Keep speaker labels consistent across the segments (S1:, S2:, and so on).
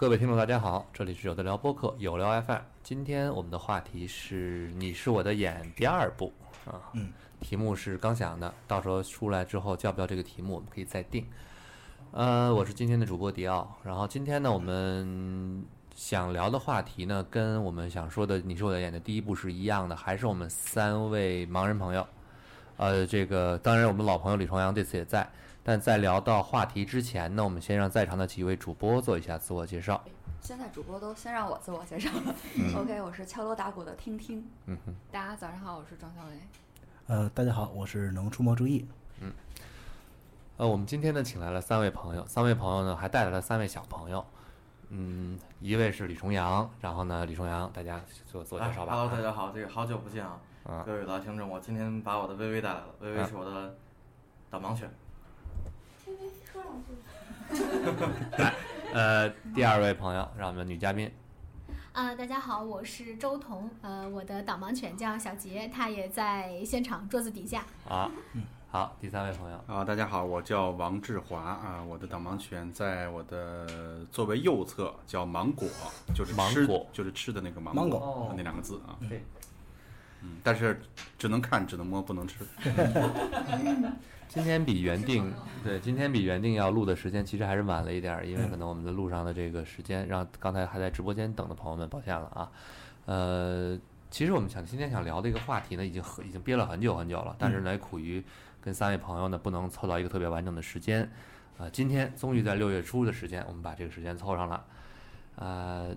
S1: 各位听众，大家好，这里是有的聊播客有聊 FM。今天我们的话题是《你是我的眼》第二部啊，
S2: 嗯，
S1: 题目是刚想的，到时候出来之后叫不叫这个题目，我们可以再定。呃，我是今天的主播迪奥，然后今天呢，我们想聊的话题呢，跟我们想说的《你是我的眼》的第一部是一样的，还是我们三位盲人朋友。呃，这个当然我们老朋友李重阳这次也在，但在聊到话题之前呢，我们先让在场的几位主播做一下自我介绍。
S3: 现在主播都先让我自我介绍了。OK，我是敲锣打鼓的听听。
S1: 嗯哼。
S3: 大家早上好，我是庄小雷。
S2: 呃，大家好，我是能出没注意，
S1: 呃，我们今天呢，请来了三位朋友，三位朋友呢还带来了三位小朋友。嗯，一位是李重阳，然后呢，李重阳，大家做自我介绍吧。嗯
S4: 哎 Hello，大家好，这个好久不见啊，
S1: 啊
S4: 各位老听众，我今天把我的薇薇带来了，薇薇
S1: 啊
S4: 是我的导盲犬，
S1: 呃，第二位朋友，让我们的女嘉宾，
S5: 啊、大家好，我是周彤，呃，我的导盲犬叫小杰，它也在现场桌子底下。
S1: 啊，好，第三位朋友，
S6: 啊，大家好，我叫王志华啊，我的导盲犬在我的座位右侧，叫芒果，就是
S1: 芒
S6: 吃
S1: 果
S6: 就是吃的那个芒
S2: 芒
S1: 果哦
S6: 那两个字啊。
S1: 对
S6: 嗯，但是只能看，只能摸，不能吃。
S1: 今天比原定对，今天比原定要录的时间其实还是晚了一点儿，因为可能我们的路上的这个时间让刚才还在直播间等的朋友们抱歉了啊。呃，其实我们想今天想聊的一个话题呢，已经很已经憋了很久很久了，但是呢，苦于跟三位朋友呢不能凑到一个特别完整的时间，啊、今天终于在六月初的时间，我们把这个时间凑上了，呃。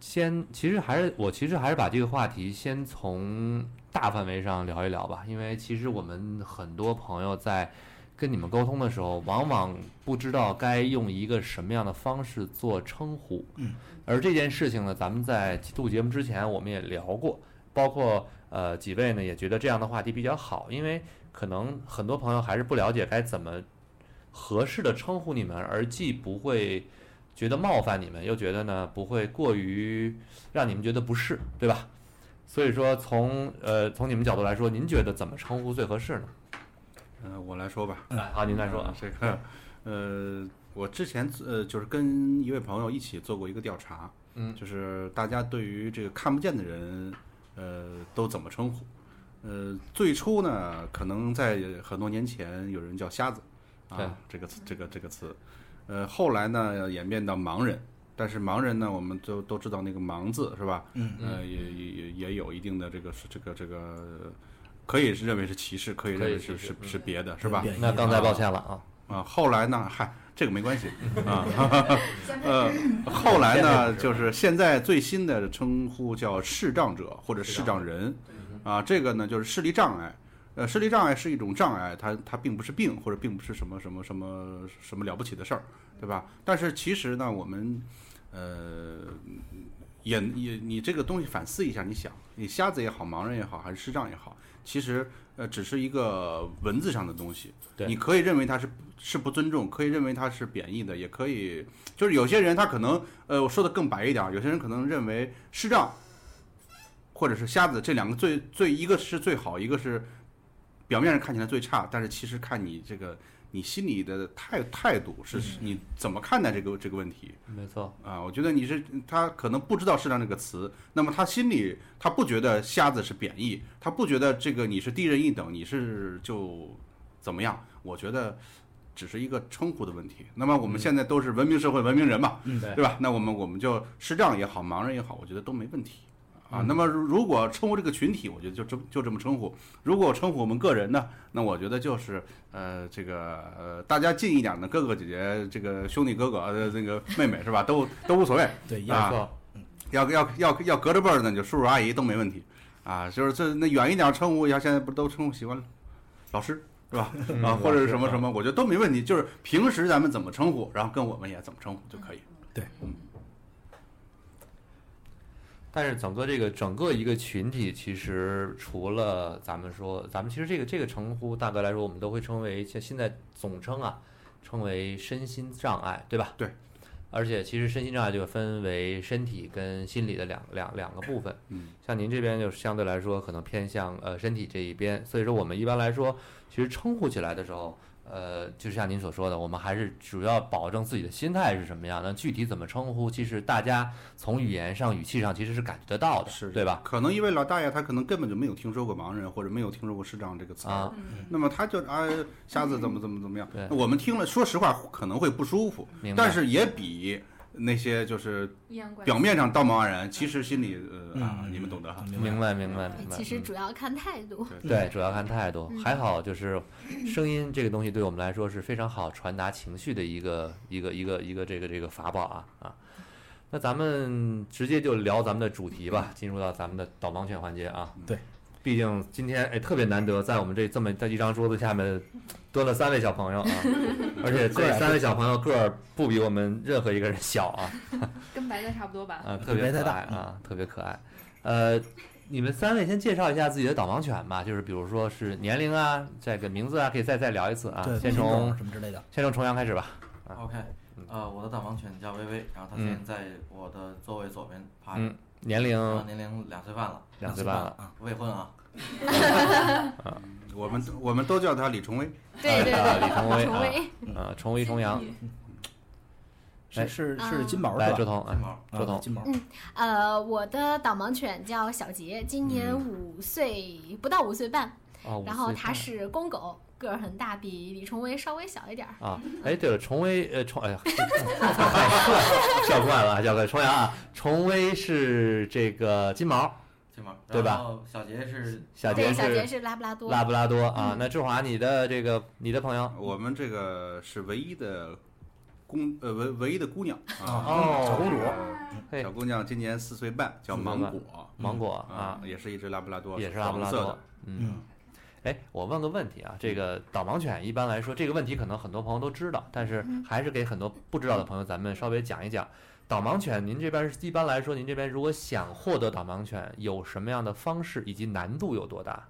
S1: 先，其实还是我，其实还是把这个话题先从大范围上聊一聊吧，因为其实我们很多朋友在跟你们沟通的时候，往往不知道该用一个什么样的方式做称呼。
S2: 嗯，
S1: 而这件事情呢，咱们在录节目之前我们也聊过，包括呃几位呢也觉得这样的话题比较好，因为可能很多朋友还是不了解该怎么合适的称呼你们，而既不会觉得冒犯你们，又觉得呢不会过于让你们觉得不适，对吧？所以说从呃从你们角度来说，您觉得怎么称呼最合适呢？
S6: 呃，我来说吧。
S1: 来，好，您来说
S6: 呃
S1: 啊。
S6: 这个，呃，我之前呃就是跟一位朋友一起做过一个调查，
S1: 嗯
S6: 就是大家对于这个看不见的人，呃，都怎么称呼？呃，最初呢，可能在很多年前有人叫瞎子，
S1: 对
S6: 啊，这个词，这个这个词，呃，后来呢演变到盲人。但是盲人呢，我们都都知道那个“盲”字是吧？
S2: 嗯，
S6: 呃，也也也也有一定的这个是这个这个，可以是认为是歧视，可以
S1: 可
S6: 认
S1: 以
S6: 为
S1: 歧
S6: 是
S1: 视
S6: 是
S1: 嗯
S6: 是别的，是吧？
S2: 贬义
S1: 那刚才抱歉了啊，
S6: 啊，后来呢，嗨，这个没关 系啊，呃，后来呢，就是现在最新的称呼叫视障者或者视障人，啊，这个呢就是视力障碍。呃，视力障碍是一种障碍，它它并不是病，或者并不是什么什么什么什么了不起的事儿，对吧？但是其实呢，我们，呃，也也你这个东西反思一下，你想，你瞎子也好，盲人也好，还是视障也好，其实呃，只是一个文字上的东西，
S1: 对
S6: 你可以认为它是是不尊重，可以认为它是贬义的，也可以就是有些人他可能呃，我说的更白一点儿，有些人可能认为视障或者是瞎子这两个最最一个是最好，一个是表面上看起来最差，但是其实看你这个你心里的态态度是是你怎么看待这个这个问题
S1: 没错，
S6: 啊？我觉得你是他可能不知道“视障”这个词，那么他心里他不觉得瞎子是贬义，他不觉得这个你是低人一等，你是就怎么样？我觉得。只是一个称呼的问题。那么我们现在都是文明社会、文明人嘛，对吧？那我们我们就视障也好，盲人也好，我觉得都没问题啊。那么如如果称呼这个群体，我觉得就这么就这么称呼。如果称呼我们个人呢，那我觉得就是呃这个呃大家近一点的哥哥姐姐，这个兄弟哥哥呃这个妹妹是吧？都都无所谓
S2: 对，
S6: 啊。要要要要隔着辈儿呢，就叔叔阿姨都没问题啊，就是这那远一点称呼一下，现在不都称呼习惯了，老师是吧？
S1: 嗯
S6: 啊，或者是什么什么，我觉得都没问题。就是平时咱们怎么称呼，然后跟我们也怎么称呼就可以。
S1: 但是整个这个整个一个群体，其实除了咱们说，咱们其实这个这个称呼，大概来说，我们都会称为现现在总称啊，称为身心障碍，对吧？
S6: 对。
S1: 而且其实身心障碍就分为身体跟心理的两两两个部分。
S6: 嗯，
S1: 像您这边就是相对来说可能偏向呃身体这一边，所以说我们一般来说，其实称呼起来的时候，呃，就像您所说的，我们还是主要保证自己的心态是什么样。那具体怎么称呼，其实大家从语言上、语气上其实是感觉得到的，
S6: 是
S1: 对吧？
S6: 可能一位老大爷他可能根本就没有听说过盲人或者没有听说过视障这个词儿，
S1: 啊，
S6: 那么他就啊、瞎子怎么怎么怎么样
S1: 对，
S6: 我们听了说实话可能会不舒服，
S1: 明白。
S6: 但是也比那些就是
S3: 阴阳怪气
S6: 表面上道貌岸然，其实心里呃啊
S2: 嗯，
S6: 你们懂得哈。
S1: 明白，明白，明白
S5: 哎
S1: 嗯
S5: 其。实主要看态度。
S1: 对，主要看态度。
S5: 嗯
S1: 还好就是声音这个东西对我们来说是非常好传达情绪的一个一个一个一个这个这个法宝啊啊。那咱们直接就聊咱们的主题
S5: 嗯
S1: 吧，进入到咱们的导盲犬环节啊。
S2: 对，
S1: 毕竟今天哎特别难得，在我们这这么在一张桌子下面蹲了三位小朋友 啊，而且这三位小朋友个儿不比我们任何一个人小啊。
S3: 跟白菜差不多吧？
S1: 啊，特别
S2: 别
S1: 可
S2: 太大
S1: 爱啊，特别可爱。呃，你们三位先介绍一下自己的导盲犬吧，就是比如说是年龄啊，这个名字啊，可以再再聊一次啊
S2: 对，。
S1: 先
S2: 品种
S1: 从
S2: 什么之类的，
S1: 先从重阳开始吧。
S4: OK，呃，
S1: 嗯
S4: 我的导盲犬叫薇薇，然后它现在在我的座位左边趴着，
S1: 嗯年
S4: 然后
S1: 龄
S4: 年龄两岁半了，
S1: 两岁半了，
S2: 啊，
S4: 未婚啊。
S6: 我们我们都叫他李崇威，
S5: 对对
S1: 啊
S5: 对，
S1: 李成威
S5: 成
S1: 啊
S5: 威，
S1: 啊，重威重阳，哎
S2: 是是是
S5: 嗯
S2: 金毛
S1: 来
S2: 是
S1: 周
S2: 吧？
S1: 彤啊，
S4: 金毛，
S1: 周
S2: 啊，
S1: 彤
S2: 金毛，
S5: 呃，我的导盲犬叫小杰，今年
S1: 嗯
S5: 五岁不到五岁半，
S1: 哦，
S5: 然后它
S1: 他
S5: 是公狗，个儿很大，比李崇威稍微小一点儿。
S1: 啊，哎，对了，重威呃重哎呀，笑出来了，笑出来，重阳啊，重威是这个金毛，
S4: 金毛，
S1: 对吧
S4: 然后小杰是
S1: 小杰
S5: 对，小杰
S1: 是
S5: 是拉布拉多，嗯
S1: 拉布拉多啊。那志华，你的这个你的朋友
S6: 我们这个是唯一的公呃唯唯一的姑娘啊，
S1: 哦，
S2: 小公主，
S1: 嘿
S6: 小姑娘今年四岁半，叫芒果
S1: 芒果
S6: 啊
S1: 啊，，
S6: 也是一只拉布拉多，
S1: 也是阿布拉
S6: 黄色
S1: 多
S6: 的。。
S1: 嗯，哎，我问个问题啊，这个导盲犬一般来说，这个问题可能很多朋友都知道，但是
S3: 嗯
S1: 还是给很多不知道的朋友，咱们稍微讲一讲。导盲犬，您这边是一般来说，您这边如果想获得导盲犬，有什么样的方式，以及难度有多大？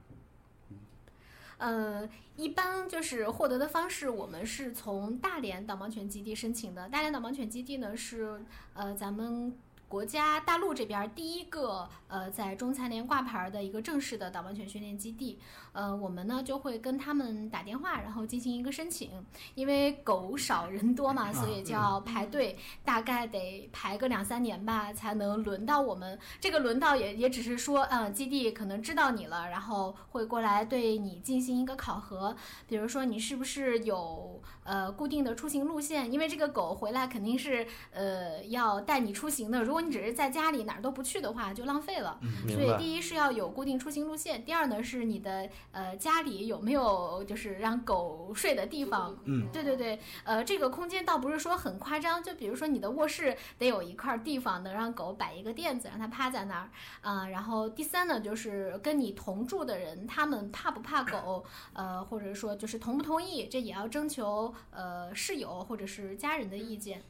S5: 呃，一般就是获得的方式，我们是从大连导盲犬基地申请的。大连导盲犬基地呢是呃咱们。国家大陆这边儿第一个呃，在中残联挂牌儿的一个正式的导盲犬训练基地，呃，我们呢就会跟他们打电话，然后进行一个申请。因为狗少人多嘛，所以就要排队，大概得排个两三年吧，才能轮到我们这个轮到也也只是说，嗯，基地可能知道你了，然后会过来对你进行一个考核，比如说你是不是有呃固定的出行路线，因为这个狗回来肯定是呃要带你出行的，如果你只是在家里哪儿都不去的话，就浪费了。所
S1: 明
S5: 以
S1: 白？
S5: 第一是要有固定出行路线，第二呢是你的呃家里有没有就是让狗睡的地方，
S2: 嗯
S5: 对对对，呃，这个空间倒不是说很夸张，就比如说你的卧室得有一块地方能让狗摆一个垫子，让它趴在那儿啊、然后第三呢，就是跟你同住的人，他们怕不怕狗，呃，或者说就是同不同意，这也要征求呃室友或者是家人的意见。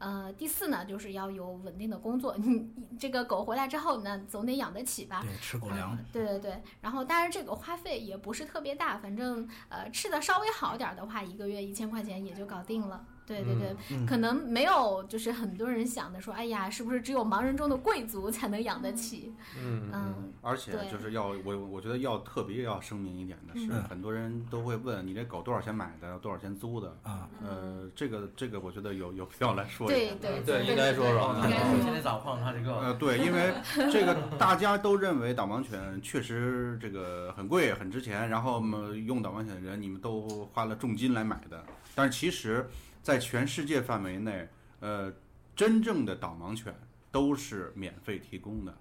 S5: 呃，第四呢，就是要有稳定的工作。你你这个狗回来之后呢，总得养得起吧？
S2: 对，吃狗粮
S5: 啊，对对对，然后当然这个花费也不是特别大，反正呃吃的稍微好点儿的话，一个月一千块钱也就搞定了。对对对，
S2: 嗯
S5: 可能没有就是很多人想的说，哎呀，是不是只有盲人中的贵族才能养得起？
S1: 嗯
S5: 嗯，
S6: 而且
S5: 对
S6: 就是要我，我觉得要特别要声明一点的是，
S2: 嗯
S6: 很多人都会问你这狗多少钱买的，多少钱租的。
S2: 啊，
S6: 呃，这个这个，我觉得有有必要来嗯说一下。
S5: 对对
S1: 对应
S5: 应
S1: 该说说
S4: 哦，
S5: 应该
S4: 我
S5: 说
S4: 今天早上碰上这个，
S6: 呃，对，因为这个大家都认为导盲犬确实这个很贵、很值钱，然后我们用导盲犬的人，你们都花了重金来买的。但是其实，在全世界范围内，呃，真正的导盲犬都是免费提供的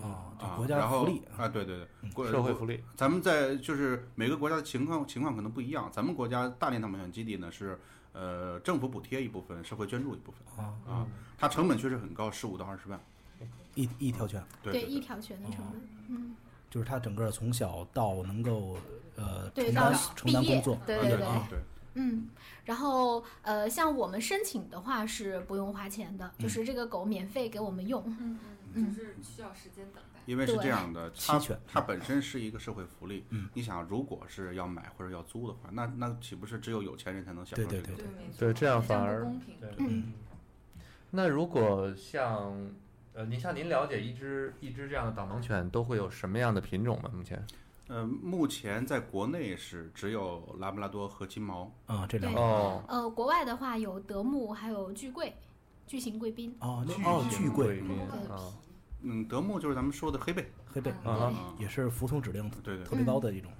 S2: 哦，就
S6: 啊
S2: 国，家
S6: 然后
S2: 福利嗯
S6: 啊，对对对，
S3: 嗯
S6: 国
S1: 社会福利，
S6: 咱们在就是每个国家的情况情况可能不一样，咱们国家大连导盲犬基地呢是呃政府补贴一部分，社会捐助一部分
S2: 啊，
S6: 啊，它成本确实很高，十五到二十万。
S2: 一一条犬，
S6: 对
S5: 对
S6: 对
S5: 一条犬的成本，嗯，
S2: 就是他整个从小到能够呃
S5: 对
S2: 承担
S5: 到
S2: 承担
S5: 毕业
S2: 工作，
S5: 对
S6: 啊
S5: 对
S6: 对
S5: 对
S6: 啊对，
S5: 嗯，然后呃，像我们申请的话是不用花钱的，就是这个狗免费给我们用。
S3: 嗯
S5: 嗯
S3: 嗯，只是需要时间等待。
S6: 因为是
S5: 对
S6: 这样的，它
S2: 期权
S6: 它本身是一个社会福利。
S2: 嗯，
S6: 你想，如果是要买或者要租的话，那那岂不是只有有钱人才能享
S2: 对
S6: 受这
S2: 对
S6: 个？
S2: 对对，
S1: 对这样反而
S3: 不公平。
S5: 嗯，
S1: 那如果像呃，您像您了解一只一只这样的导盲犬都会有什么样的品种吗？目前
S6: 呃，目前在国内是只有拉布拉多和金毛。
S2: 啊，这两
S3: 哎
S5: 对
S2: 个
S1: 哦，
S5: 呃，国外的话有德牧，还有巨贵、巨型贵宾。
S2: 哦那哦巨贵
S1: 啊，
S6: 嗯，德牧就是咱们说的黑背。
S2: 黑背
S1: 啊哈
S6: 嗯，
S2: 也是服从指令
S6: 对
S5: 嗯
S6: 对
S2: 特别高的一种，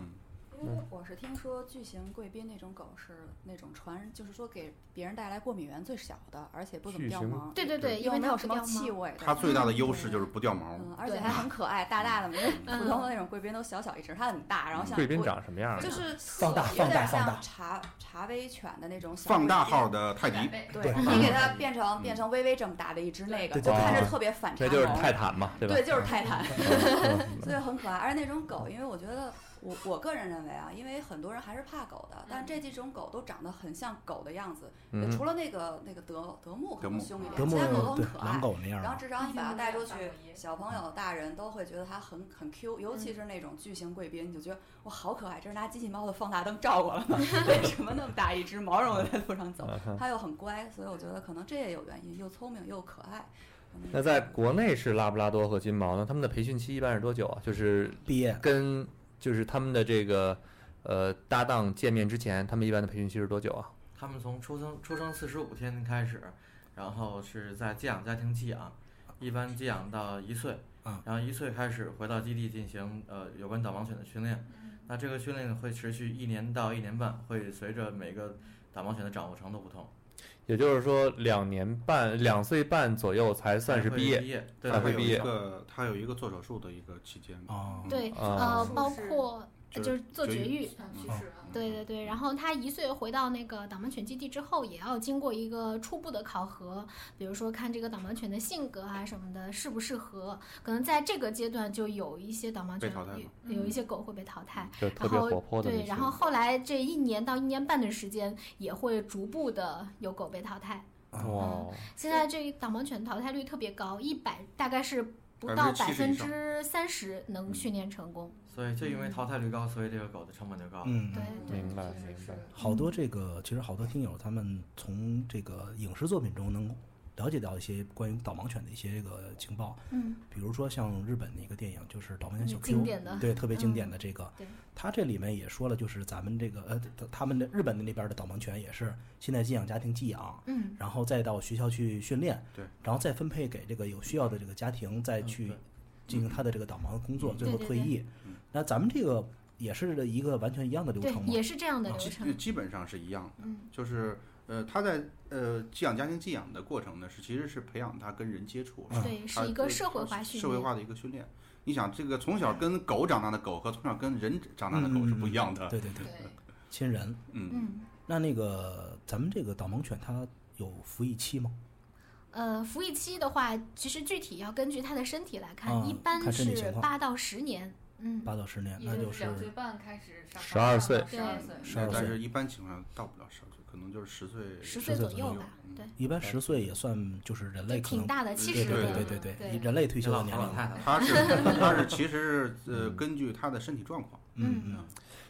S3: 因为我是听说巨型贵宾那种狗是那种传，就是说给别人带来过敏源最小的，而且不怎么掉
S1: 巨型
S3: 毛，
S5: 对对对，因
S3: 又
S5: 为
S3: 没
S5: 它
S3: 有
S5: 不
S3: 什么
S5: 掉毛
S3: 气味的。
S6: 它最大的优势就是不掉毛。
S3: 嗯，而且
S5: 对
S3: 还很可爱，大大的，没有普通的那种贵宾都小小一只，它很大，然后像
S1: 贵宾长什么样
S3: 就
S1: 的？
S3: 是
S2: 放大
S3: 有
S2: 放大
S3: 点
S2: 放
S3: 像
S2: 大
S3: 茶茶威犬的那种小
S6: 放大
S3: 贵宾
S6: 号的泰迪，
S3: 对
S2: 对
S3: 你给它变成变成微微这么大的一只那个，
S2: 对
S3: 就
S1: 对
S3: 看
S1: 对
S3: 着特别反差
S1: 这就
S3: 萌。
S1: 是泰坦嘛，对吧？
S3: 对，就是泰坦，
S1: 嗯
S3: 所以很可爱。而且那种狗，因为我觉得我我个人认为啊，因为很多人还是怕狗的，
S2: 嗯
S3: 但这几种狗都长得很像狗的样子，
S1: 嗯
S3: 除了那个那个德德牧可
S6: 德
S3: 能
S6: 牧
S3: 凶一点，
S2: 德牧嗯
S3: 其他狗都很
S2: 对
S3: 可
S2: 狼
S3: 爱。
S2: 狗那样
S3: 然后
S2: 的，
S3: 至少你把它带出去，小朋友、大人都会觉得它很很 Q，尤其是那种巨型贵宾，你就觉得哇好可爱，这是拿机器猫的放大灯照过了吗？为什么那么大一只毛茸茸地在路
S1: 嗯
S3: 上走？ 它又很乖，所以我觉得可能这也有原因，又聪明又可爱。嗯
S1: 那在国内是拉布拉多和金毛呢？他们的培训期一般是多久啊？就是
S2: 毕业
S1: 跟就是他们的这个呃搭档见面之前，他们一般的培训期是多久啊？
S4: 他们从出生出生四十五天开始，然后是在寄养家庭寄养，一般寄养到一岁，
S2: 嗯
S4: 然后一岁开始回到基地进行呃有关导盲犬的训练。那这个训练会持续一年到一年半，会随着每个导盲犬的掌握程度不同，
S1: 也就是说，两年半、两岁半左右才算是
S4: 会
S1: 毕业
S4: 毕业，对
S1: 才
S6: 它
S1: 会
S6: 有
S1: 毕
S6: 一
S1: 业
S6: 个它有一个做手术的一个期间。
S2: 哦
S6: 嗯
S5: 对，
S1: 啊
S5: 呃，包括
S6: 就
S5: 就是是做绝
S6: 绝育嗯
S5: 育。对对对，然后它一岁回到那个导盲犬基地之后，也要经过一个初步的考核，比如说看这个导盲犬的性格啊什么的适不适合，可能在这个阶段就有一些导盲
S6: 被
S5: 犬
S6: 淘汰吗
S5: 有有
S2: 嗯
S5: 一些狗会被淘汰，
S1: 就特别活泼的那
S5: 对，
S1: 些
S5: 然后后来这一年到一年半的时间也会逐步的有狗被淘汰。
S1: 哇，
S5: 现在这个导盲犬淘汰率特别高，一百大概是不到百
S6: 70%
S5: 分
S6: 以上
S5: 之三十能训练成功。
S4: 所以就因为淘汰率高，所以这个狗的成本就高。
S2: 嗯
S5: 对。对。
S1: 明白明白。
S2: 好多这个，其实好多听友他们从这个影视作品中能了解到一些关于导盲犬的一些这个情报，
S5: 嗯，
S2: 比如说像日本的一个电影，就是《导盲犬小 Q》，
S5: 经典的嗯
S2: 对，特别经典的这个。
S5: 对
S2: 它这里面也说了，就是咱们这个呃，他他们的日本的那边的导盲犬也是现在寄养家庭寄养，
S5: 嗯，
S2: 然后再到学校去训练，
S6: 对，
S2: 然后再分配给这个有需要的这个家庭再去
S4: 对
S2: 进行他的这个导盲工作，最
S5: 嗯对
S2: 后
S5: 对
S2: 退
S5: 对
S2: 役。那咱们这个也是一个完全一样的流
S5: 对
S2: 程，吗？
S5: 也是这样的流
S6: 基
S5: 程。
S6: 基本上是一样的，
S5: 嗯
S6: 就是呃，它在呃寄养家庭寄养的过程呢，是其实是培养它跟人接触，
S2: 嗯
S5: 对，
S6: 它
S5: 是一个
S6: 啊对
S5: 社会化训
S6: 社会
S5: 练。
S6: 化的一个训练。你想，这个从小跟狗长大的狗和从小跟人长大的狗是不一样的。
S2: 对对对，亲人。
S6: 嗯，
S5: 嗯，
S2: 那那个咱们这个导盲犬它有服役期吗？
S5: 呃，服役期的话，其实具体要根据它的身体来看，
S2: 啊
S5: 一般
S2: 看身体
S5: 是
S2: 情况
S5: 八到十年。嗯，
S2: 八到十年，那就是
S3: 半开始上
S1: 十二岁，
S5: 对12
S3: 岁
S2: 十二
S6: 但
S2: 岁，
S6: 是一般情况下到不了十二岁，可能就是十岁。
S5: 十
S2: 岁
S5: 岁
S2: 左
S5: 左右
S6: 右
S5: 吧。
S6: 嗯
S5: 对，
S2: 一般十岁也算就是人类
S5: 就
S2: 可
S5: 挺
S2: 能
S5: 大的，七
S2: 对
S5: 十
S2: 对
S5: 了。
S2: 对对对对，
S5: 对
S2: 人类退
S4: 这
S2: 休的
S4: 老
S2: 年
S4: 头老
S1: 嗯
S2: 龄。
S4: 太太了，
S6: 它是它是其实是呃根据它的身体状况，
S2: 嗯
S5: 嗯
S2: 嗯，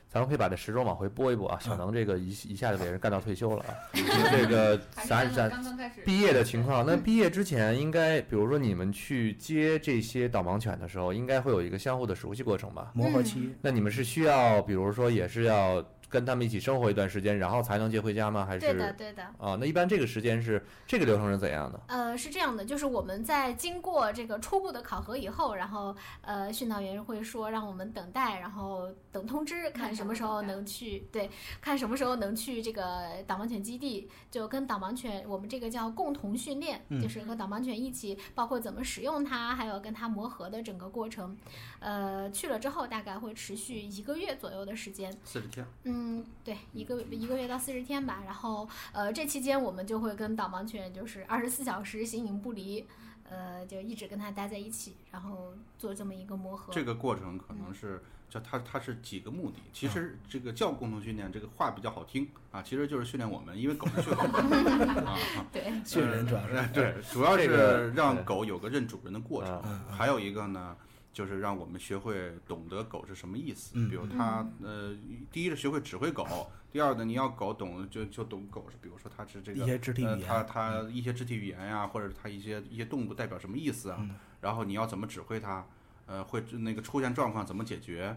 S1: 咱们可以把这时钟往回拨一
S6: 嗯
S1: 拨啊，小能这个一一下就给人干到退休了啊。 这个咱咱
S3: 刚开始嗯
S1: 毕业的情况，那毕业之前应该，比如说你们去接这些导盲犬的时候，应该会有一个相互的熟悉过程吧？
S2: 磨合期
S5: 嗯
S1: 那你们是需要，比如说也是要跟他们一起生活一段时间，然后才能接回家吗？还是
S5: 对的对的。
S1: 啊，那一般这个时间是这个流程是怎样的？
S5: 呃，是这样的，就是我们在经过这个初步的考核以后，然后呃，训导员会说让我们等待，然后等通知，看什么时候能去，对，看什么时候能去这个导盲犬基地，就跟导盲犬，我们这个叫共同训练，
S2: 嗯
S5: 就是和导盲犬一起，包括怎么使用它，还有跟它磨合的整个过程。呃，去了之后大概会持续一个月左右的时间。
S6: 四十天。
S5: 嗯，对，一个一个月到四十天吧。然后，呃，这期间我们就会跟导盲犬就是二十四小时形影不离，呃，就一直跟他待在一起，然后做这么一个磨合。
S6: 这个过程可能是叫它它是几个目的，其实这个叫共同训练这个话比较好听啊，其实就是训练我们，因为狗是训练的啊，
S5: 对，
S2: 训人主要是
S6: 呃对，主要
S1: 这个
S6: 是让
S1: 对
S6: 狗有个认主人的过程，
S2: 嗯
S1: 啊
S6: 还有一个呢。就是让我们学会懂得狗是什么意思，
S2: 嗯
S6: 比如它呃，第一是学会指挥狗，第二呢，你要狗懂就就懂狗是，比如说它是这个
S2: 一些肢体
S6: 呃
S2: 语，言，嗯
S6: 它它一些肢体语言呀、或者它一些一些动物代表什么意思啊？
S2: 嗯
S6: 然后你要怎么指挥它？呃，会那个出现状况怎么解决？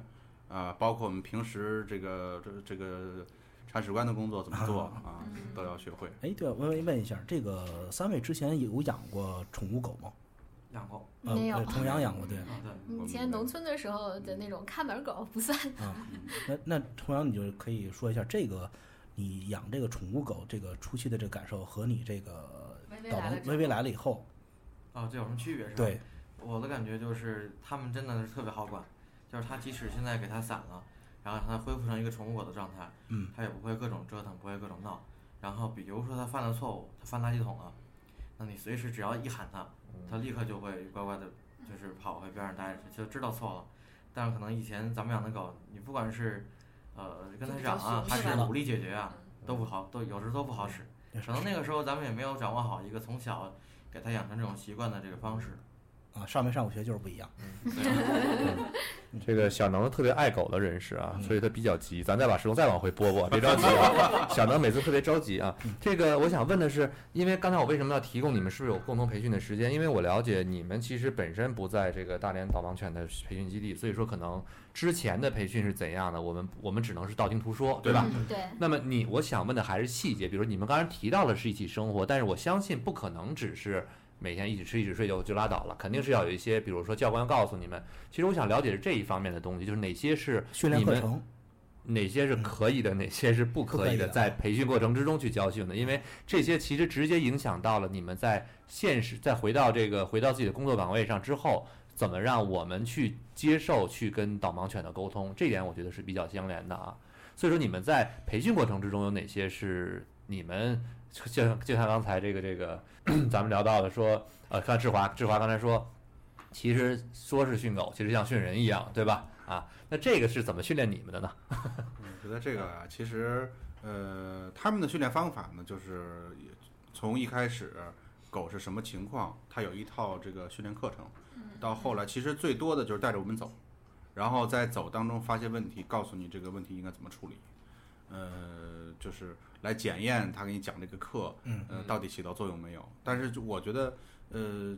S6: 啊、包括我们平时这个这这个铲屎官的工作怎么做
S2: 啊
S6: 啊，都要学会。
S2: 哎，对了，问问一下，这个三位之前有养过宠物狗吗？
S4: 养过。
S2: 呃
S5: 没有
S2: 呃，重阳养过对。
S4: 啊，对，
S6: 我
S5: 以
S6: 们
S5: 前农村的时候的那种看门狗不算，
S2: 那那同样，你就可以说一下这个，你养这个宠物狗，这个初期的这个感受和你这个
S3: 微微
S2: 导
S3: 来
S2: 盲
S3: 了，
S2: 微微来了以后，
S4: 啊，这有什么区别是吧？
S2: 对，
S4: 我的感觉就是他们真的是特别好管，就是它即使现在给它散了，然后让它恢复成一个宠物狗的状态，
S2: 嗯，
S4: 它也不会各种折腾，不会各种闹。然后比如说它犯了错误，它翻垃圾桶了，那你随时只要一喊它，它立刻就会乖乖的，
S3: 嗯
S4: 就是跑回边上待着，就知道错了。但是可能以前咱们养的狗，你不管是呃跟它
S3: 就比较
S4: 嚷啊，
S3: 凶
S4: 还
S3: 是嗯
S4: 是
S2: 吧
S4: 武力解决啊，都不好，都有时都不好使。
S2: 也
S4: 可能那个时候咱们也没有掌握好一个从小给它养成这种习惯的这个方 式。
S2: 啊，上没上过学就是不一样。嗯
S1: 这个小能特别爱狗的人士啊，所以他比较急。咱再把时钟再往回拨拨，别着急啊。小能每次特别着急啊。这个我想问的是，因为刚才我为什么要提供你们是不是有共同培训的时间？因为我了解你们其实本身不在这个大连导盲犬的培训基地，所以说可能之前的培训是怎样的，我们我们只能是道听途说，对吧？
S5: 嗯对，
S1: 那么你，我想问的还是细节，比如说你们刚才提到了是一起生活，但是我相信不可能只是每天一起吃一起睡就就拉倒了，肯定是要有一些，比如说教官告诉你们，其实我想了解是这一方面的东西，就是哪些是
S2: 训练
S1: 你
S2: 课
S1: 们
S2: 程，
S1: 哪些是可以的， 哪些是嗯不可以的，
S2: 不可以的
S1: 在培训过程之中去教训的，因为这些其实直接影响到了你们在现实，在回到这个回到自己的工作岗位上之后，怎么让我们去接受去跟导盲犬的沟通，这点我觉得是比较相连的啊。所以说你们在培训过程之中有哪些是你们就就像就像刚才这个这个 咱们聊到的说，呃，看志华志华刚才说，其实说是训狗，其实像训人一样，对吧？啊，那这个是怎么训练你们的呢？
S6: 我觉得这个啊，其实呃，他们的训练方法呢，就是从一开始狗是什么情况，它有一套这个训练课程，到后来其实最多的就是带着我们走，然后在走当中发现问题，告诉你这个问题应该怎么处理，呃，就是来检验他给你讲这个课，
S2: 嗯
S6: 呃，到底起到作用没有？但是就我觉得，呃。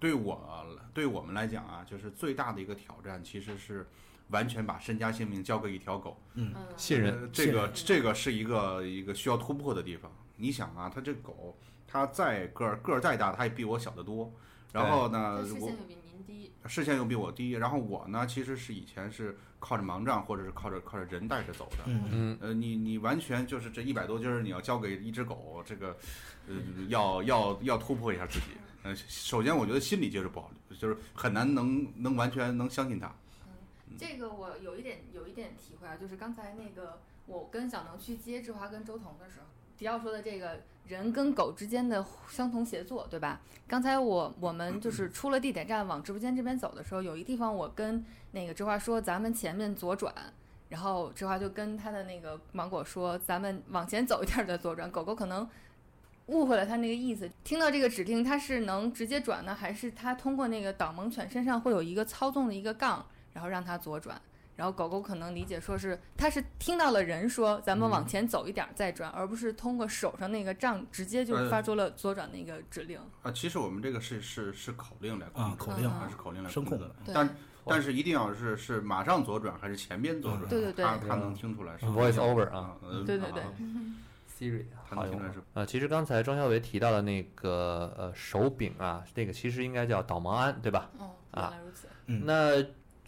S6: 对我对我们来讲啊，就是最大的一个挑战，其实是完全把身家性命交给一条狗，
S5: 嗯
S1: 信任，
S6: 呃这个这个是一个一个需要突破的地方。你想啊，它这狗，它再个儿个儿再大，它也比我小得多。然后呢，我
S3: 比您低，
S6: 视线又比我低。然后我呢，其实是以前是靠着盲杖或者是靠着靠着人带着走的。
S2: 嗯，
S1: 嗯，
S6: 呃，你你完全就是这一百多斤儿，你要交给一只狗，这个，呃，要要要突破一下自己。呃，首先我觉得心理接受不好，就是很难能能完全能相信它。
S7: 这个我有一点有一点体会啊，就是刚才那个我跟小能去接志华跟周彤的时候，迪奥说的这个人跟狗之间的相同协作，对吧？刚才我我们就是出了地铁站往直播间这边走的时候，有一地方我跟那个志华说，咱们前面左转。然后志华就跟他的那个芒果说：“咱们往前走一点儿再左转。”狗狗可能误会了他那个意思，听到这个指令，它是能直接转呢，还是它通过那个导盲犬身上会有一个操纵的一个杠，然后让它左转？然后狗狗可能理解说是它是听到了人说咱们往前走一点儿再转，而不是通过手上那个杖直接就
S6: 呃
S7: 发出了左转那个指令。
S6: 啊，其实我们这个是是是口令来控
S2: 啊
S6: 制，
S2: 口
S7: 令
S6: 还是口令来
S2: 声
S6: 控
S2: 控
S6: 制的。
S7: 对
S6: 但但是一定要是是马上左转还是前边左转，
S7: 对对对
S6: 他他能听出来是
S2: 嗯
S1: voice over 啊
S6: 啊，呃
S7: 对对对
S6: 啊
S1: Siri
S6: 他能听出来是
S1: 呃，其实刚才庄小伟提到的那个呃手柄啊，那个其实应该叫导盲鞍，对吧？
S7: 嗯，
S1: 啊
S7: 原来如此。
S2: 嗯
S1: 那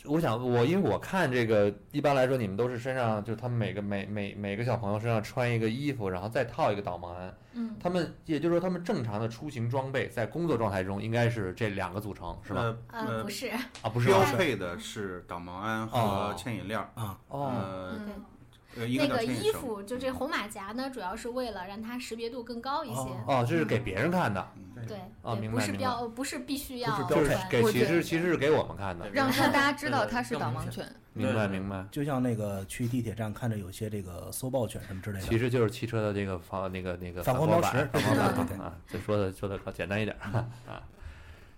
S1: 我想我因为我看这个，一般来说你们都是身上就是他们每个每每每个小朋友身上穿一个衣服，然后再套一个导盲鞍。
S5: 嗯，
S1: 他们也就是说他们正常的出行装备在工作状态中应该是这两个组成，是吧？？
S6: 呃
S5: 呃，
S6: 呃
S5: 不，是，
S1: 啊，不是吗
S6: 标配的是导盲鞍和
S1: 哦
S6: 牵引链儿。
S1: 哦，
S6: 呃，
S7: 嗯，
S6: 呃应该
S5: 那
S6: 叫
S5: 个
S6: 牵引
S5: 衣
S6: 绳嗯
S5: 服，就这红马甲呢，主要是为了让它识别度更高一些。
S1: 哦，这是给别人看的，
S5: 对，
S1: 哦，
S5: 对
S1: 明
S5: 不
S1: 白
S5: 是
S1: 明白。
S5: 标，不是必须要
S1: 就
S5: 穿
S1: 是给
S7: 我
S1: 其
S7: 觉
S1: 实其实是给我们看的，
S7: 让让 大家知道它是导盲犬。
S1: 明白明白。
S2: 就像那个去地铁站看着有些这个搜爆犬什么之类的，
S1: 其实就是汽车的这个防那个那个
S2: 反
S1: 光
S2: 光
S1: 标板
S2: 标识
S1: 反光
S2: 对
S1: 板
S2: 对对
S1: 啊，这说的说的靠简单一点儿啊。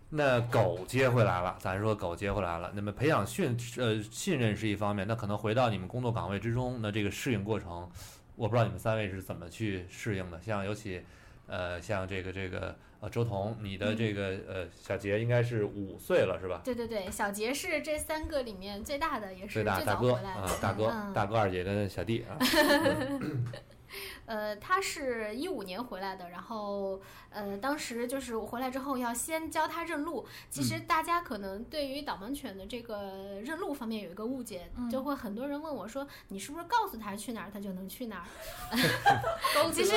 S1: 那狗接回来了，咱说狗接回来了，那么培养训呃信任是一方面，那可能回到你们工作岗位之中，那这个适应过程，我不知道你们三位是怎么去适应的，像尤其。呃，像这个这个呃，周彤，你的
S5: 嗯
S1: 这个呃，小杰应该是五岁了，是吧？
S5: 对对对，小杰是这三个里面最大的，也是
S1: 最大大
S5: 早
S1: 哥
S5: 回来
S1: 啊
S5: 的。，
S1: 大哥，
S5: 嗯
S1: 大哥二姐的小弟啊，
S5: 呃，他是一五年回来的，然后呃，当时就是我回来之后要先教他认路。其
S1: 嗯
S5: 实大家可能对于导盲犬的这个认路方面有一个误解，
S7: 嗯
S5: 就会很多人问我说：“你是不是告诉他去哪儿，他就能去哪儿？”
S7: 狗
S5: 其实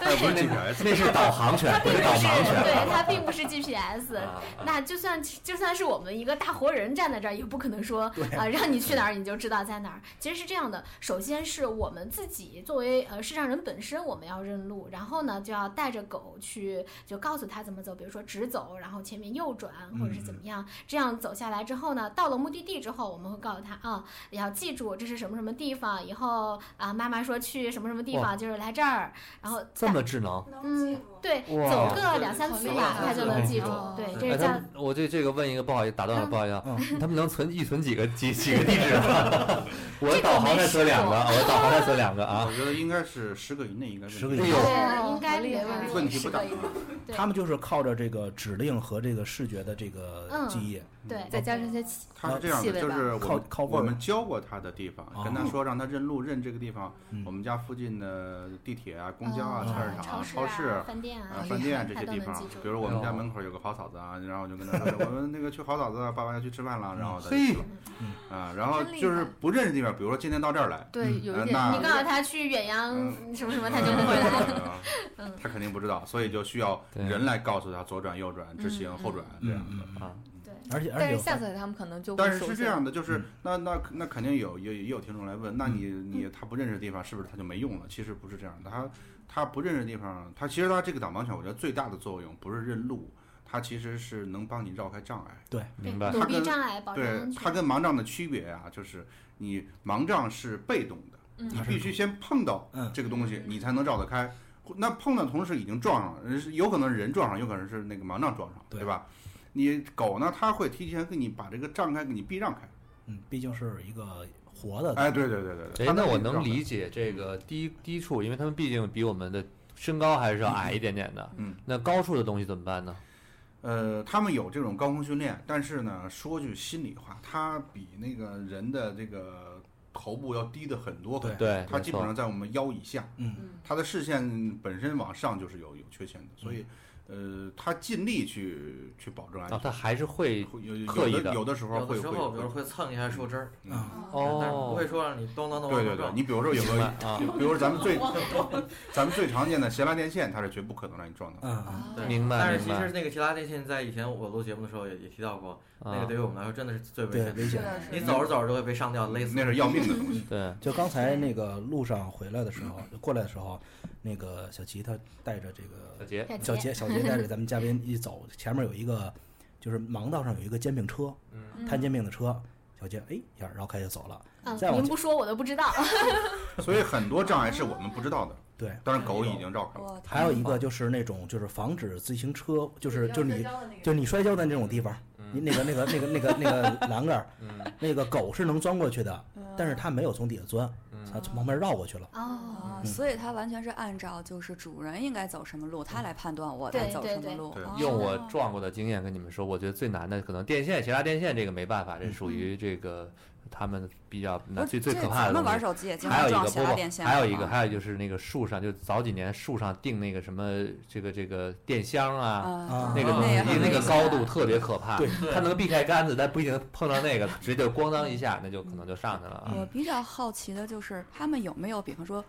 S6: 哎不是 GPS，
S1: 那是导航犬，不是导
S5: 不 是
S1: 盲犬。
S5: 对它并不是 GPS，
S1: 啊
S5: 那就算就算是我们一个大活人站在这儿，也不可能说啊、让你去 哪儿你就知道在哪儿。其实是这样的，首先是我们自己作为呃视障人本身，我们要认路，然后呢就要带着狗去，就告诉他怎么走，比如说直走，然后前面右转或者是怎么
S1: 嗯
S5: 样。这样走下来之后呢，到了目的地之后，我们会告诉他啊，也要记住这是什么什么地方，以后啊妈妈说去什么什么地
S1: 哇
S5: 方就是来这儿，然后
S1: 这么智 能，
S5: 嗯，对，
S1: 哇
S5: 走个两三次
S3: 很厉
S5: 吧，
S3: 害
S5: 他就能记住
S7: 哦。
S5: 对，这
S1: 哎，
S5: 是
S1: 他
S5: 叫
S1: 们，我对这个问一个不好意思，打断了，
S5: 嗯
S1: 不好意思，啊，他们能存预存几个几几个地址 啊？我导航才存两个，啊我导航才存两个 啊
S6: 我。觉得应该是十个以内，应该
S2: 十个以
S6: 内
S2: 内
S1: 哎呦
S3: 哦
S5: 对，应该没问题。
S6: 问题不
S3: 是
S6: 大嗯
S3: 可。以的。
S5: 对
S2: 他们就是靠着这个指令和这个视觉的这个
S5: 嗯
S2: 记忆，
S5: 对，
S7: 再加上一些气
S6: 他是这样
S7: 细
S6: 的，
S7: 微
S6: 就
S7: 吧
S6: 是我
S2: 靠
S6: 们
S2: 靠味
S6: 我
S2: 儿
S6: 们教过他的地方，跟他
S2: 哦
S6: 说让他认路，认这个地方
S2: 嗯，
S6: 我们家附近的地铁啊、公交啊、
S7: 哦
S5: 嗯
S6: 菜市场
S5: 超
S6: 啊、
S5: 市
S6: 超市
S5: 啊、饭店
S6: 啊
S5: 啊、、
S6: 饭店啊这
S5: 他
S6: 些
S5: 都
S6: 地
S5: 能
S6: 方
S5: 记，
S6: 比
S5: 住。
S6: 如我们家
S1: 哦
S6: 门口有个跑草子啊，然后我就跟他说，我们那个去跑草子啊，爸爸要去吃饭了，然后他就
S1: 嘿
S6: 去了啊，然后
S7: 真厉
S6: 就是
S7: 害
S6: 不认识地方，比如说今天到这儿来，
S7: 对，有
S6: 呃
S7: 一点
S6: 那
S5: 你告诉他去远洋
S6: 嗯
S5: 什么什么，他就能回来。
S6: 嗯他肯定不知道，所以就需要
S1: 对
S6: 人来告诉他左转、右转、直
S7: 嗯
S6: 行、后转这样的。
S2: 嗯
S1: 啊
S5: 对，
S2: 而且而
S7: 但
S2: 且
S7: 是
S2: 我
S7: 下次他们可能就会
S6: 但是
S7: 熟
S6: 是
S7: 悉
S6: 这
S7: 了
S6: 样的，就是
S2: 嗯
S6: 那那那肯定有也也有听众来问，那你你他不认识的地方是不是他就没用了？其实不是这样的，他他不认识的地方，他其实他这个导盲犬，我觉得最大的作用不是认路，它其实是能帮你绕开障碍。
S1: 明白
S5: 躲
S6: 他
S5: 避
S6: 跟
S5: 障碍，保证
S6: 对
S5: 安
S6: 它
S5: 全。
S6: 跟盲杖的区别啊，就是你盲杖是被动啊的，
S7: 嗯
S6: 你必须先碰到
S2: 嗯
S6: 这个东西，你才能绕得开。那碰到同时已经撞上了，人是有可能是人撞上，有可能是那个盲杖撞上，
S2: 对
S6: 对吧？你狗呢，它会提前给你把这个障碍给你避让开。
S2: 嗯，毕竟是一个活的，
S6: 哎，对对对对
S1: 哎
S6: 对。它，
S1: 那我
S6: 给你
S1: 能
S6: 让开
S1: 理解这个低低处，因为他们毕竟比我们的身高还是要矮一点点的。
S6: 嗯，
S1: 那高处的东西怎么办呢？
S6: 呃，他们有这种高空训练，但是呢，说句心里话，它比那个人的这个头部要低的很多很多，
S1: 对，
S6: 它
S1: 没
S6: 基本
S1: 错
S6: 上。在我们腰以下。
S2: 嗯，
S6: 他的视线本身往上就是有有缺陷的，所以，
S1: 嗯
S6: 呃，他尽力去去保证安
S1: 啊，
S6: 全。
S1: 他还是会
S6: 会有有
S1: 刻意的
S6: 的有的时候
S4: 有的
S6: 会
S4: 时
S6: 会
S4: 候，比如
S6: 会，
S4: 会蹭一下树枝儿，
S2: 嗯
S4: 但是不
S1: 哦
S4: 会，说让你咚咚咚
S6: 对
S4: 往
S6: 对
S4: 上
S6: 对，
S4: 撞。
S6: 你比如说有
S1: 明白
S6: 个，
S1: 啊，
S6: 比如说咱们最 咱们最常见的斜拉电线，它是绝不可能让你撞到。
S2: 嗯嗯
S3: 哦
S4: 对
S1: 明白
S4: 但是
S1: 明
S4: 其
S1: 白
S4: 实那个提拉电线在以前我录节目的时候也也提到过，那个
S1: 啊
S4: 对于我们来说真的是最危
S2: 对，
S4: 险的。
S2: 危
S3: 是
S2: 险。
S3: 的，
S4: 你
S3: 是的。
S4: 走着走着就会被上吊勒死。
S6: 那是要命的东西。
S1: 对，
S2: 就刚才那个路上回来的时候，就过来的时候，那个小齐他带着这
S1: 小
S2: 个
S1: 杰，
S2: 小
S5: 小
S2: 杰，小杰带着咱们嘉宾一走，前面有一个就是盲道上有一个煎饼车，
S3: 嗯
S2: 摊煎饼的车，小杰哎一下绕开就走了。
S5: 嗯
S2: 再，往
S5: 您
S2: 前
S5: 不说我都不知道。
S6: 所以很多障碍是我们不知道的，
S2: 对，
S6: 但是狗已经绕开了。
S3: 我
S2: 还有一
S3: 嗯
S2: 个就是那种就是防止自行车，就是就是你就是你摔跤的那种地方，你那个那个那个那个那个栏杆儿，
S1: 嗯
S2: 那个狗是能钻过去的，但是它没有从底下钻，它从旁边绕过去了。
S3: 啊，
S5: 哦，
S3: 所以它完全是按照就是主人应该走什么路，它来判断我该
S5: 对
S3: 走
S5: 对
S3: 什么
S5: 对
S3: 路
S6: 对。
S3: 哦
S1: 用我撞过的经验跟你们说，我觉得最难的可能电线、斜拉电线这个没办法，这属于这个他们比较
S3: 嗯不
S1: 那
S3: 是
S1: 最最
S3: 这
S1: 可怕的
S3: 咱们
S1: 东
S3: 玩
S1: 西。
S3: 手机也经
S1: 还有
S3: 常
S1: 一个
S3: 撞
S1: 不
S3: 斜拉电
S1: 不，
S3: 线，
S1: 还有一
S3: 好
S1: 个，
S3: 吗
S1: 还有就是那个树上，就早几年树上钉那个什么这个这个电箱啊，
S3: 啊，
S1: 那个东
S3: 那
S1: 西
S3: 也，
S1: 因
S3: 很啊
S1: 为那个
S3: 危
S1: 高
S3: 险
S1: 度特别可怕，
S2: 对
S1: 它能避开杆子，但不一定碰到那个，直接就咣当一下，那就可能就上去了啊。
S3: 我
S2: 嗯
S3: 比较好奇的就是，他们有没有，比方说，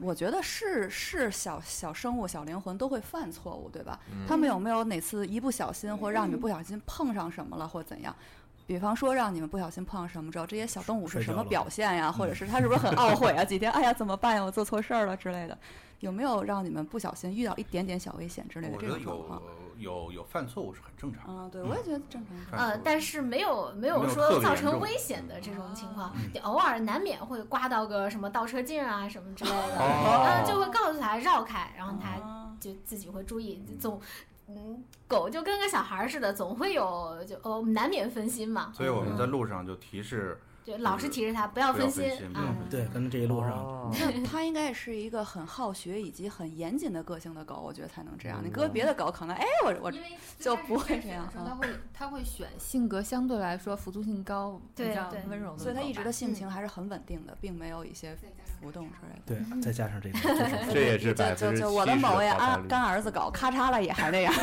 S3: 我觉得是是小小生物、小灵魂都会犯错嗯误，对吧？他们有没有哪次一不小心，或让你们不小心碰上什么了，或怎样？比方说让你们不小心碰上什么之后，这些小动物是
S2: 摔
S3: 什
S2: 跤
S3: 么
S2: 了
S3: 表现呀，或者是它是不是很懊悔啊？几天，哎呀，怎么办呀？我做错事儿了之类的，有没有让你们不小心遇到一点点小危险
S5: 哎
S3: 之类的
S6: 我
S3: 这
S6: 觉得
S3: 种状况
S6: 有？有有犯错误是很正常的。
S3: 嗯，对，我也觉得正常。
S6: 犯
S5: 呃
S6: 错，误
S5: 但是没有没
S6: 没
S5: 有
S6: 有特
S5: 说
S6: 别
S5: 造
S6: 严
S5: 成
S6: 重嗯
S5: 危险的这种情况，就偶尔难免会刮到个什么倒车镜啊什么之类的，
S1: 哦
S5: 然后就会告诉他绕开，然后他
S3: 哦
S5: 就自己会注意，总嗯，狗就跟个小孩儿似的，总会有就哦难免分心嘛，
S6: 所以我们在路上就提示，
S5: 就老是提示他不要
S6: 不要
S5: 分
S6: 分
S5: 心
S6: 心不要
S5: 啊。
S2: 嗯对，跟着这一路上，
S1: 哦
S3: 那它应该是一个很好学以及很严谨的个性的狗，我觉得才能这样。你搁别的狗可能，哎，我我
S7: 因为最
S3: 就
S7: 开始
S3: 不会
S7: 开始
S3: 这
S7: 的
S3: 样
S7: 时候
S3: 啊
S7: 他会他会选性格相对来说服从性高、比
S5: 对
S7: 较
S5: 对
S7: 温柔的狗吧，
S3: 所以它一直的性
S5: 嗯
S3: 情还是很稳定的，并没有一些
S7: 再加上
S3: 浮动之类的。
S2: 对，再加上这个就是
S1: 这也是
S3: 就
S1: 百
S3: 就
S1: 分之
S3: 就我的某位
S1: 啊
S3: 啊，干儿子狗，咔嚓了也还那样，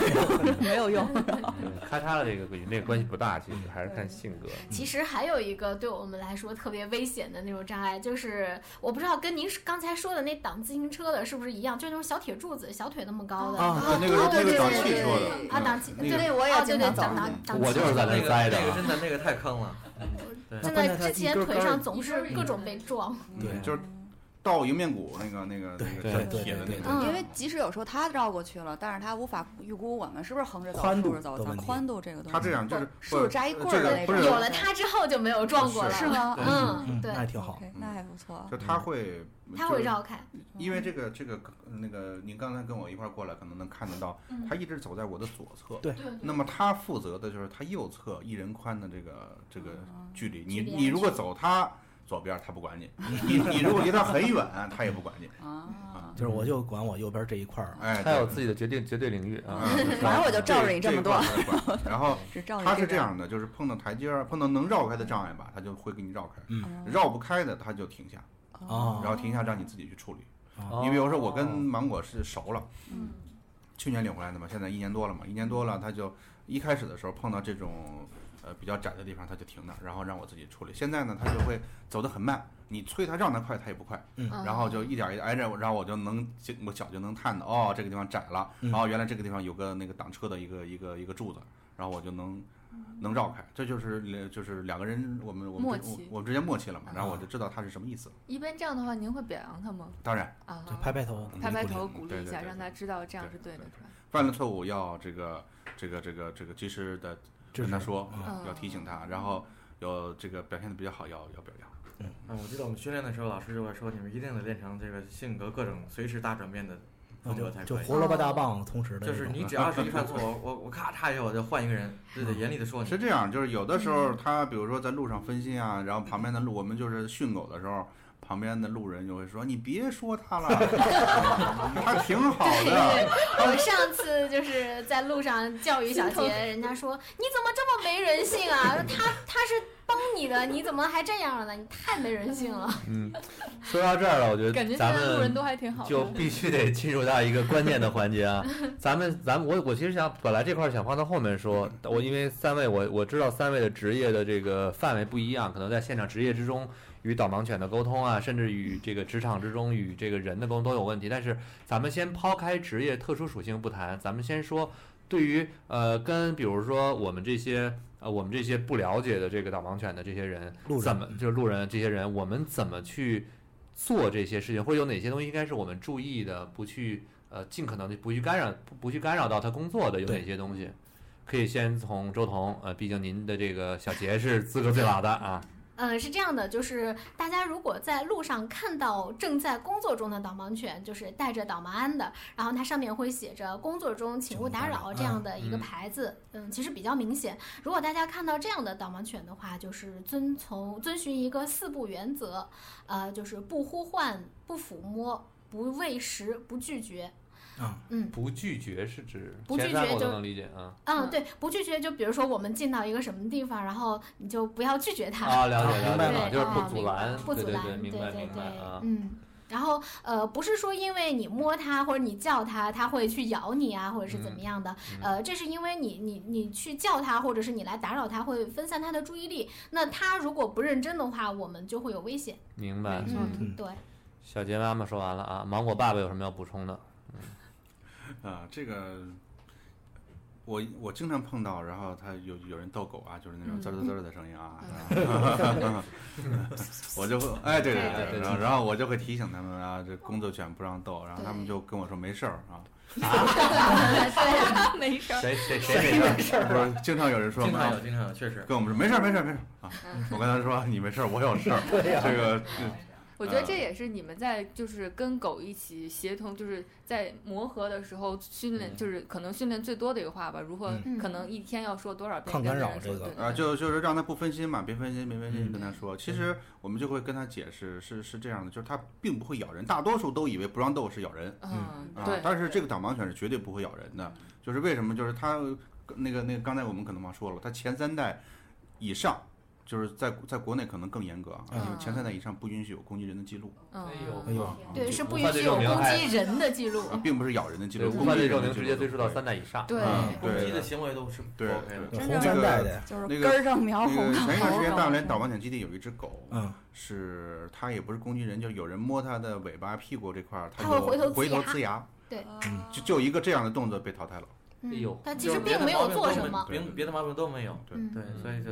S3: 没有用。
S1: 对嗯咔嚓了这个与那个关系不大，其实还是看性格。
S3: 嗯
S5: 其实还有一个对我们来说特别危险的那种障碍，就是我不知道跟您刚才说的那挡自行车的是不是一样，就那种小铁柱子，小腿那么高的
S2: 啊
S6: 对那个是那
S5: 对
S6: 个
S5: 对
S6: 挡
S5: 对
S6: 汽
S5: 对
S6: 车的嗯
S5: 啊，挡汽
S6: 那个
S5: 对，
S3: 我也
S5: 哦对
S3: 经
S5: 对
S3: 常走
S5: 挡
S3: 那
S5: 挡
S3: 个
S5: 挡
S1: 我
S5: 汽
S1: 就是
S5: 车
S1: 在
S5: 的
S1: 那栽的啊
S4: 那个真的那个太坑了，
S5: 真
S2: 那
S5: 的
S2: 那它
S5: 之
S2: 一
S5: 前
S2: 根
S5: 腿
S2: 根儿
S5: 上总是各种被撞，
S2: 对，
S6: 就是到迎面骨那个那个那
S2: 对
S6: 个小
S2: 对
S6: 铁的
S2: 对
S6: 那
S2: 对
S6: 个，
S5: 嗯
S3: 因为即使有时候它绕过去了，但是它无法预估我们是不是横着走、
S2: 宽度
S3: 竖着走，
S2: 的
S3: 咱
S2: 问题
S3: 宽度这个东西。
S6: 他这样
S5: 嗯
S6: 就是
S3: 是不是扎一棍儿
S6: 这
S3: 的
S6: 个
S3: 那
S6: 不
S3: 种？
S6: 是
S5: 有了它之后就没有撞过了，
S3: 是吗？
S6: 对
S5: 嗯
S2: 嗯，，
S5: 对
S2: 那，还挺好
S3: OK，。那还不错。
S6: 就他会
S5: 嗯它
S6: 就
S5: 会嗯绕开，
S6: 因为这个这个那个，您刚才跟我一块儿过来，可能能看得到，
S5: 嗯
S6: 他一直走在我的左侧。
S2: 对
S7: 对对
S6: 那么他负责的就是他右侧一人宽的这个这个距离，你
S5: 距离
S6: 你如果
S5: 安全
S6: 走他左边，他不管你；你你如果离他很远，他也不管你。
S3: 啊，
S2: 就是我就管我右边这一块儿，
S6: 哎，
S1: 他有
S6: 对
S1: 自己的决定绝对领域啊。
S6: 嗯对
S3: 反正我就照着你这么多，
S6: 一块儿管然后。
S3: 只 照你
S6: 他是这
S3: 边儿。
S6: 样的，就是碰到台阶儿，碰到能绕开的障碍吧，他就会给你绕开；
S3: 嗯
S6: 绕不开的，他就停下，
S2: 啊
S3: 哦
S6: 然后停下让你自己去处理。
S1: 哦
S6: 你比如说，我跟芒果是熟了，
S3: 嗯，
S6: 去年领回来的嘛，现在一年多了嘛，一年多了，他就一开始的时候碰到这种呃比较窄的地方，他就停那儿，然后让我自己处理。现在呢，他就会走得很慢，你催他让他快，他也不快，
S3: 哦
S5: 嗯
S6: 然后就一点一点挨着我，然后我就能我脚就能探到哦，这个地方窄了，然后原来这个地方有个那个挡车的一个一个一个柱子，然后我就能。
S7: 嗯
S6: 能绕开，这就是两就是两个人，我们我们
S7: 默
S6: 之
S7: 契嗯
S6: 我们之间默契了嘛，然后我就知道他是什么意思。
S7: 一般这样的话，您会表扬他吗？
S6: 当然，
S7: 啊，
S2: 就拍拍头，
S7: 拍拍
S2: 鼓励鼓
S7: 头
S2: 励
S7: 鼓
S6: 对
S7: 励一
S6: 对
S7: 下，
S6: 对
S7: 让
S6: 对
S7: 他知道这样是对
S6: 对
S7: 的，
S6: 对
S7: 是吧？
S6: 犯了错误要这个这个这个这个及时的
S2: 支
S6: 跟他
S2: 持
S6: 说，
S7: 嗯
S6: 要提醒他，然后有这个表现的比较好，要要表扬。
S4: 啊，我记得我们训练的时候，老师就会说，你们一定得练成这个性格各种随时大转变的
S2: 我
S4: 风格
S2: 就
S4: 才
S2: 就
S4: 可以。
S2: 胡萝卜大棒，同时的
S4: 就
S2: 那
S4: 是
S2: 种
S4: 你只要是一犯错，我我我咔嚓一下我就换一个人，就得严厉的说你
S6: 是。这样，就是有的时候他比如说在路上分心啊，然后旁边的路我们就是训狗的时候。旁边的路人就会说：“你别说他了，他挺好的。
S5: 我上次就是在路上教育小杰，人家说你怎么这么没人性啊？他他是帮你的，你怎么还这样呢？你太没人性了。
S1: 嗯，说到这儿了，我觉
S7: 感觉现
S1: 得咱
S7: 在路人
S1: 们
S7: 都还挺好
S1: 就
S7: 的。
S1: 必须得进入到一个关键的环 节啊！咱们咱们我我其实想本来这块儿想放到后面说，
S7: 嗯
S1: 我因为三位我我知道三位的职业的这个范围不一样，可能在现场职业之中与导盲犬的沟通啊，甚至与这个职场之中与这个人的沟通都有问题。但是咱们先抛开职业特殊属性不谈，咱们先说对于呃跟比如说我们这些。呃，我们这些不了解的这个导盲犬的这些人，
S2: 路人
S1: 怎么就是路人这些人，我们怎么去做这些事情，或者有哪些东西应该是我们注意的，不去呃尽可能的不去干扰，不不去干扰到他工作的有
S2: 对
S1: 哪些东西？可以先从周彤，呃，毕竟您的这个小杰是资格最老的啊，
S5: 呃，是这样的，就是大家如果在路上看到正在工作中的导盲犬，就是带着导盲鞍的，然后它上面会写着“工作中请勿打
S2: 请勿打扰
S5: 扰”这样的一个
S1: 嗯
S5: 牌子，嗯，其实比较明显。如果大家看到这样的导盲犬的话，就是遵从遵循一个四不原则，呃，就是不呼唤、不抚摸、不喂食、不拒绝。
S2: 啊，
S1: 不拒绝是指
S5: 不拒
S1: 前三
S5: 绝
S1: 我都
S5: 就
S1: 能理解啊
S5: 嗯，
S7: 嗯
S5: 对，不拒绝，就比如说我们进到一个什么地方，然后你就不要拒绝它。
S1: 啊，了解
S2: 啊
S1: 了
S2: 明白
S1: 解了，
S2: 了
S1: 就是
S5: 啊
S1: 不阻拦，
S5: 不
S1: 对
S5: 阻
S1: 对
S5: 拦，
S1: 对，明白
S5: 对
S1: 明白
S5: 对
S1: 啊，
S5: 嗯。然后，呃，不是说因为你摸它或者你叫它，它会去咬你啊，或者是怎么
S1: 嗯
S5: 样的。呃，这是因为你你你去叫它，或者是你来打扰它，会分散它的注意力。那它如果不认真的话，我们就会有危险。
S1: 明白。
S5: 嗯，对，
S1: 小杰妈妈说完了啊，芒果爸爸有什么要补充的？
S6: 啊，这个我我经常碰到，然后他有有人逗狗啊，就是那种滋儿滋儿的声音啊， 我就会哎对
S7: 对
S6: 对，然后然后我就会提醒他们啊，这工作犬不让逗，然后他们就跟我说没事儿啊，
S7: 没事儿。
S1: 谁谁谁没事？
S6: 不是经常有人说
S4: 经常
S6: 啊
S4: 有，经常有，确实。
S6: 跟我们说没事儿没事儿没事儿啊，
S7: 嗯
S6: 我跟他说你没事儿，我有事儿，这个
S7: 我觉
S6: 呃
S7: 得这也是你们在就是跟狗一起协同，就是在磨合的时候训练，
S4: 嗯
S7: 就是可能训练最多的一个话吧。如何
S5: 嗯
S7: 可能一天要说多少遍？
S2: 抗干扰
S7: 跟别人
S2: 这
S7: 说
S2: 个
S7: 对对
S6: 啊，
S7: 对
S6: 就就是让他不分心嘛，别分心，别分心，
S4: 嗯
S6: 跟他说。其实我们就会跟他解释，是是这样的，就是它并不会咬人，大多数都以为不让逗是咬人
S7: 嗯
S6: 啊
S7: 对，，
S6: 但是这个导盲犬是绝对不会咬人的。就是为什么？就是它那个那个，刚才我们可能忘说了，它前三代以上，就是在在国内可能更严格
S2: 嗯
S6: 啊，因为前三代以上不允许有攻击人的记录，
S7: 嗯
S1: 哎
S2: 哎
S1: 呦
S2: 呦，
S5: 对，是不
S1: 无
S5: 允
S1: 法对
S5: 许有
S1: 证明嗯
S5: 攻
S1: 还
S5: 击人的记录。
S6: 啊并不是咬人的记
S1: 对，
S6: 录。
S1: 无
S6: 攻
S1: 法
S6: 击
S1: 对
S6: 人
S1: 证
S6: 的
S1: 明
S6: 记
S1: 直
S6: 录
S1: 接
S6: 都
S1: 追溯到
S6: 不会
S1: 三代以上。
S7: 对
S6: 嗯
S4: 攻击
S6: 对
S4: 的行为都是不
S6: 对
S4: OK 的
S6: 对，
S2: 嗯红三代的，
S3: 就是
S6: 那个
S3: 根儿正苗
S6: 那
S3: 红
S6: 个
S3: 正
S6: 前一段时
S3: 毛
S6: 间大
S3: 正
S6: 连导盲犬基地有一只狗，
S2: 嗯，
S6: 是它也不是攻击人，就是有人摸它的尾巴、屁股这块儿，它
S5: 它会
S6: 就
S5: 回头呲
S6: 回
S5: 牙
S6: 头呲牙，
S7: 嗯
S3: 啊
S6: 嗯就就一个这样的动作被淘汰
S1: 哎
S6: 了。
S5: 嗯
S1: 呦，
S5: 但其
S4: 就是
S5: 实
S4: 别
S5: 并
S4: 的
S5: 没
S4: 毛
S5: 有
S4: 病
S5: 做
S4: 都
S5: 什
S4: 没
S5: 么。
S4: 别别的毛病都没有，
S6: 对
S5: 嗯
S4: 对，所以就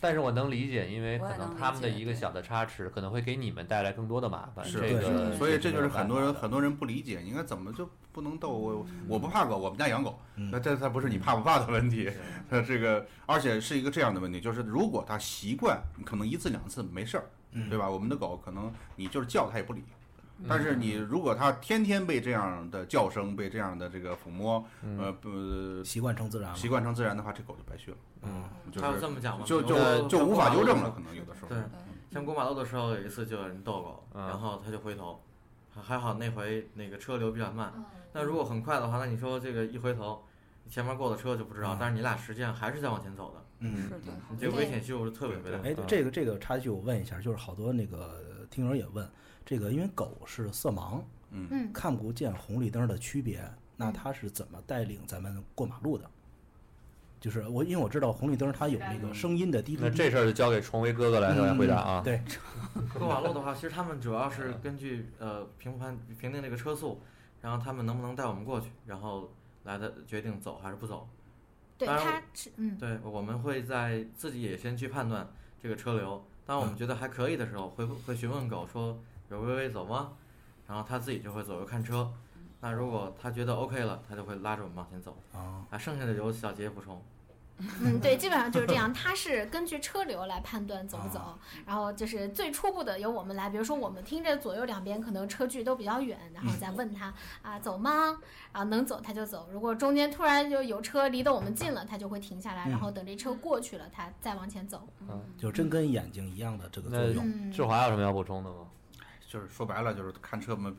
S1: 但是我能理解，因为
S3: 我
S1: 可
S3: 也
S1: 能
S3: 能
S1: 他
S3: 理
S1: 们的
S3: 解
S1: 一个
S3: 对
S1: 小的差池，可能会给你们带来更多的麻烦。
S6: 是
S1: 这个，
S3: 对
S6: 所以这
S1: 嗯没有
S6: 就是
S1: 办
S6: 很多
S1: 法
S6: 人
S1: 的
S6: 很多人不理解，你看怎么就不能逗我？我不怕狗，我们家养狗，
S2: 嗯
S6: 那这它不是你怕不怕的问题， 它这个而且是一个这样的问题，就是如果它习惯，可能一次两次没事儿，
S2: 嗯
S6: 对吧？我们的狗可能你就是叫它也不理。
S5: 嗯
S6: 但是你如果它天天被这样的叫声、被这样的这个抚摸，
S1: 嗯
S6: 呃不
S2: 习惯成自然了。
S6: 习惯成自然的话，这狗就白学了，
S2: 嗯，
S6: 就
S4: 他要
S6: 是
S4: 这么讲吗？
S6: 就
S4: 比如说
S6: 就就无法纠
S4: 啊
S6: 正了，可能有的时候。
S4: 对，像过马路的时候，有一次就有人逗狗，
S1: 嗯
S4: 然后他就回头，还还好那回那个车流比较慢。那如果很快的话，那你说这个一回头，前面过的车就不知道
S2: 嗯，
S4: 但是你俩实际上还是在往前走的，
S2: 嗯，
S3: 是的，
S4: 你这个危险系数是特别特别大。
S2: 哎，对这个这个插曲我问一下，就是好多那个听友也问，这个因为狗是色盲，
S6: 嗯，
S5: 嗯，
S2: 看不见红绿灯的区别，那它是怎么带领咱们过马路的？就是我，因为我知道红绿灯它有那个声音的滴
S1: 那
S2: 滴
S1: 这
S2: 滴，
S1: 事儿就交给崇威哥哥来来回答啊。
S2: 对，
S4: 过马路的话，其实他们主要是
S6: 嗯
S4: 根据呃评判评定这个车速，然后他们能不能带我们过去，然后来的决定走还是不走。
S5: 对，
S4: 当然
S5: 它是嗯，
S4: 对，我们会在自己也先去判断这个车流。当我
S1: 嗯
S4: 们觉得还可以的时候，会会询问狗说有微微走吗？然后它自己就会左右看车。
S1: 嗯
S4: 那如果它觉得 OK 了，它就会拉着我们往前走。
S2: 啊，
S4: 啊，剩下的由小杰补 充。
S5: 嗯，对，基本上就是这样。它是根据车流来判断走不走
S2: 啊，
S5: 然后就是最初步的由我们来，比如说我们听着左右两边可能车距都比较远，然后再问它啊走吗？啊能走它就走，如果中间突然就有车离得我们近了，它就会停下来，
S2: 嗯
S5: 然后等这车过去了，它再往前走。
S2: 就真跟眼睛一样的这个作用。
S5: 嗯，
S1: 志华有什么要补充的吗？
S6: 就是说白了就是看车没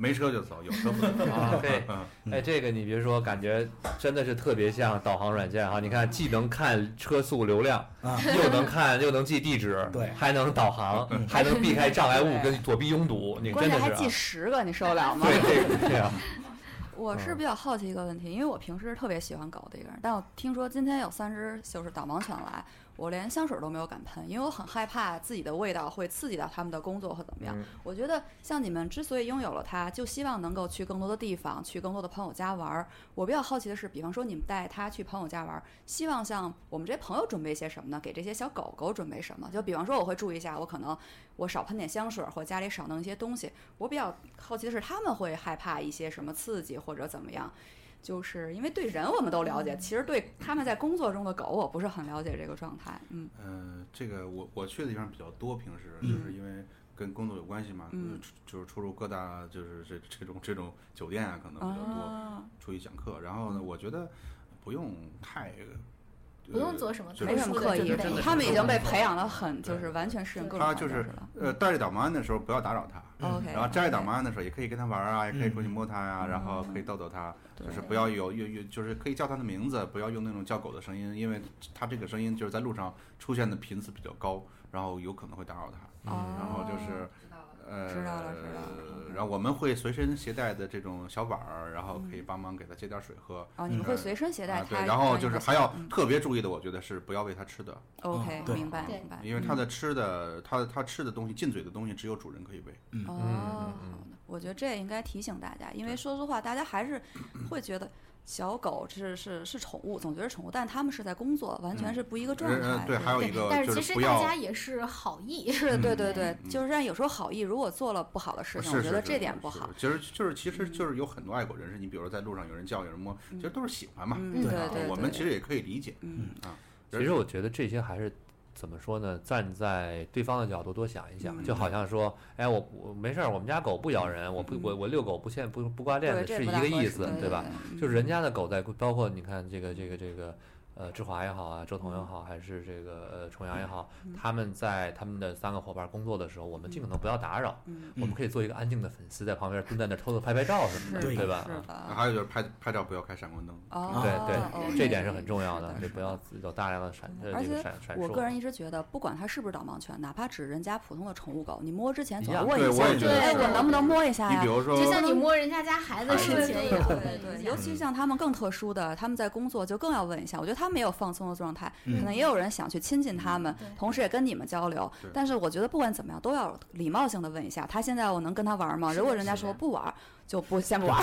S6: 没车就走，有车不走。
S1: 啊， 对，
S6: 嗯
S1: 哎，这个你别说，感觉真的是特别像导航软件哈、你看，既能看车速流量，
S2: 啊
S1: 又能看，又能记地 址，
S2: 对
S1: 还能导航，
S6: 嗯
S1: 还能避开障碍物跟躲避拥堵，你
S3: 关
S1: 真
S3: 键
S1: 的
S3: 还
S1: 是、
S3: 记
S1: 啊。
S3: 十个，你受得了吗？
S1: 对对对啊，
S3: 我是
S1: 嗯
S3: 比较好奇一个问题，因为我平时特别喜欢狗的一个人，但我听说今天有三只就是导盲犬来，我连香水都没有敢喷，因为我很害怕自己的味道会刺激到它们的工作或怎么样。
S1: 嗯
S3: 我觉得像你们之所以拥有了它，就希望能够去更多的地方，去更多的朋友家玩儿。我比较好奇的是，比方说你们带它去朋友家玩儿，希望像我们这些朋友准备些什么呢？给这些小狗狗准备什么？就比方说，我会注意一下，我可能我少喷点香水，或家里少弄一些东西。我比较好奇的是，他们会害怕一些什么刺激或者怎么样？就是因为对人我们都
S6: 嗯
S3: 了解，其实对他们在工作中的狗，我不是很了解这个状态。嗯，
S6: 呃，这个我我去的地方比较多，平时就是因为跟工作有关系嘛，
S3: 嗯
S6: 就是出就是出入各大就是这这种这种酒店啊，可能比较多，
S3: 啊，
S6: 出去讲课。然后呢，我觉得不用太呃
S5: 不用做什么特
S6: 就
S3: 没什
S5: 殊
S3: 么
S5: 的
S3: 刻
S5: 准
S3: 意
S5: 备，
S3: 他们已经被培养的很，就是完全适应各种
S6: 他
S3: 环
S6: 就
S3: 境
S6: 是
S3: 了。
S6: 呃带着导盲鞍的时候不要打扰它。
S3: OK，
S6: 然后摘导盲鞍的时候，也可以跟它玩啊，也可以出去摸它呀、
S3: 嗯
S6: 然后可以逗逗它，
S3: 对
S6: 就是不要有有有，就是可以叫它的名字，不要用那种叫狗的声音，因为它这个声音就是在路上出现的频次比较高，然后有可能会打扰它。
S3: 哦
S6: 然后就是，呃，
S3: 知道了知道了
S6: 然后我们会随身携带的这种小碗儿，然后可
S3: 嗯
S6: 以帮忙给它接点水喝。
S3: 哦，你们会随身携带
S6: 啊，对
S3: 它，，
S6: 然后就是还要
S3: 嗯
S6: 特别注意的，我觉得是不要喂它吃的，
S3: OK，
S2: 对
S3: 明白
S5: 对
S3: 明白，嗯
S6: 因为它的吃的，它它吃的东西，进嘴的东西只有主人可以喂。
S3: 嗯哦，好的我觉得这也应该提醒大家，因为说实话，大家还是会觉得。小狗是是是宠物，总觉得宠物，但他们是在工作，完全是不一个状态。
S6: 嗯对还有一个
S5: 但
S6: 就是是
S5: 其实
S6: 不
S5: 大
S6: 要
S5: 家也是好意，
S3: 是，对对对，
S6: 嗯
S3: 就是但有时候好意，如果做了不好的事情，
S6: 是
S3: 我
S6: 是
S3: 觉
S6: 呃是
S3: 得这点不
S6: 是
S3: 好。嗯
S6: 其实就是其实就是有很多爱狗人士，你比如说在路上有人叫有人摸，其实都是喜欢嘛。
S3: 嗯，对
S6: 啊
S3: 对，
S6: 我
S3: 对
S6: 们其实也可以理解。
S3: 嗯
S6: 啊，
S1: 其实我觉得这些还是怎么说呢？站在对方的角度多想一
S3: 嗯
S1: 想，就好像说，哎，我我没事儿，我们家狗不咬人，我不我我遛狗不限不不挂链子
S3: 嗯对这
S1: 是一
S3: 不大
S1: 个
S3: 合
S1: 意
S3: 适
S1: 思，
S3: 对嗯
S1: 吧？？
S3: 对
S1: 就是人家的狗在，包括你看这个这个这个，呃，志华也好啊，周彤也好，还是这个呃重阳也好，
S3: 嗯
S1: 他们在他们的三个伙伴工作的时候，我们尽可能不要打扰，
S3: 嗯
S1: 我们可以做一个安静的粉丝，在旁边蹲在那儿偷偷拍拍照什么的，
S2: 是
S1: 对
S2: 的
S1: 吧？
S3: 是
S1: 啊
S3: 吧？
S6: 还有就是拍拍照不要开闪光灯。
S3: 呃哦，
S1: 对
S3: 哦
S1: 对，这点是
S3: OK，
S1: 很重要的，
S3: 是
S1: 就
S3: 的嗯
S1: 不要有大量的闪呃
S3: 而
S1: 这个
S3: 且
S1: 闪闪烁。
S3: 我个人一直觉得，不管它是不是导盲犬，哪怕只是人家普通的宠物狗，你摸之前
S1: 一
S3: 总要
S1: 样
S3: 问
S6: 对
S3: 一
S6: 我
S3: 下，
S6: 也觉得
S3: 哎，
S6: 是
S3: 我能不能摸一下
S6: 你
S3: 呀
S6: 比？如说
S5: 就，像你摸人家家孩子事情一样，
S3: 对对，尤其像他们更特殊的，他们在工作就更要问一下。我觉得他们也有放松的状态，
S2: 嗯
S3: 可能也有人想去亲近他们
S5: 嗯对，
S3: 同时也跟你们交流
S6: 对。
S3: 但是我觉得不管怎么样，都要礼貌性的问一下，他现在我能跟他玩吗？
S5: 是的
S3: 如果人家
S5: 是的
S3: 说不玩，就不先不玩。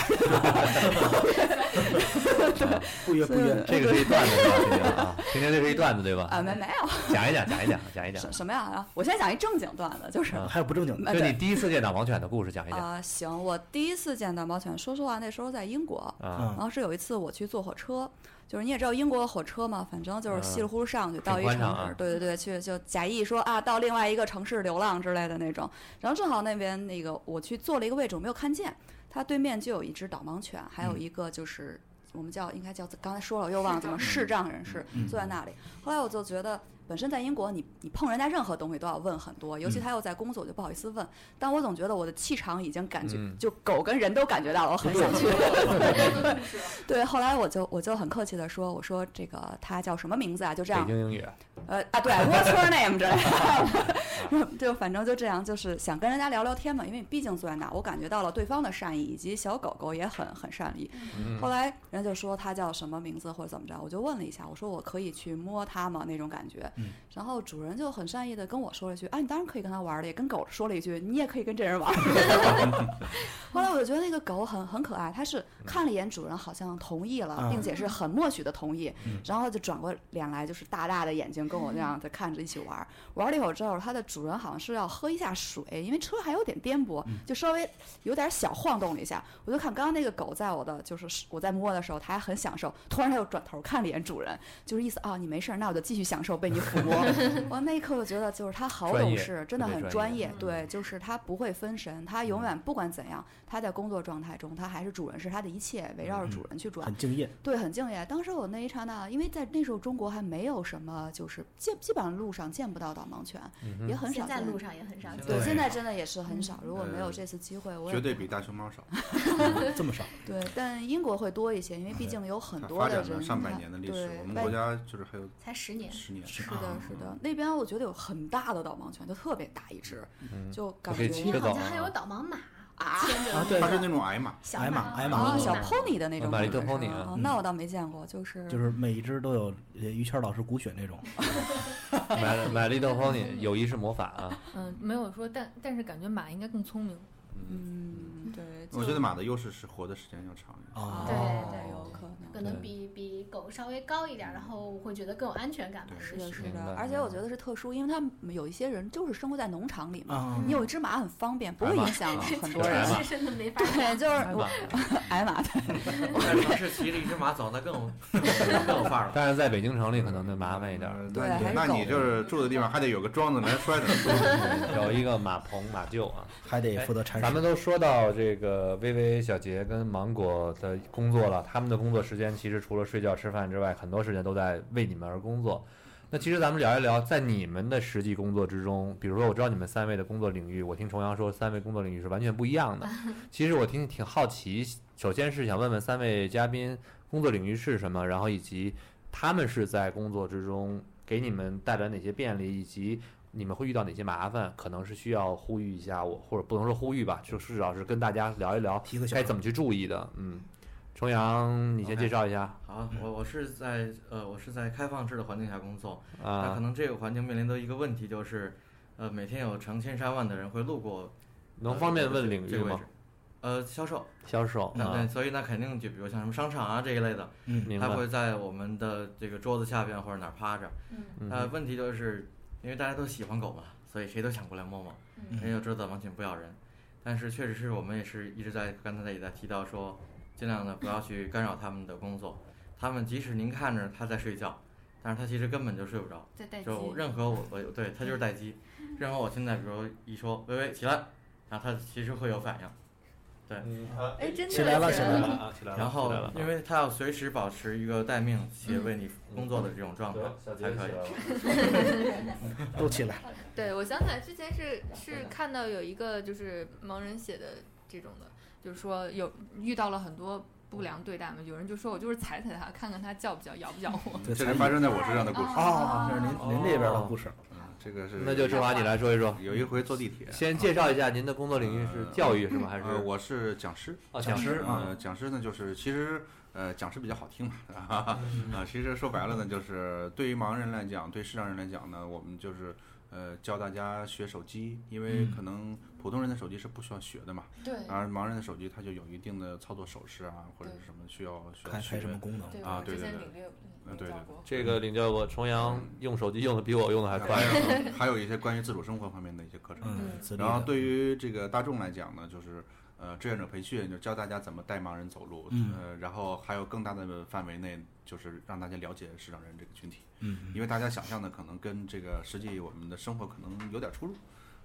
S2: 不约不约，
S1: 这个是一段 子是吧，今天啊，今天这是一段子对吧？
S3: 啊，没没有
S1: 讲一讲，讲一讲，讲一讲
S3: 什，什么呀？然后我先讲一正经段子，就是
S1: 啊
S2: 还有不正经的，
S3: 呃
S1: 就你
S3: 对
S1: 第一次见导盲犬的故事，讲一讲
S3: 啊，行，我第一次见导盲犬，说实话那时候在英国，
S1: 啊，
S3: 然
S2: 嗯，
S3: 后是有一次我去坐火车，就是你也知道英国的火车嘛，反正就是稀里糊涂上去、到一
S1: 嗯挺宽
S3: 城市，
S1: 敞啊
S3: 对对对，去就假意说啊到另外一个城市流浪之类的那种。然后正好那边那个我去坐了一个位置，我没有看见，它对面就有一只导盲犬，还
S1: 嗯
S3: 有一个就是。我们叫应该叫刚才说了，我又忘了怎么视障人士
S1: 嗯
S3: 坐在那里。后来我就觉得，本身在英国你，你碰人家任何东西都要问很多，
S1: 嗯
S3: 尤其他又在工作，我就不好意思问。但我总觉得我的气场已经感觉，
S1: 嗯
S3: 就狗跟人都感觉到了，我很想去对，后来我就我就很客气的说，我说这个他叫什么名字啊？就这
S1: 北
S3: 样，
S1: 京英语，
S3: 呃啊，对，What's her name 之类的， 就反正就这样，就是想跟人家聊聊天嘛，因为毕竟坐在那，我感觉到了对方的善意，以及小狗狗也很很善意。
S1: 嗯
S3: 后来人家就说他叫什么名字或者怎么着，我就问了一下，我说我可以去摸它吗？那种感觉。
S2: 嗯
S3: 然后主人就很善意的跟我说了一句：“啊，你当然可以跟它玩了，也跟狗说了一句，你也可以跟这人玩。” 后来我就觉得那个狗很很可爱，它是看了一眼主人，好像同意了，
S2: 啊
S3: 并且是很默许的同意，
S2: 嗯
S3: 然后就转过脸来，就是大大的眼睛跟我这样在看着一起玩儿。玩了一会儿之后，它的主人好像是要喝一下水，因为车还有点颠簸，
S2: 嗯
S3: 就稍微有点小晃动了一下。我就看刚刚那个狗在我的就是我在摸的时候，它还很享受，突然它又转头看了一眼主人，就是意思啊，你没事儿，那我就继续享受被你抚 摸。我那一刻我觉得就是它好
S1: 专业
S3: 懂事，真的
S1: 特别
S3: 很
S1: 专
S3: 专
S1: 业嗯
S3: 业，对，就是它不会分神，它永远不管怎样，它在工作状态中，它还是主人，是它的一切围绕着主人去转
S1: 嗯
S2: 很。敬业，
S3: 对，很敬业。当时我那一刹那，因为在那时候中国还没有什么，就是基基本上路上见不到导盲犬，
S1: 嗯
S3: 也很少
S5: 现在
S3: 见
S5: 路上也很少见。
S3: 对，
S2: 对
S3: 现在真的也是很少。
S5: 嗯
S3: 如果没有
S6: 呃
S3: 这次机会，我也
S6: 绝对
S3: 不
S6: 比大熊猫少。
S2: 嗯这么少，
S3: 对，但英国会多一些，因为毕竟有很
S6: 它
S3: 多
S6: 发
S3: 的
S6: 展了
S3: 人
S6: 上百
S3: 他
S6: 年的历史，
S3: 对
S6: 我们
S3: 外
S6: 国家就是还有
S5: 才十年，
S6: 十年。
S2: 是
S3: 是的
S2: 啊，，
S3: 是的，那边我觉得有很大的导盲犬，就特别大一只，
S1: 嗯
S3: 就感
S1: 可以
S3: 觉
S1: 骑
S5: 因为
S1: 着
S5: 好
S1: 走
S5: 像还有
S1: 啊
S5: 导盲马，
S3: 啊
S2: 啊，对，
S6: 它是那种矮马，
S5: 小
S2: 哎呀
S5: 马
S2: 妈，哎呀
S3: 啊
S2: 妈，
S3: 小 pony 的那种
S1: 玛
S3: 感
S1: 丽
S3: 觉是
S1: 特
S3: 吧，
S1: pony 啊
S3: 哦
S2: 嗯
S3: 那我倒没见过，就是
S2: 就是每一只都有呃于谦老师骨血那种，
S1: 买买了一头 pony，友谊是魔法啊，
S7: 嗯，没有说，但但是感觉马应该更聪明。
S3: 嗯， 对，
S6: 我觉得马的优势是活的时间要长一点。
S3: 啊
S2: 啊，
S5: 对
S3: 对，有可能，
S5: 可能
S1: 对
S5: 比比狗稍微高一点，然后我会觉得更有安全感吧。
S6: 对
S5: 也
S3: 是的，
S5: 许
S3: 是
S1: 明白
S3: 的，而且我觉得是特殊，因为他们有一些人就是生活在农场里嘛，
S2: 啊
S3: 你有一只马很方便，不会
S1: 白马
S3: 影响
S1: 啊
S3: 很
S1: 这
S3: 多人
S1: 白。马
S5: 真的没法
S3: 对，就是
S1: 白马
S3: 我矮马，对
S4: 我在城市骑着一只马走，那更有更有范儿了。
S1: 但是在北京城里可能就麻烦一点儿。
S6: 呃
S3: 对
S6: 那
S3: 还
S6: 你
S3: 是
S6: 那你
S3: 狗
S6: 就是住的地方还得有个桩子来摔 的。
S1: 有一个马棚马厩啊，
S2: 还得负责铲
S1: 咱
S2: 屎
S1: 们都说到这个薇薇、小杰跟芒果的工作了，他们的工作时间其实除了睡觉、吃饭之外，很多时间都在为你们而工作。那其实咱们聊一聊，在你们的实际工作之中，比如说我知道你们三位的工作领域，我听重阳说三位工作领域是完全不一样的。其实我挺挺好奇，首先是想问问三位嘉宾工作领域是什么，然后以及他们是在工作之中给你们带来哪些便利，以及你们会遇到哪些麻烦？可能是需要呼吁一下我，或者不能说呼吁吧，就是至少是跟大家聊一聊
S2: 提个小
S1: 该怎么去注意的。嗯，重阳，你先
S4: OK
S1: 介绍一下
S4: 好，我我是在呃，我是在开放制的环境下工作，那可
S1: 啊，
S4: 能这个环境面临的一个问题就是，呃，每天有成千上万的人会路过，
S1: 能
S4: 呃
S1: 方便
S4: 这
S1: 问领
S4: 这
S1: 域
S4: 个位
S1: 吗
S4: 置？呃，销售，
S1: 销售
S4: 那
S1: 啊
S4: 对，，所以那肯定就比如像什么商场啊这一类的，
S1: 明
S4: 他
S1: 白
S4: 会在我们的这个桌子下边或者哪儿趴着。
S1: 嗯
S4: 呃，问题就是因为大家都喜欢狗嘛，所以谁都想过来摸哎摸。
S2: 嗯
S4: 人有知道完全不咬人，但是确实是我们也是一直在刚才也在提到说，尽量的不要去干扰他们的工作。他们即使您看着他在睡觉，但是他其实根本就睡不着。
S7: 在待机。
S4: 就任何我我对他就是 待机，任何我现在比如一说微微起来，然后他其实会有反应。对，
S1: 嗯
S7: 哎，真的
S2: 起来了起来了
S1: 啊，起来了
S4: 然后
S1: 起来了
S4: 因为他要随时保持一个待命且为你工作的这种状态才可以。
S2: 都起来。
S7: 对，我想起来之前是是看到有一个就是盲人写的这种的，就是说有遇到了很多不良对待嘛，有人就说我就是踩踩它，看看它叫不叫，咬不咬我。 哦
S2: 对，
S6: 这
S2: 才
S6: 是发生哦在我身上的故事。
S2: 啊，这是您您这边的故事。
S6: 这个是
S1: 那就志华你来说一说，
S6: 有一回坐地铁，
S1: 先介绍一下您的工作领域是教育是吗？还是
S6: 呃，我是讲师，
S1: 哦讲师啊？
S6: 呃，讲师呢，就是其实呃，讲师比较好听嘛， 啊、
S2: 嗯
S6: 其实说白了呢，就是对于盲人来讲，对视障人来讲呢，我们就是呃教大家学手机，因为
S2: 嗯
S6: 可能普通人的手机是不需要学的嘛，
S7: 对
S6: 而盲人的手机它就有一定的操作手势啊，或者
S7: 对
S6: 是什么需要需
S2: 开
S6: 要
S2: 开
S6: 学
S2: 什么
S6: 的。
S2: 功能？
S7: 对，
S6: 啊
S7: 我
S6: 对
S7: 之前
S6: 对对
S7: 领略
S6: 嗯
S7: 领
S6: 对
S7: 教
S6: 对
S7: 过。
S1: 这个领教过，重阳用手机用的比我用的还 快。
S6: 还有还有一些关于自主生活方面的一些课程，
S2: 嗯，自律的
S6: 然后对于这个大众来讲呢，就是呃志愿者培训，就教大家怎么带盲人走路，
S2: 嗯
S6: 呃，然后还有更大的范围内，就是让大家了解视障人这个群体，
S2: 嗯
S6: 因为大家想象的可能跟这个实际我们的生活可能有点出入。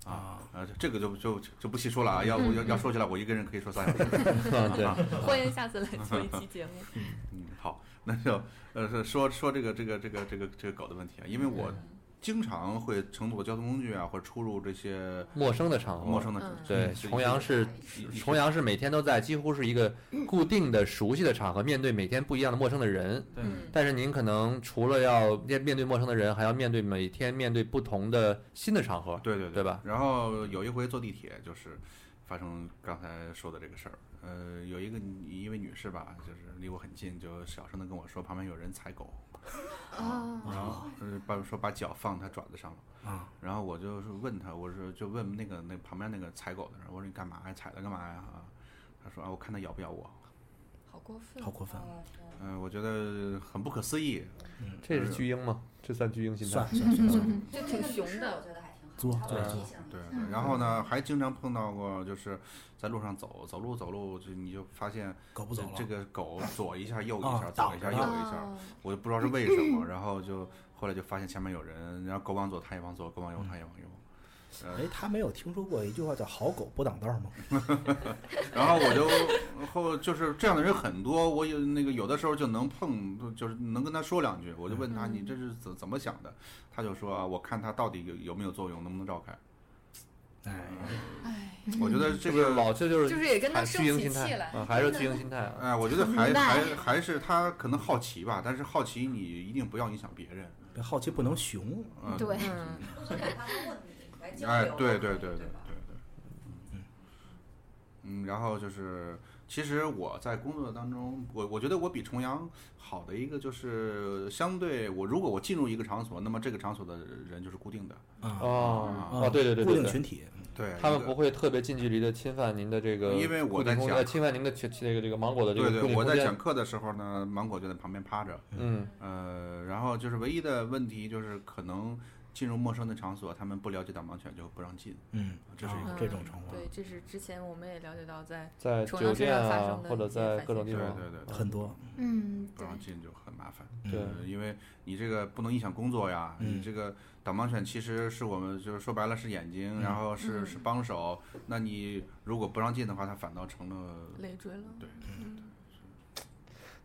S6: 啊，呃，这个就就就不细说了啊，要不要要说起来，我一个人可以 说仨小时。 啊
S1: 对，
S7: 欢迎下次来做一期节目。
S6: 嗯，好，那就呃是说说这个这个这个这个这个狗的问题啊，因为我经常会乘坐交通工具啊，或者出入这些
S1: 陌生的场
S2: 哦
S1: 合，
S6: 陌生的
S7: 嗯
S1: 对，
S6: 是
S1: 重阳是
S6: 一
S1: 重阳是每天都在，几乎是一个固定的、熟悉的场合，面对每天不一样的陌生的人。
S4: 对
S7: 嗯，
S1: 但是您可能除了要面面对陌生的人，还要面对每天面对不同的新的场合。
S6: 对对
S1: 对吧
S6: 然后有一回坐地铁，就是发生刚才说的这个事儿。呃，有一个女一位女士吧，就是离我很近，就小声的跟我说，旁边有人踩狗，
S5: 嗯啊
S7: 哦，
S6: 然后呃把说把脚放她爪子上了。
S2: 啊，
S6: 然后我就是问她，我说就问那个那旁边那个踩狗的人，我说你干嘛呀？踩它干嘛呀？啊，她说啊，我看它咬不咬我。
S7: 好过分啊
S2: 好。过分，
S6: 嗯、我觉得很不可思议。
S1: 这是巨婴吗？这算巨婴心态？
S2: 算算算算，
S7: 就挺熊的
S3: 我觉得还挺好，
S2: 作
S3: 他会
S2: 对
S3: 提醒你
S6: 对，然后呢，还经常碰到过，就是在路上走走路走路，就你就发现
S2: 狗不走了。
S6: 这个狗左一下右一
S2: 啊
S6: 下，
S2: 倒
S6: 左一下
S2: 着
S6: 右
S2: 了
S6: 一
S5: 哦
S3: 哦
S6: 下，我就不知道是为什么，然后就后来就发现前面有人，然后狗往左它也往左，狗往右它也往右，
S2: 哎，他没有听说过一句话叫“好狗不挡道”吗？
S6: 然后我就后就是这样的人很多，我有那个有的时候就能碰，就是能跟他说两句，我就问他
S7: 嗯
S6: 你这是怎怎么想的，他就说啊，我看它到底有有没有作用，能不能绕开，
S2: 哎，
S7: 哎，
S6: 我觉得这
S1: 这个
S6: 个。
S1: 嗯老这就是
S7: 就是也跟他
S1: 还
S7: 生
S1: 巨婴
S7: 起
S1: 心
S7: 气
S1: 态
S7: 来。
S1: 啊，还是巨婴心态啊。
S6: 哎，我觉得还
S5: 明白
S6: 还还是他可能好奇吧，但是好奇你一定不要影响别人。
S2: 这好奇不能熊，
S6: 嗯，
S5: 对，
S7: 嗯，
S3: 就是哪怕他问你，你来交
S6: 哎，
S3: 流，
S6: 对对对对
S3: 对吧
S6: 对对，嗯嗯，然后就是，其实我在工作当中，我我觉得我比重阳好的一个就是，相对我如果我进入一个场所，那么这个场所的人就是固定的，
S2: 啊
S1: 哦
S2: 啊
S1: 哦，对对对
S2: 固
S1: 对
S2: 定
S1: 对。
S2: 群体，
S6: 嗯对，
S1: 他们
S6: 一个
S1: 不会特别近距离的侵犯您的这个，
S6: 因为我
S1: 固定
S6: 在
S1: 空
S6: 讲
S1: 呃侵犯您的这这个这个芒果的这个
S6: 对
S1: 固
S6: 对，
S1: 定
S6: 我
S1: 空
S6: 在
S1: 间
S6: 讲课的时候呢，芒果就在旁边趴着，
S1: 嗯
S6: 呃，然后就是唯一的问题就是可能进入陌生的场所，他们不了解导盲犬就不让进，
S2: 嗯，
S6: 这是一
S2: 啊
S7: 个
S2: 这种情
S7: 对，这是之前我们也了解到，在，
S1: 在
S7: 重
S1: 酒
S7: 阳身
S1: 店
S7: 上发
S1: 啊
S7: 生，的
S1: 或者
S7: 一些
S1: 在
S7: 反
S1: 各种地
S6: 对对
S1: 方，
S6: 对
S2: 况，很多，
S5: 嗯，
S6: 不
S5: 对，
S6: 让进就很麻烦。
S1: 对
S6: 呃，因为你这个不能影响工作呀，
S2: 嗯
S6: 你这个导盲犬其实是我们就是说白了是眼
S1: 嗯
S6: 睛，然后是、是帮手，那你如果不让进的话，它反倒成了
S7: 累赘了。
S6: 对
S7: 嗯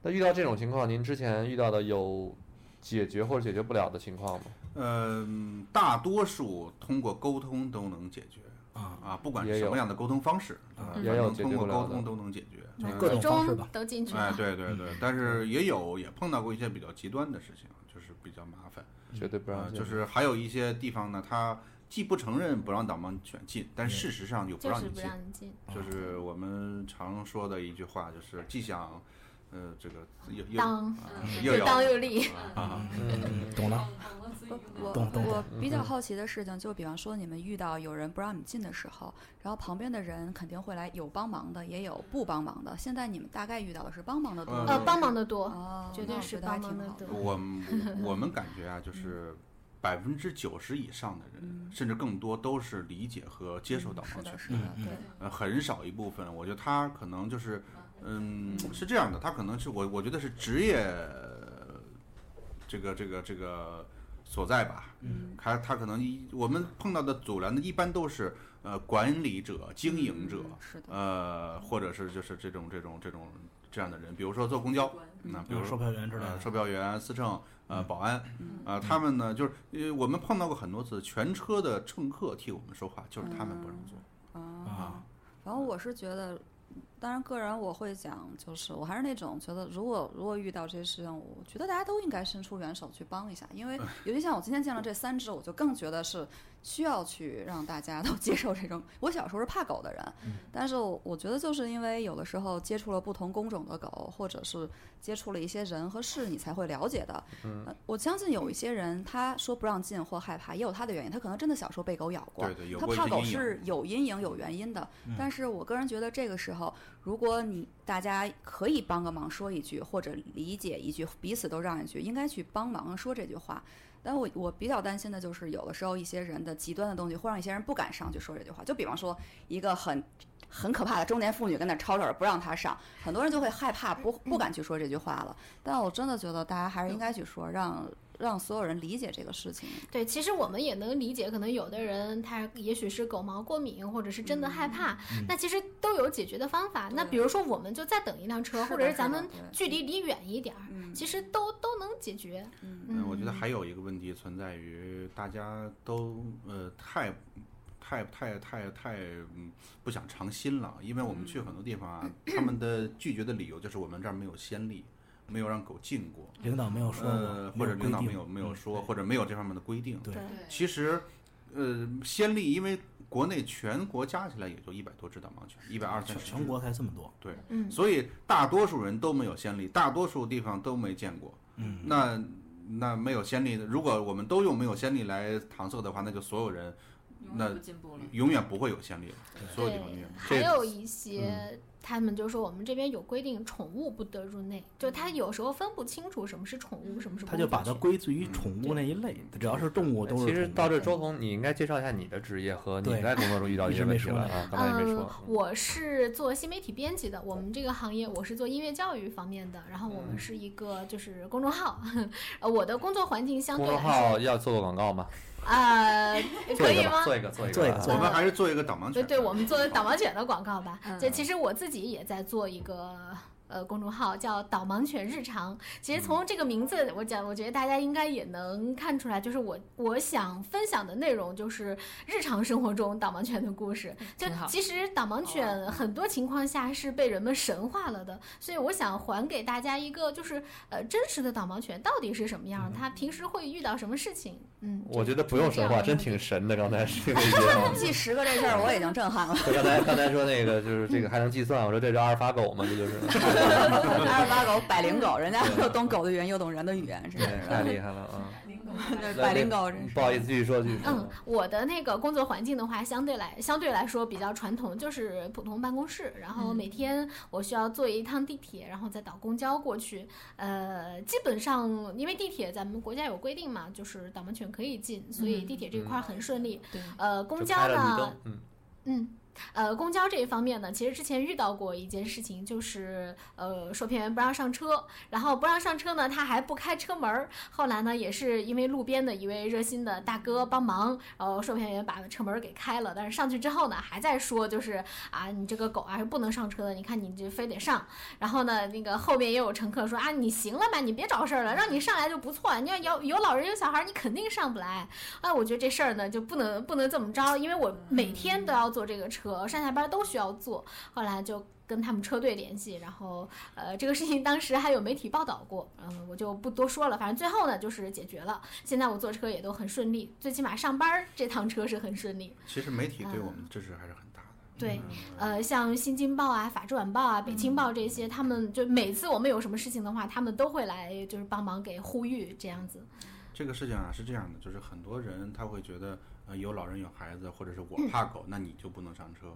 S1: 那遇到这种情况，您之前遇到的有解决或者解决不了的情况吗？
S6: 嗯、大多数通过沟通都能解决
S2: 啊
S6: 啊，不管
S1: 也
S6: 是什
S1: 有
S6: 么样的沟通方式，
S2: 啊
S6: 呃
S1: 也有
S6: 反
S1: 解
S6: 正通
S1: 决
S6: 过
S1: 不了
S6: 沟
S1: 的
S6: 通都能解决，
S7: 嗯
S2: 就是
S6: 呃
S2: 各
S5: 最
S2: 种方式吧
S5: 终都进去
S6: 哎，
S5: 了。
S6: 对对对，
S1: 嗯
S6: 但是也有也碰到过一些比较极端的事情，就是比较麻
S2: 嗯
S6: 烦。
S1: 绝对不
S6: 啊
S1: 让，进，
S6: 就是还有一些地方呢，它既不承认不让导盲犬进，
S1: 嗯
S6: 但事实上又不
S5: 就
S6: 让
S5: 是
S6: 你
S5: 不
S6: 进。
S5: 让你进，
S6: 就是我们常说的一句话，就是既想呃，这个又又
S5: 当
S6: 啊
S5: 嗯
S6: 又
S5: 又
S6: 要
S5: 当又立
S6: 啊，
S2: 嗯，懂了，
S3: 我
S2: 懂嗯懂
S3: 我
S2: 懂
S3: 比较好奇的事情，就比方说你们遇到有人不让你进的时候，然后旁边的人肯定会来，有帮忙的，也有不帮忙的。现在你们大概遇到的是帮忙的多，
S6: 呃
S5: 呃，帮忙的多，
S3: 哦，
S5: 绝对是
S3: 那我
S5: 帮
S3: 觉得还
S5: 忙
S3: 挺
S5: 的
S3: 好的。
S5: 多。
S6: 我们我们感觉啊，就是百分之九十以上的人，甚至更多都是理解和接受导盲
S3: 是
S6: 犬
S3: 的，，是的，
S2: 嗯
S3: 对，
S6: 呃，很少一部分，我觉得他可能就是，嗯，是这样的，他可能是我我觉得是职业呃这个这个这个所在吧，
S2: 嗯，
S6: 他他可能一我们碰到的阻拦的一般都是呃管理者、经营者，
S3: 嗯是的，
S6: 呃，或者是就是这种这种这种这样的人，比如说坐公交，那、比
S2: 比
S6: 如
S2: 如
S6: 说
S2: 啊售票员之类
S6: 呃，
S2: 的，
S6: 售票员、司乘、呃，保安
S3: 嗯，
S6: 呃，他们呢，就是呃，我们碰到过很多次，全车的乘客替我们说话，就是他们不让坐。
S2: 嗯
S3: 啊，反正我是觉得，当然个人我会讲，就是我还是那种觉得，如果如果遇到这些事情，我觉得大家都应该伸出援手去帮一下，因为尤其像我今天见了这三只，我就更觉得是需要去让大家都 接受这种。我小时候是怕狗的人，
S6: 嗯
S3: 但是我我觉得就是因为有的时候接触了不同工种的狗，或者是接触了一些人和事，你才会了解的。
S6: 嗯
S3: 呃我相信有一些人他说不让进或害怕，也有他的原因，他可能真的小时候被狗咬过，
S6: 对对有
S3: 他
S6: 过一
S3: 怕
S6: 些
S3: 狗
S6: 阴影嗯
S3: 是有阴影、有原因的。但是我个人觉得这个时候，如果你大家可以帮个忙说一句，或者理解一句，彼此都让一句，应该去帮忙说这句话。但我我比较担心的就是，有的时候一些人的极端的东西会让一些人不敢上去说这句话。就比方说，一个很很可怕的中年妇女跟那吵吵着不让她上，很多人就会害怕，不不敢去说这句话了。但我真的觉得大家还是应该去说，让让所有人理解这个事情。
S5: 对，其实我们也能理解，可能有的人他也许是狗毛过敏，或者是真的害怕，那其实都有解决的方法。那
S3: 对
S5: 比如说，我们就再等一辆车，
S3: 是
S5: 或
S3: 的
S5: 者
S3: 是
S5: 咱
S3: 的
S5: 们
S3: 对
S5: 距离离远一点儿，
S3: 嗯
S5: 其实都都能解决。
S3: 嗯
S6: 嗯，
S5: 嗯，
S6: 我觉得还有一个问题存在于大家都呃太太太太太嗯不想尝新了，因为我们去很多地方啊，
S2: 嗯
S6: 他们的拒绝的理由就是我们这儿没有先例，没有让狗进过，
S2: 领导没有说
S6: 呃，
S2: 过，
S6: 或者领导
S2: 规
S6: 没
S2: 定嗯
S6: 有没有说，或者没有这方面的规定。
S2: 对
S6: 其实，呃，先例因为国内全国加起来也就一百多只导盲犬，一百二三
S2: 全
S6: 十
S2: 全国才这么多，
S6: 对，
S5: 嗯
S6: 所以大多数人都没有先例，大多数地方都没见过。
S2: 嗯，
S6: 那那没有先例的，如果我们都用没有先例来搪塞的话，那就所有人那
S7: 进步
S6: 永远不会有先例了，所有地方永
S5: 对
S6: 远，
S5: 还
S6: 这
S5: 有一些他们就说我们这边有规定，宠物不得入内，就他有时候分不清楚什么是宠物，什么是
S2: 他就把它
S5: 它
S2: 归罪
S6: 嗯
S2: 于宠物那一类，只要是动物
S6: 哎
S2: 都是宠物。
S1: 其实到这，周彤，你应该介绍一下你的职业和你
S2: 对
S1: 在工作中遇到的一
S2: 一
S1: 些
S2: 直没
S1: 问题
S2: 说
S1: 了
S2: 呢
S1: 啊，刚才也没
S5: 嗯
S1: 说，。
S5: 我是做新媒体编辑的，我们这个行业我是做音乐教育方面的，然后我
S1: 嗯
S5: 们是一个就是公众号， 呃，我的工作环境相
S1: 公
S5: 对
S1: 众
S5: 来
S1: 号
S5: 说，
S1: 要做个广告吗？
S5: 呃，
S1: 做
S5: 可
S1: 一
S5: 以
S1: 个吧，
S5: 吗？
S1: 做一个，做一个，
S2: 做一个
S1: 啊
S2: 做
S6: 我
S2: 一
S6: 们还是做一个导盲
S5: 对
S6: 犬。
S5: 对，我们做导盲犬的广 告吧。
S3: 嗯
S5: 这其实我自己也在做一个呃公众号，叫“导盲犬日常”。其
S1: 嗯
S5: 实从这个名字，我讲，我觉得大家应该也能看出来，就是我我想分享的内容就是日常生活中导盲犬的故
S1: 嗯
S5: 事。就
S7: 挺好
S5: 其实导盲犬很多情况下是被人们神化了的，所以我想还给大家一个就是呃真实的导盲犬到底是什么样，它平时会遇到什么事情。嗯，
S1: 嗯我
S5: 就
S1: 觉得不用
S5: 这
S1: 神
S5: 样
S1: 话，
S5: 的
S1: 真
S5: 目的
S1: 挺神的。刚才是那 个
S3: 记十个这事儿我已经震撼了，
S1: 就刚才刚才说那个就是这个还能计算，我说这叫阿尔法狗嘛，这 就是，
S3: 阿尔巴狗、百灵狗，人家又懂狗的语言，又懂人的语言，是不
S1: 对，哎太
S3: 是？
S1: 厉害了啊！
S3: 对，百灵狗真是
S1: 不好意思，继续说，继续说。
S5: 嗯，我的那个工作环境的话，相对来相对来说比较传统，就是普通办公室。然后
S1: 嗯
S5: 每天我需要坐一趟地铁，然后再倒公交过去。呃，基本上因为地铁咱们国家有规定嘛，就是导盲犬可以进，所以
S7: 嗯
S5: 地铁这块儿很顺利。
S7: 对
S5: 呃，公
S1: 就
S5: 交
S1: 开了绿
S5: 呢
S1: 灯，，嗯，
S5: 嗯，呃，公交这一方面呢，其实之前遇到过一件事情，就是呃，售票员不让上车，然后不让上车呢，他还不开车门儿。后来呢，也是因为路边的一位热心的大哥帮忙，然后售票员把车门儿给开了。但是上去之后呢，还在说就是啊，你这个狗啊是不能上车的，你看你这非得上。然后呢，那个后面也有乘客说啊，你行了吧，你别找事儿了，让你上来就不错，你要有有老人有小孩儿，你肯定上不来。哎，我觉得这事儿呢就不能不能这么着，因为我每天都要坐这个车，上下班都需要坐。后来就跟他们车队联系，然后呃，这个事情当时还有媒体报道过，嗯，我就不多说了。反正最后呢就是解决了，现在我坐车也都很顺利，最起码上班儿这趟车是很顺利。
S6: 嗯其实媒体对我们的支持还是很大的。
S5: 对，呃，像新京报啊、法制晚报啊、北青报这些，他们就每次我们有什么事情的话，他们都会来就是帮忙给呼吁这样子。
S6: 这个事情啊是这样的，就是很多人他会觉得，呃，有老人有孩子，或者是
S2: 嗯
S6: 我怕狗，那你就不能上车。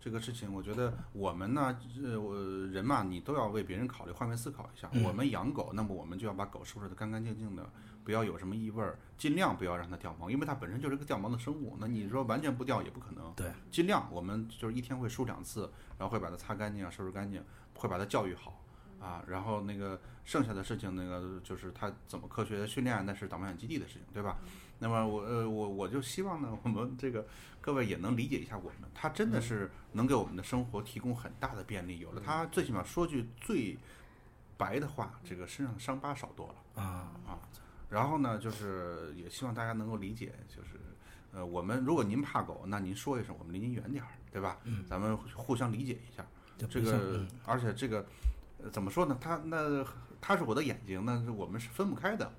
S6: 这个事情，我觉得我们呢，呃，我人嘛，你都要为别人考虑，换位思考一下。
S2: 嗯
S6: 我们养狗，那么我们就要把狗收拾得干干净净的，不要有什么异味儿，尽量不要让它掉毛，因为它本身就是个掉毛的生物。那你说完全不掉也不可能，
S2: 对，
S6: 尽量我们就是一天会梳两次，然后会把它擦干净啊，收拾干净，会把它教育好
S2: 嗯
S6: 啊。然后那个剩下的事情，那个就是它怎么科学地训练，那是导盲犬基地的事情，对吧？那么我呃我我就希望呢，我们这个各位也能理解一下我们，它真的是能给我们的生活提供很大的便利。有了它，最起码说句最白的话，这个身上的伤疤少多了。
S2: 啊，
S6: 然后呢，就是也希望大家能够理解，就是呃，我们如果您怕狗，那您说一声，我们离您远点儿，对吧？咱们互相理解一下。
S2: 嗯就
S6: 这
S2: 不像
S6: 个
S2: 嗯，
S6: 而且这个呃怎么说呢？它那它是我的眼睛，那是我们是分不开的。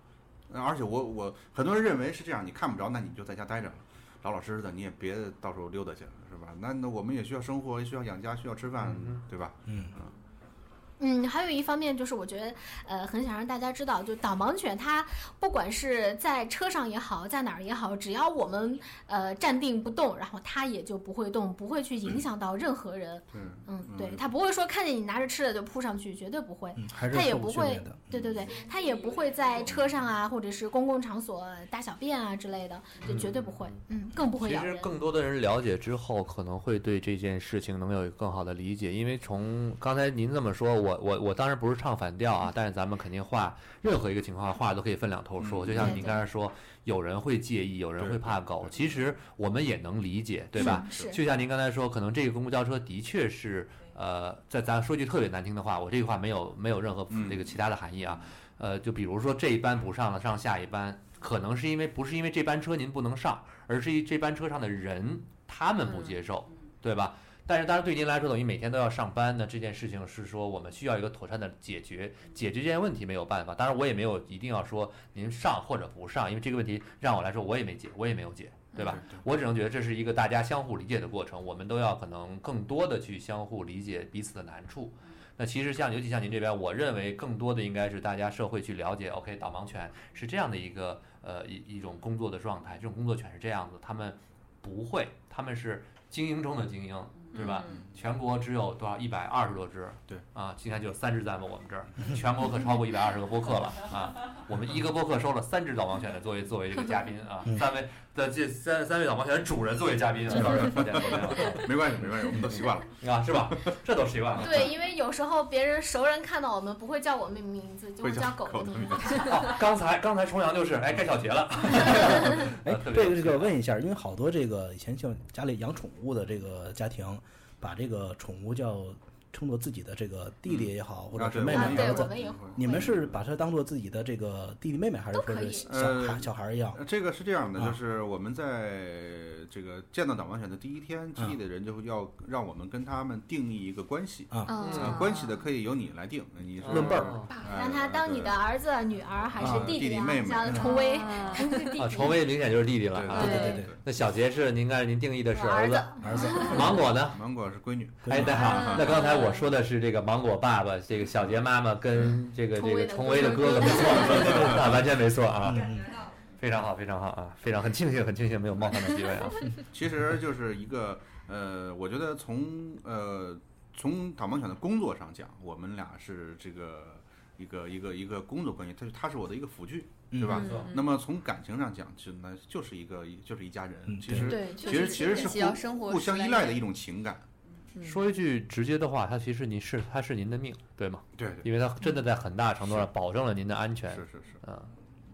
S6: 呃而且我我很多人认为是这样，你看不着，那你就在家待着了，老老实实的，你也别到处溜达去了，是吧？那那我们也需要生活，也需要养家，需要吃饭，对吧？
S2: 嗯，
S5: 嗯，还有一方面就是，我觉得呃，很想让大家知道，就导盲犬它不管是在车上也好，在哪儿也好，只要我们呃站定不动，然后它也就不会动，不会去影响到任何人。
S6: 对。
S5: 嗯，
S6: 嗯
S5: 对，它不会说看见你拿着吃的就扑上去，绝对不会。
S2: 嗯，还是
S5: 它也
S2: 受过
S5: 不
S2: 训
S5: 会
S2: 练的，嗯
S5: 对对对，它也不会在车上啊，或者是公共场所大小便啊之类的，就绝对不会。嗯，更不会
S1: 其
S5: 咬
S1: 实
S5: 人。
S1: 更多的人了解之后，可能会对这件事情能有一个更好的理解。因为从刚才您这么说，我我我当然不是唱反调
S5: 嗯
S1: 啊，但是咱们肯定话任何一个情况话都可以分两头说。就像
S5: 嗯对
S1: 您
S5: 对
S1: 刚才说，有人会介意，有人会怕狗，其实我们也能理解，对吧？
S5: 是
S1: 就像您刚才说，可能这个公共交车的确是，呃，在咱说句特别难听的话，我这句话没有没有任何
S6: 嗯
S1: 这个其他的含义啊，呃，就比如说这一班不上了，上下一班，可能是因为不是因为这班车您不能上，而是一这班车上的人他们不接受，对吧？但是当然对您来说，等于每天都要上班那这件事情是说我们需要一个妥善的解决，解决这件问题没有办法。当然我也没有一定要说您上或者不上，因为这个问题让我来说我也没解，我也没有解，对吧？我只能觉得这是一个大家相互理解的过程，我们都要可能更多的去相互理解彼此的难处。那其实像尤其像您这边，我认为更多的应该是大家社会去了解，OK，导盲犬是这样的一个呃一一种工作的状态，这种工作犬是这样子，他们不会，他们是精英中的精英，对吧？全国只有多少一百二十多只，
S6: 对
S1: 啊，今天就有三只在我们这儿，全国可超过一百二十个播客了啊！我们一个播客收了三只导盲犬的作为作为这个嘉宾啊，三位的这三三位导盲犬主人作为 嘉宾啊，抱歉抱歉抱歉
S6: 没关系，没关系，我们都习惯了。
S1: 啊，是吧？这都习惯 了。
S5: 对，因为有时候别人熟人看到我们不会叫嗯我们名字，就
S6: 会
S5: 会
S6: 叫
S5: 叫狗
S6: 狗
S5: 的
S6: 的
S5: 名
S6: 名
S5: 字。
S1: 哦，刚才刚才重阳就是，哎，该小结了。
S2: 哎
S1: 啊特，别
S2: 这个
S1: 有
S2: 这
S1: 趣
S2: 个问一下，因为好多这个以前像家里养宠物的这个家庭，把这个宠物叫称作自己的这个弟弟也好，或者
S6: 啊
S2: 是
S6: 对
S2: 妹
S6: 我
S2: 妹
S5: 啊，
S6: 们
S2: 也
S5: 对，
S2: 好，
S5: 我
S2: 怎
S5: 们也会。
S2: 你们是把它当做自己的这个弟弟妹妹，还是
S5: 都
S2: 说
S5: 可
S2: 是
S5: 以
S2: 小孩
S6: 呃
S2: 小孩儿一样？
S6: 呃，这个是这样的，
S2: 啊
S6: 就是我们在这个见到导盲犬的第一
S2: 啊
S6: 天，基地的人就会要让我们跟他们定义一个关系，
S5: 嗯
S6: 呃，关系的可以由你来定，你是
S2: 嗯论辈儿
S1: 啊
S6: 呃
S5: 啊让他当你的儿子、女儿还是
S2: 啊
S5: 弟
S6: 弟弟
S5: 啊
S6: 妹？妹
S5: 像崇威，
S3: 啊
S5: 是弟弟
S1: 啊，崇威明显就是弟弟
S6: 对
S1: 了
S6: 对
S1: 啊。
S6: 对
S2: 对
S6: 对
S2: 对
S6: 对，
S1: 那小杰是您刚才您定义的是
S5: 我儿
S1: 儿子，
S2: 儿子，
S1: 芒果呢？
S6: 芒果是闺女，
S1: 哎，
S2: 对
S1: 那好，那刚才我说的是这个芒果爸爸，这个小杰妈妈跟这个这个
S5: 崇
S1: 崇
S5: 威
S1: 威
S5: 的
S1: 的
S5: 哥
S1: 哥
S5: 哥
S1: 哥，没错，啊，完全没错啊，
S2: 嗯，
S1: 非常好，非常好啊，非常很庆幸，很庆幸没有冒犯到几位啊。
S6: 其实就是一个呃，我觉得从呃从导盲犬的工作上讲，我们俩是这个一个一个一个工作关系，它是它是我的一个辅具，
S2: 嗯
S6: 对吧？
S7: 嗯
S6: 那么从感情上讲，就那就是一个就是一家人，
S2: 嗯
S6: 其实
S7: 对，
S6: 其实其实是
S7: 起到
S6: 互
S7: 生活
S6: 互相依赖的 一种情感，
S1: 说一句直接的话，它其实您是它是您的命，对吗？
S6: 对对，
S1: 因为它真的在很大程度上保证了您的安全。
S6: 是是是。
S1: 嗯，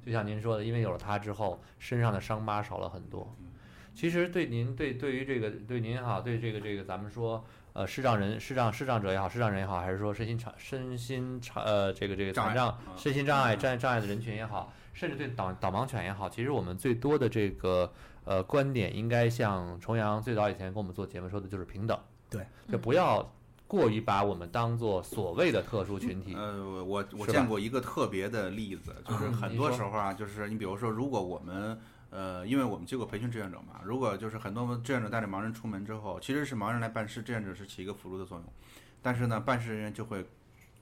S1: 就像您说的，因为有了它之后，身上的伤疤少了很多
S6: 嗯。
S1: 其实对您对对于这个对您也好，对这个这个咱们说呃视障人视障视障者也好，视障人也好，还是说身心障身心障呃这个这个
S6: 障碍
S1: 残障
S6: 啊
S1: 身心障碍障障碍的人群也好，甚至对导导盲犬也好，其实我们最多的这个呃观点，应该像重阳最早以前跟我们做节目说的，就是平等。
S2: 对，
S1: 就不要过于把我们当做所谓的特殊群体。
S6: 呃，我我我
S1: 是吧
S6: 见过一个特别的例子，就是
S1: 嗯
S6: 很
S1: 您
S6: 多啊
S1: 说
S6: 时候啊，就是你比如说，如果我们呃，因为我们接过培训志愿者嘛，如果就是很多志愿者带着盲人出门之后，其实是盲人来办事，志愿者是起一个辅助的作用，但是呢，办事人员就会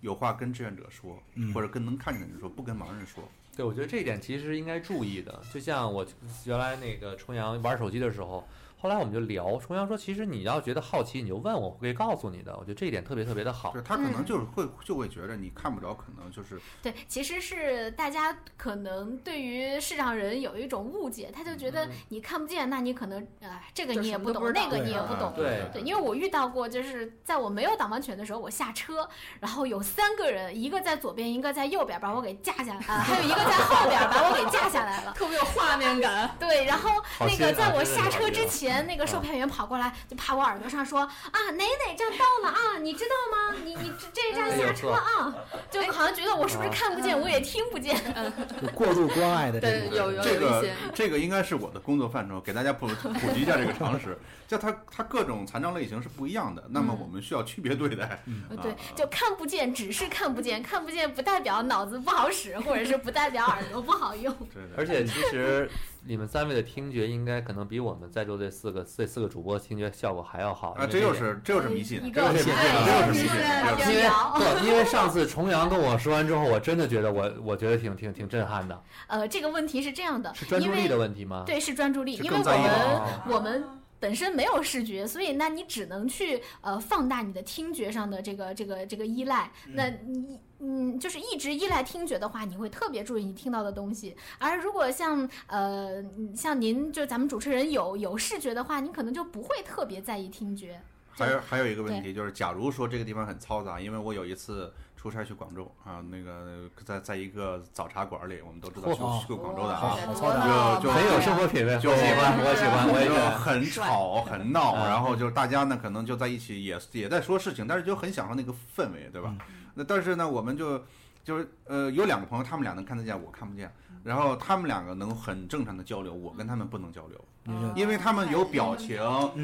S6: 有话跟志愿者说，
S1: 嗯
S6: 或者跟能看见的人说，不跟盲人说。
S1: 对，我觉得这一点其实是应该注意的。就像我原来那个重阳玩手机的时候，后来我们就聊，重阳说，其实你要觉得好奇，你就问我，我可以告诉你的。我觉得这一点特别特别的好
S6: 对。他可能
S5: 嗯
S6: 就是会就会觉得你看不着，可能就是
S5: 对，其实是大家可能对于视障人有一种误解，他就觉得你看不见，那你可能啊、这个
S7: 就
S5: 你也
S7: 什么都
S5: 懂
S7: 不，知
S5: 那
S7: 道
S5: 个你也
S6: 啊
S5: 不懂。
S1: 对
S5: 对，因为我遇到过，就是在我没有导盲犬的时候，我下车，然后有三个人，一个在左边，一个在右边，把我给架下来，啊，还有一个在后边，把我给架下来了。
S7: 特别有画面感。
S5: 对，然后
S1: 好
S5: 那
S1: 心啊
S5: 个在我
S1: 真是
S5: 下
S1: 好
S5: 车之
S1: 心啊
S5: 前，那个售票员跑过来就趴我耳朵上说啊，哪哪站到了啊，你知道吗？你你这这站
S1: 哎
S5: 下
S1: 呦
S5: 车
S1: 呵
S5: 啊，就好像觉得我是不是
S1: 啊
S5: 看不见，我也听不见。
S2: 嗯就过度关爱的这
S7: 对，
S2: 种。
S7: 有有
S6: 这
S7: 有一
S6: 个
S7: 些，
S6: 这个应该是我的工作范畴，给大家普普及一下这个常识。就它它各种残障类型是不一样的，那么
S5: 嗯
S6: 我们需要区别对待。
S5: 呃
S1: 嗯
S6: 啊
S5: 对，就看不见，只是看不见，看不见不代表脑子不好使，或者是不代表耳朵不好用。
S6: 对对
S1: 而且其实你们三位的听觉应该可能比我们在座这四个这四个主播听觉效果还要好
S6: 啊，这又是这又是迷
S5: 一个
S6: 信，这又是迷信，这又是迷信。
S5: 哎
S6: 这又
S5: 呀
S1: 因
S6: 是
S1: 为不，
S5: 摇
S6: 迷信
S1: 因为上次重阳跟我说完之后，我真的觉得我我觉得挺挺挺震撼的，
S5: 呃，这个问题是这样的，
S1: 是专注
S5: 因为
S1: 力的问题吗？
S5: 对，是专注力，
S6: 就
S5: 因为
S6: 啊更
S5: 我
S6: 在意啊
S5: 们
S1: 哦
S5: 我们本身没有视觉，所以那你只能去呃放大你的听觉上的这个这个这个依赖。那你嗯，就是一直依赖听觉的话，你会特别注意你听到的东西。而如果像呃像您就咱们主持人有有视觉的话，你可能就不会特别在意听 觉。
S6: 还有还有一个问题就是，假如说这个地方很嘈杂，因为我有一次出差去广州啊，那个在在一个早茶馆里，我们都知道去
S2: 嚯
S6: 去广州的
S2: 好
S6: 啊，
S2: 好操蛋！
S6: 就就
S1: 很有生活品味，
S6: 就
S1: 我喜欢，我喜欢，我也
S6: 就
S1: 喜欢。
S6: 很吵很闹，
S1: 嗯
S6: 然后就是大家呢可能就在一起也也在说事情，但是就很享受那个氛围，对吧？
S1: 嗯
S6: 那但是呢，我们就就是呃有两个朋友，他们俩能看得见，我看不见，然后他们两个能很正常的交流，我跟他们不能交流，
S1: 嗯
S6: 因为他们有表情、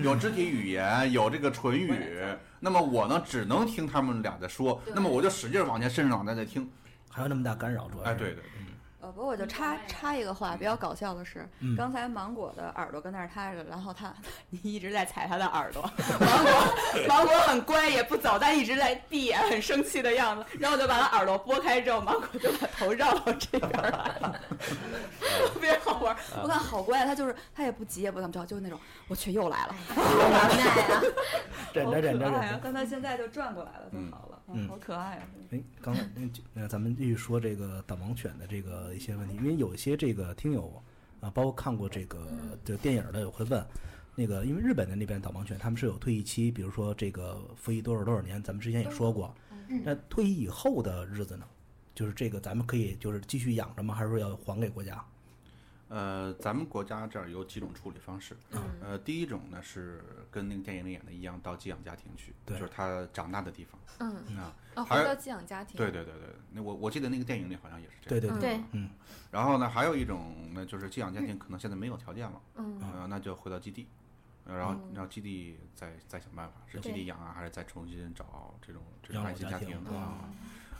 S6: 有肢体语言、有这个唇语，那么我呢只能听他们俩在说，那么我就使劲往前伸着脑袋在听，
S2: 还有那么大干扰，主要
S6: 哎，
S2: 是
S6: 对对，对
S3: 呃，不过我就插插一个话，比较搞笑的是，
S2: 嗯
S3: 刚才芒果的耳朵跟那儿塌着，然后他你一直在踩他的耳朵，芒果芒果很乖也不走，但一直在闭眼很生气的样子，然后我就把他耳朵拨开之后，芒果就把头绕到这边儿来了， 特别好玩儿。我看好乖，啊他就是他也不急也不怎么着，就是那种我去又来了，
S5: 无奈啊，
S2: 忍
S3: 好
S2: 着忍着
S3: 可
S2: 忍
S3: 爱啊
S2: 着。
S3: 但他现在就转过来了，就
S6: 嗯
S3: 好了，
S2: 嗯
S3: 好可爱啊。
S2: 哎，刚才嗯就呃，咱们继续说这个导盲犬的这个一些问题，因为有一些这个听友啊，包括看过这个就电影的，也会问那个，因为日本的那边导盲犬他们是有退役期，比如说这个服役多少多少年，咱们之前也说过。那退役以后的日子呢？就是这个，咱们可以就是继续养着吗？还是说要还给国家？
S6: 呃，咱们国家这儿有几种处理方式。
S5: 嗯
S6: 呃，第一种呢是跟那个电影里演的一样，到寄养家庭去，
S2: 对
S6: 就是他长大的地方。
S7: 嗯
S6: 啊，
S7: 啊，
S6: 还
S7: 回到寄养家庭。
S6: 对对对对，那我我记得那个电影里好像也是这样。
S2: 对对
S7: 嗯
S2: 对，
S5: 对，
S6: 然后呢，还有一种呢，就是寄养家庭可能现在没有条件了，
S7: 嗯，
S6: 呃，那就回到基地，呃然后
S5: 嗯
S6: 让基地再再想办法，是基地养啊，还是再重新找这种这种
S2: 养老
S6: 爱心
S2: 家
S6: 家
S2: 庭
S6: 庭
S2: 嗯
S6: 啊？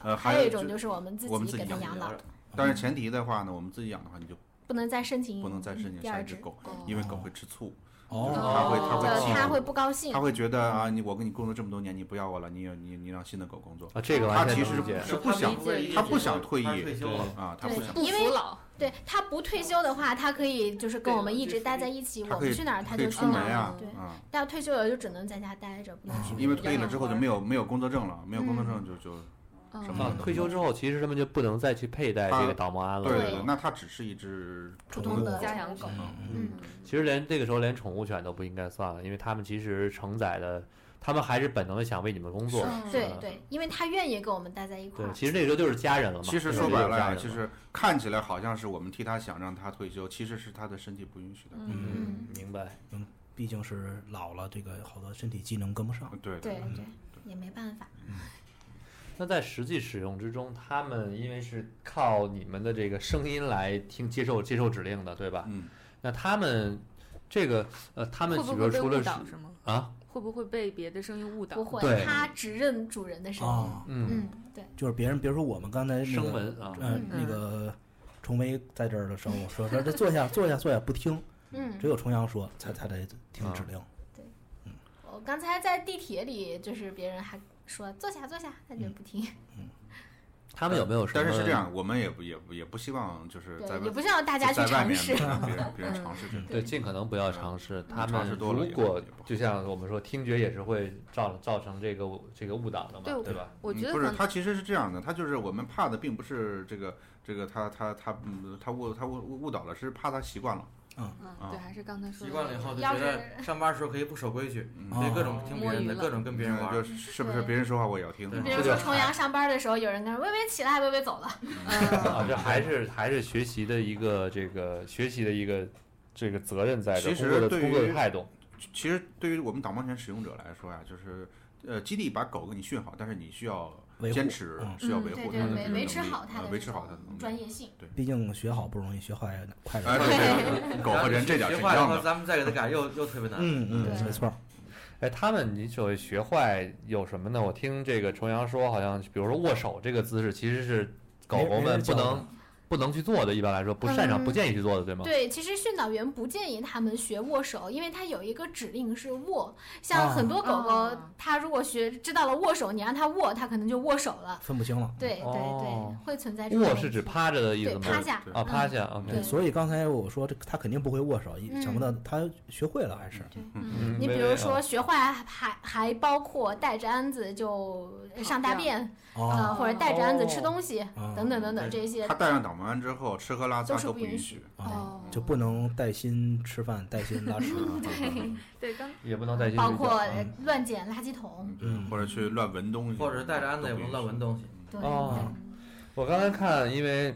S6: 呃，
S5: 还
S6: 有
S5: 有一种
S6: 就
S5: 就是我们自
S6: 我们
S5: 己给
S6: 己
S5: 它
S6: 养
S5: 养老，
S6: 但是前提的话呢，我们自己养的话，你就
S5: 不能再申请
S6: 不能再申请
S5: 嗯第
S6: 下
S5: 二
S6: 一只
S5: 只，
S6: 狗，
S7: 哦
S6: 因为狗会吃醋，就是
S2: 哦，
S6: 它会它
S5: 呃
S6: 会气
S5: 它
S6: 人
S5: 会不高兴
S6: 他。会觉得啊，你我跟你工作这么多年，你不要我了，你有你你让新的狗工作，
S1: 啊，这个
S6: 他
S1: 完全
S6: 其
S1: 能
S6: 实
S1: 理解
S6: 是不想他不想退役
S4: 他退休了，
S6: 啊，他
S5: 对
S6: 不想，
S7: 不
S5: 因为
S7: 服老，
S5: 对他不退休的话，他可以就是跟我们一直待在一起，
S6: 他
S5: 我
S6: 可以
S5: 们去哪儿
S6: 他
S5: 他
S6: 可以
S5: 就
S6: 出
S5: 去
S6: 门嗯
S5: 哪儿。
S6: 啊
S5: 对，
S6: 啊，
S5: 但退休了就只能在家待着，不能去。
S6: 因为退役了之后就
S5: 嗯
S6: 没有没有工作证了，没有工作证就就
S2: 嗯
S6: 什么
S1: 啊
S6: 都，不
S1: 退休之后其实他们就不能再去佩戴这个导盲鞍了。
S6: 啊对
S5: 对
S6: 对，那它只是一只
S5: 普通的
S7: 家养狗
S5: 嗯，
S1: 其实连这个时候连宠物犬都不应该算了，因为他们其实承载的，他们还是本能的想为你们工作。
S7: 嗯
S5: 对对，因为他愿意跟我们待在一块
S1: 对，
S5: 儿。
S1: 其实那时候就是家人了嘛。
S6: 其实
S1: 那
S6: 说
S1: 时候就
S6: 白
S1: 是
S6: 了
S1: 家
S6: 呀，
S1: 人
S6: 其实看起来好像是我们替他想让他退休，其实是他的身体不允许的。
S7: 嗯，
S5: 嗯，
S1: 明白。
S2: 毕竟是老了，这个好多身体机能跟不上。
S6: 嗯对
S5: 对对，也没办法。
S1: 那在实际使用之中，他们因为是靠你们的这个声音来听接受接受指令的，对吧？
S6: 嗯，那
S1: 那他们这个呃，他们
S7: 会
S1: 比
S7: 不
S1: 如
S7: 会
S1: 说
S7: 被
S1: 除
S7: 误
S1: 了是
S7: 导是吗？
S1: 啊，
S7: 会不会被别的声音误导？
S5: 不会
S1: 对，
S5: 他只认主
S6: 哦
S5: 人的声音。
S2: 啊，
S1: 嗯
S5: 嗯，对，
S2: 就是别人，比如说我们刚才那
S1: 声
S2: 个
S1: 纹啊，
S2: 呃
S5: 嗯，
S2: 那个重崇威在这儿的时候，我 说说这坐下坐下坐下不听，
S5: 嗯
S2: 只有重阳说才才得听
S6: 啊
S2: 指令。
S5: 我刚才在地铁里，就是别人还说坐下坐下，他
S6: 嗯
S5: 就不听，
S1: 他们有没有什么？
S6: 但是是这样，我们也不也不也不希望就是在
S5: 对，也不是让大家去
S6: 在外
S5: 尝
S6: 面
S5: 试。
S6: 别人别人尝试这种。
S1: 嗯对，尽可能不要尝试。他
S6: 嗯尝
S1: 们
S6: 试多了
S1: 如
S6: 也
S1: 果
S6: 也不好
S1: 就像我们说，听觉也是会造造成这个这个误导的嘛，
S7: 对
S1: 对吧？
S7: 我觉
S6: 嗯
S7: 得
S6: 不
S7: 可
S6: 是，
S7: 能
S6: 他其实是这样的，他就是我们怕的并不是这个这个他他他嗯他误他误误误导了，是怕他习惯了。
S7: 嗯，对，还是刚才说
S4: 啊习
S7: 的
S4: 惯
S7: 那
S4: 了以
S7: 个
S4: 后就
S5: 要
S4: 觉得
S5: 是
S4: 上班时候可以不守规矩，
S6: 嗯
S4: 可以各种听别人
S7: 摸鱼
S4: 的，
S7: 了
S4: 各种跟别人玩
S6: 就
S4: 儿。
S6: 是是不是
S5: 对
S6: 别人说话我也要听？
S4: 对
S5: 比
S4: 这
S5: 如
S6: 这
S5: 说
S6: 就
S5: 重阳上班的时候，有人跟他说：“微微起来，微微走了。
S7: 嗯
S1: 啊，这还是还是学习的一个这个学习的一个这个责任在这儿，
S6: 其实
S1: 工作的
S6: 对于
S1: 工作的态 度，
S6: 其实对于我们导盲犬使用者来说呀，就是呃，基地把狗给你训好，但是你需要
S2: 维护
S6: 坚持，
S2: 嗯
S6: 需要
S5: 嗯
S6: 维
S5: 对
S6: 护
S5: 对
S6: 它的
S5: 维
S6: 这个
S5: 维
S6: 能
S5: 持
S6: 力
S5: 好它
S6: 呃
S5: 的
S6: 维
S5: 这
S6: 持好
S5: 种
S6: 它的能力
S5: 专 业性。
S2: 毕竟学好不容易，学坏快点
S6: 哎，
S2: 儿。
S6: 对对对，狗和人这点
S4: 学
S6: 是一
S4: 坏了以
S6: 样
S4: 后，
S6: 的。
S4: 咱们再给他改，又又特别 难。
S2: 嗯
S5: 对
S2: 嗯，没错儿。
S1: 哎，他们你所谓学坏有什么呢？我听这个重阳说，好像比如说握手这个姿势，其实是狗
S2: 没
S1: 狗
S2: 没
S1: 们
S2: 人
S1: 不
S2: 教的
S1: 能不能去做的，一般来说不擅长、不
S5: 嗯
S1: 建议去做的，对吗？
S5: 对，其实训导员不建议他们学握手，因为他有一个指令是握。像很多狗狗
S7: 啊，
S5: 它如果学知道了握手，你让它握，它可能就握手了。
S2: 分不清了。
S5: 对对
S1: 哦
S5: 对，会存在这种
S1: 握是指趴着的意思
S5: 对
S1: 吗？
S5: 趴下嗯
S6: 对
S4: 哦
S1: 啊，趴下
S5: 对
S1: ，OK。
S2: 嗯所以刚才我说这他肯定不会握手，
S5: 嗯
S2: 想不到他学会了还是。
S1: 嗯
S5: 你
S1: 微
S5: 比
S1: 微
S5: 如
S1: 啊
S5: 说学坏还还包括带着鞍子就上大
S7: 跑掉
S5: 便，
S3: 嗯
S2: 哦
S5: 呃，或者带着鞍子吃
S1: 哦
S5: 东西
S2: 哦
S5: 等等等等这些
S6: 它带上导盲鞍之后，吃喝拉撒
S5: 都是
S6: 都
S5: 不
S6: 不
S5: 允
S6: 允
S5: 许
S6: 许。
S2: 啊，
S7: 哦，
S2: 就不能带薪吃饭，带薪拉
S3: 嗯
S6: 啊
S2: 屎。
S7: 对刚
S1: 也不能带进
S5: 包
S1: 去
S5: 括
S1: 讲
S5: 呃乱捡垃圾桶，
S6: 嗯 对或者去乱闻东西，
S4: 或者带着鞍子也
S6: 都
S4: 不能
S6: 不允
S4: 乱
S6: 许
S4: 闻东西。
S5: 对，
S1: 哦我刚才看，因为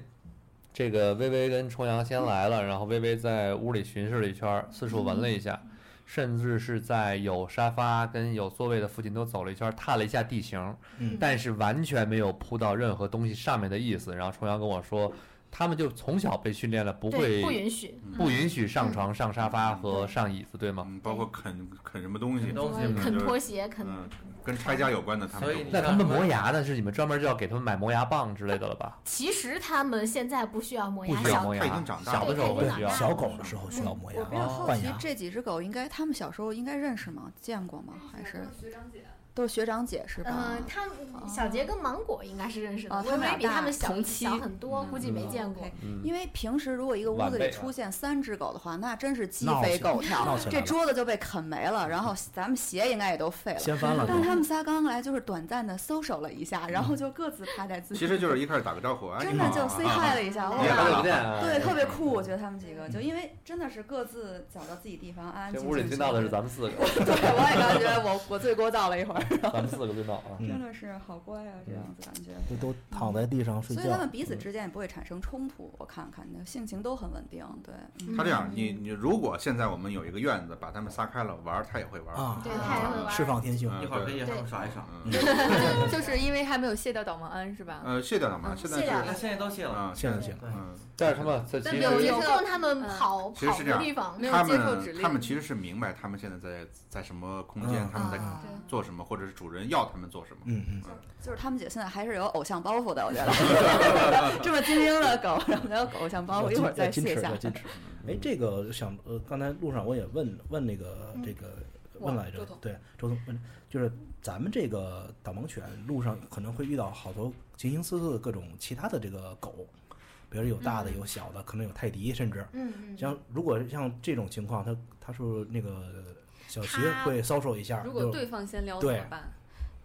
S1: 这个微微跟重阳先来了，然后微微在屋里巡视了一圈儿，四处闻了一下，甚至是在有沙发跟有座位的附近都走了一圈儿，踏了一下地形，
S2: 嗯
S1: 但是完全没有扑到任何东西上面的意思。然后重阳跟我说，他们就从小被训练了，不
S5: 对，
S1: 会
S5: 不允许。
S6: 嗯
S1: 不允许上床、上沙发和
S5: 对
S1: 上椅子，对吗？
S6: 嗯，包括啃啃什么东西，
S4: 啃东西
S6: 嗯
S5: 啃
S6: 就是
S5: 拖鞋，啃
S6: 嗯，跟拆家有关的，他们
S4: 所以
S6: 都
S4: 你
S6: 不
S1: 那
S4: 看
S1: 他们磨牙呢？是你们专门就要给他们买磨牙棒之类的了吧？
S5: 其实他们现在不需要磨牙，
S1: 不需要
S5: 小
S1: 磨牙，
S6: 它已经长大
S1: 小的时候
S5: 对
S1: 会
S5: 它已
S1: 需
S5: 经
S1: 要。
S5: 长
S2: 小狗的时候需要磨
S3: 嗯
S2: 牙
S3: 我比较好
S2: 哎换
S3: 奇
S2: 牙，
S3: 这几只狗应该，他们小时候应该认识吗？见过吗？
S7: 哦
S3: 还是
S7: 学长姐
S3: 都是学长姐是吧
S5: 嗯，？他们小杰跟芒果应该是认识的，
S3: 哦
S5: 微
S3: 他们
S5: 微
S3: 俩
S5: 比他们
S3: 大
S5: 小
S7: 同期
S5: 小很多，
S6: 嗯
S5: 估计没见过
S3: OK。
S1: 嗯
S3: 因为平时如果一个屋
S1: 晚
S3: 子
S1: 辈
S3: 里
S1: 啊
S3: 出现三只狗的话，那真是鸡
S2: 闹
S3: 飞
S2: 起
S3: 狗跳
S2: 闹起，来
S3: 这
S2: 了
S3: 桌子就被啃没了，然后咱们鞋应该也都废了。
S2: 掀翻了
S3: 但是
S2: 就。
S3: 他们仨刚来就是短暂的搜手了一下，然后就各自趴在自己，
S6: 其实就是一开始打个招呼，哎，
S3: 真
S6: 你
S3: 的
S6: 好
S3: 就
S6: 啊
S3: say hi 了一 下，
S6: 你也
S3: 哇，
S6: 好
S1: 不见啊
S3: 对，特别酷。我觉得他们几个就因为真的是各自找到自己地方，安安
S1: 这
S3: 静静。
S1: 屋里最闹的是咱们四个，
S3: 对，我也感觉我我最聒噪了一会儿，
S1: 咱们四个最闹啊。
S2: 嗯
S3: 真的是好乖啊，这样子感觉。
S2: 都都躺在地上睡
S3: 所以他
S2: 觉嗯
S3: 们，彼此之间也不会产生冲突，我看看，那性情都很稳定，对，嗯
S6: 他这样，你你如果现在我们有一个院子，把他们撒开了玩儿，他也会玩儿
S2: 啊
S5: 对，太会玩
S2: 释
S5: 儿。
S2: 放天性。
S6: 嗯
S4: 一会儿可以让他们耍一耍。
S6: 嗯，
S7: 就是因为还没有卸掉导盲鞍是吧？
S6: 呃，卸掉了嘛，
S5: 嗯
S6: 现
S5: 卸掉
S6: 在
S4: 那
S6: 是
S4: 现在都谢了，
S6: 啊，
S2: 现在
S6: 在
S2: 行
S6: 嗯，
S1: 但是他们在其
S7: 但
S5: 有
S7: 有一
S1: 实
S7: 些
S5: 有供他们
S7: 嗯
S5: 跑
S6: 其实
S5: 跑
S6: 是这
S5: 的
S6: 样
S5: 地方，
S7: 没有
S6: 他
S7: 接受指
S6: 们
S7: 令
S6: 他们其实是明白他们现在在在什么空间
S2: 嗯，
S6: 他们在
S7: 啊
S6: 做什么，或者是主人要他们做什么。
S2: 嗯嗯，
S3: 就是他们姐现在还是有偶像包袱的，我觉得， 这么精英的狗，然后没有偶像包
S2: 要
S3: 袱，一会儿
S2: 矜
S3: 再
S2: 要矜
S3: 卸
S2: 持
S3: 下
S2: 要。矜持。哎，这个想呃，刚才路上我也问问那个这个问来着
S7: 周总，
S2: 对，周总问就是咱们这个导盲犬路上可能会遇到好多形形色色的各种其他的这个狗，比如有大的有小的，可能有泰迪，甚至
S5: 嗯嗯，
S2: 像如果像这种情况，它它是不是那个小齐
S5: 它
S2: 会搔首一下，
S7: 如果
S2: 就
S7: 对方先撩怎
S2: 对
S7: 么办？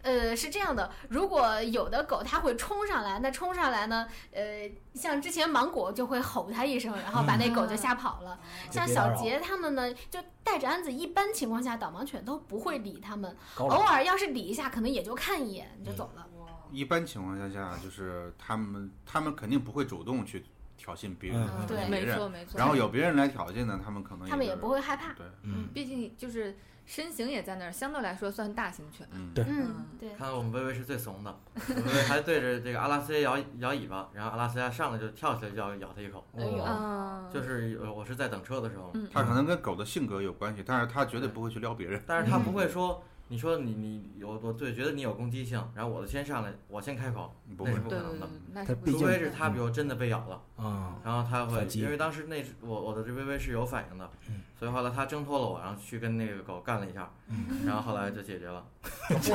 S5: 呃，是这样的，如果有的狗它会冲上来，那冲上来呢，呃，像之前芒果就会吼它一声，然后把那狗就吓跑了。像
S2: 别打
S5: 小
S2: 扰
S5: 杰他们呢，就带着鞍子，一般情况下导盲犬都不会理他们，
S2: 高
S5: 偶
S2: 冷
S5: 尔要是理一下，可能也就看一眼就走了。
S6: 一般情况下下，就是他们他们肯定不会主动去挑衅别人
S2: 嗯，
S5: 对
S6: 别
S7: 没
S6: 人。
S7: 错没错。
S6: 然后有别人来挑衅呢，他们可能
S5: 他们
S6: 就
S5: 也
S6: 是
S5: 不会害怕。
S6: 对，
S2: 嗯，
S7: 毕竟就是身形也在那儿，相对来说算大型犬。
S6: 嗯，
S2: 对
S5: 嗯，对，
S4: 看来我们微微是最怂的，我们微微还对着这个阿拉斯加摇摇尾巴，然后阿拉斯加上来就跳起来就要咬它一口。
S2: 哦
S5: 哎呦
S6: 嗯
S7: 啊，
S4: 就是呃我是在等车的时候，
S7: 嗯
S6: 他可能跟狗的性格有关系，但是他绝对不会去撩别人。
S4: 但是它不会说你说你你有我对觉得你有攻击性，然后我就先上来，我先开口，
S6: 不
S4: 那
S6: 会
S4: 是不可
S7: 对
S4: 能的。
S7: 那
S2: 他
S7: 是不
S2: 毕
S4: 除
S2: 竟
S4: 非是他，比如真的被咬了，
S2: 啊，
S4: 然后他会
S2: 反，击
S4: 因为当时那只我我的这微微是有反应的，所以后来他挣脱了我，然后去跟那个狗干了一下，然后后来就解决了。那只狗就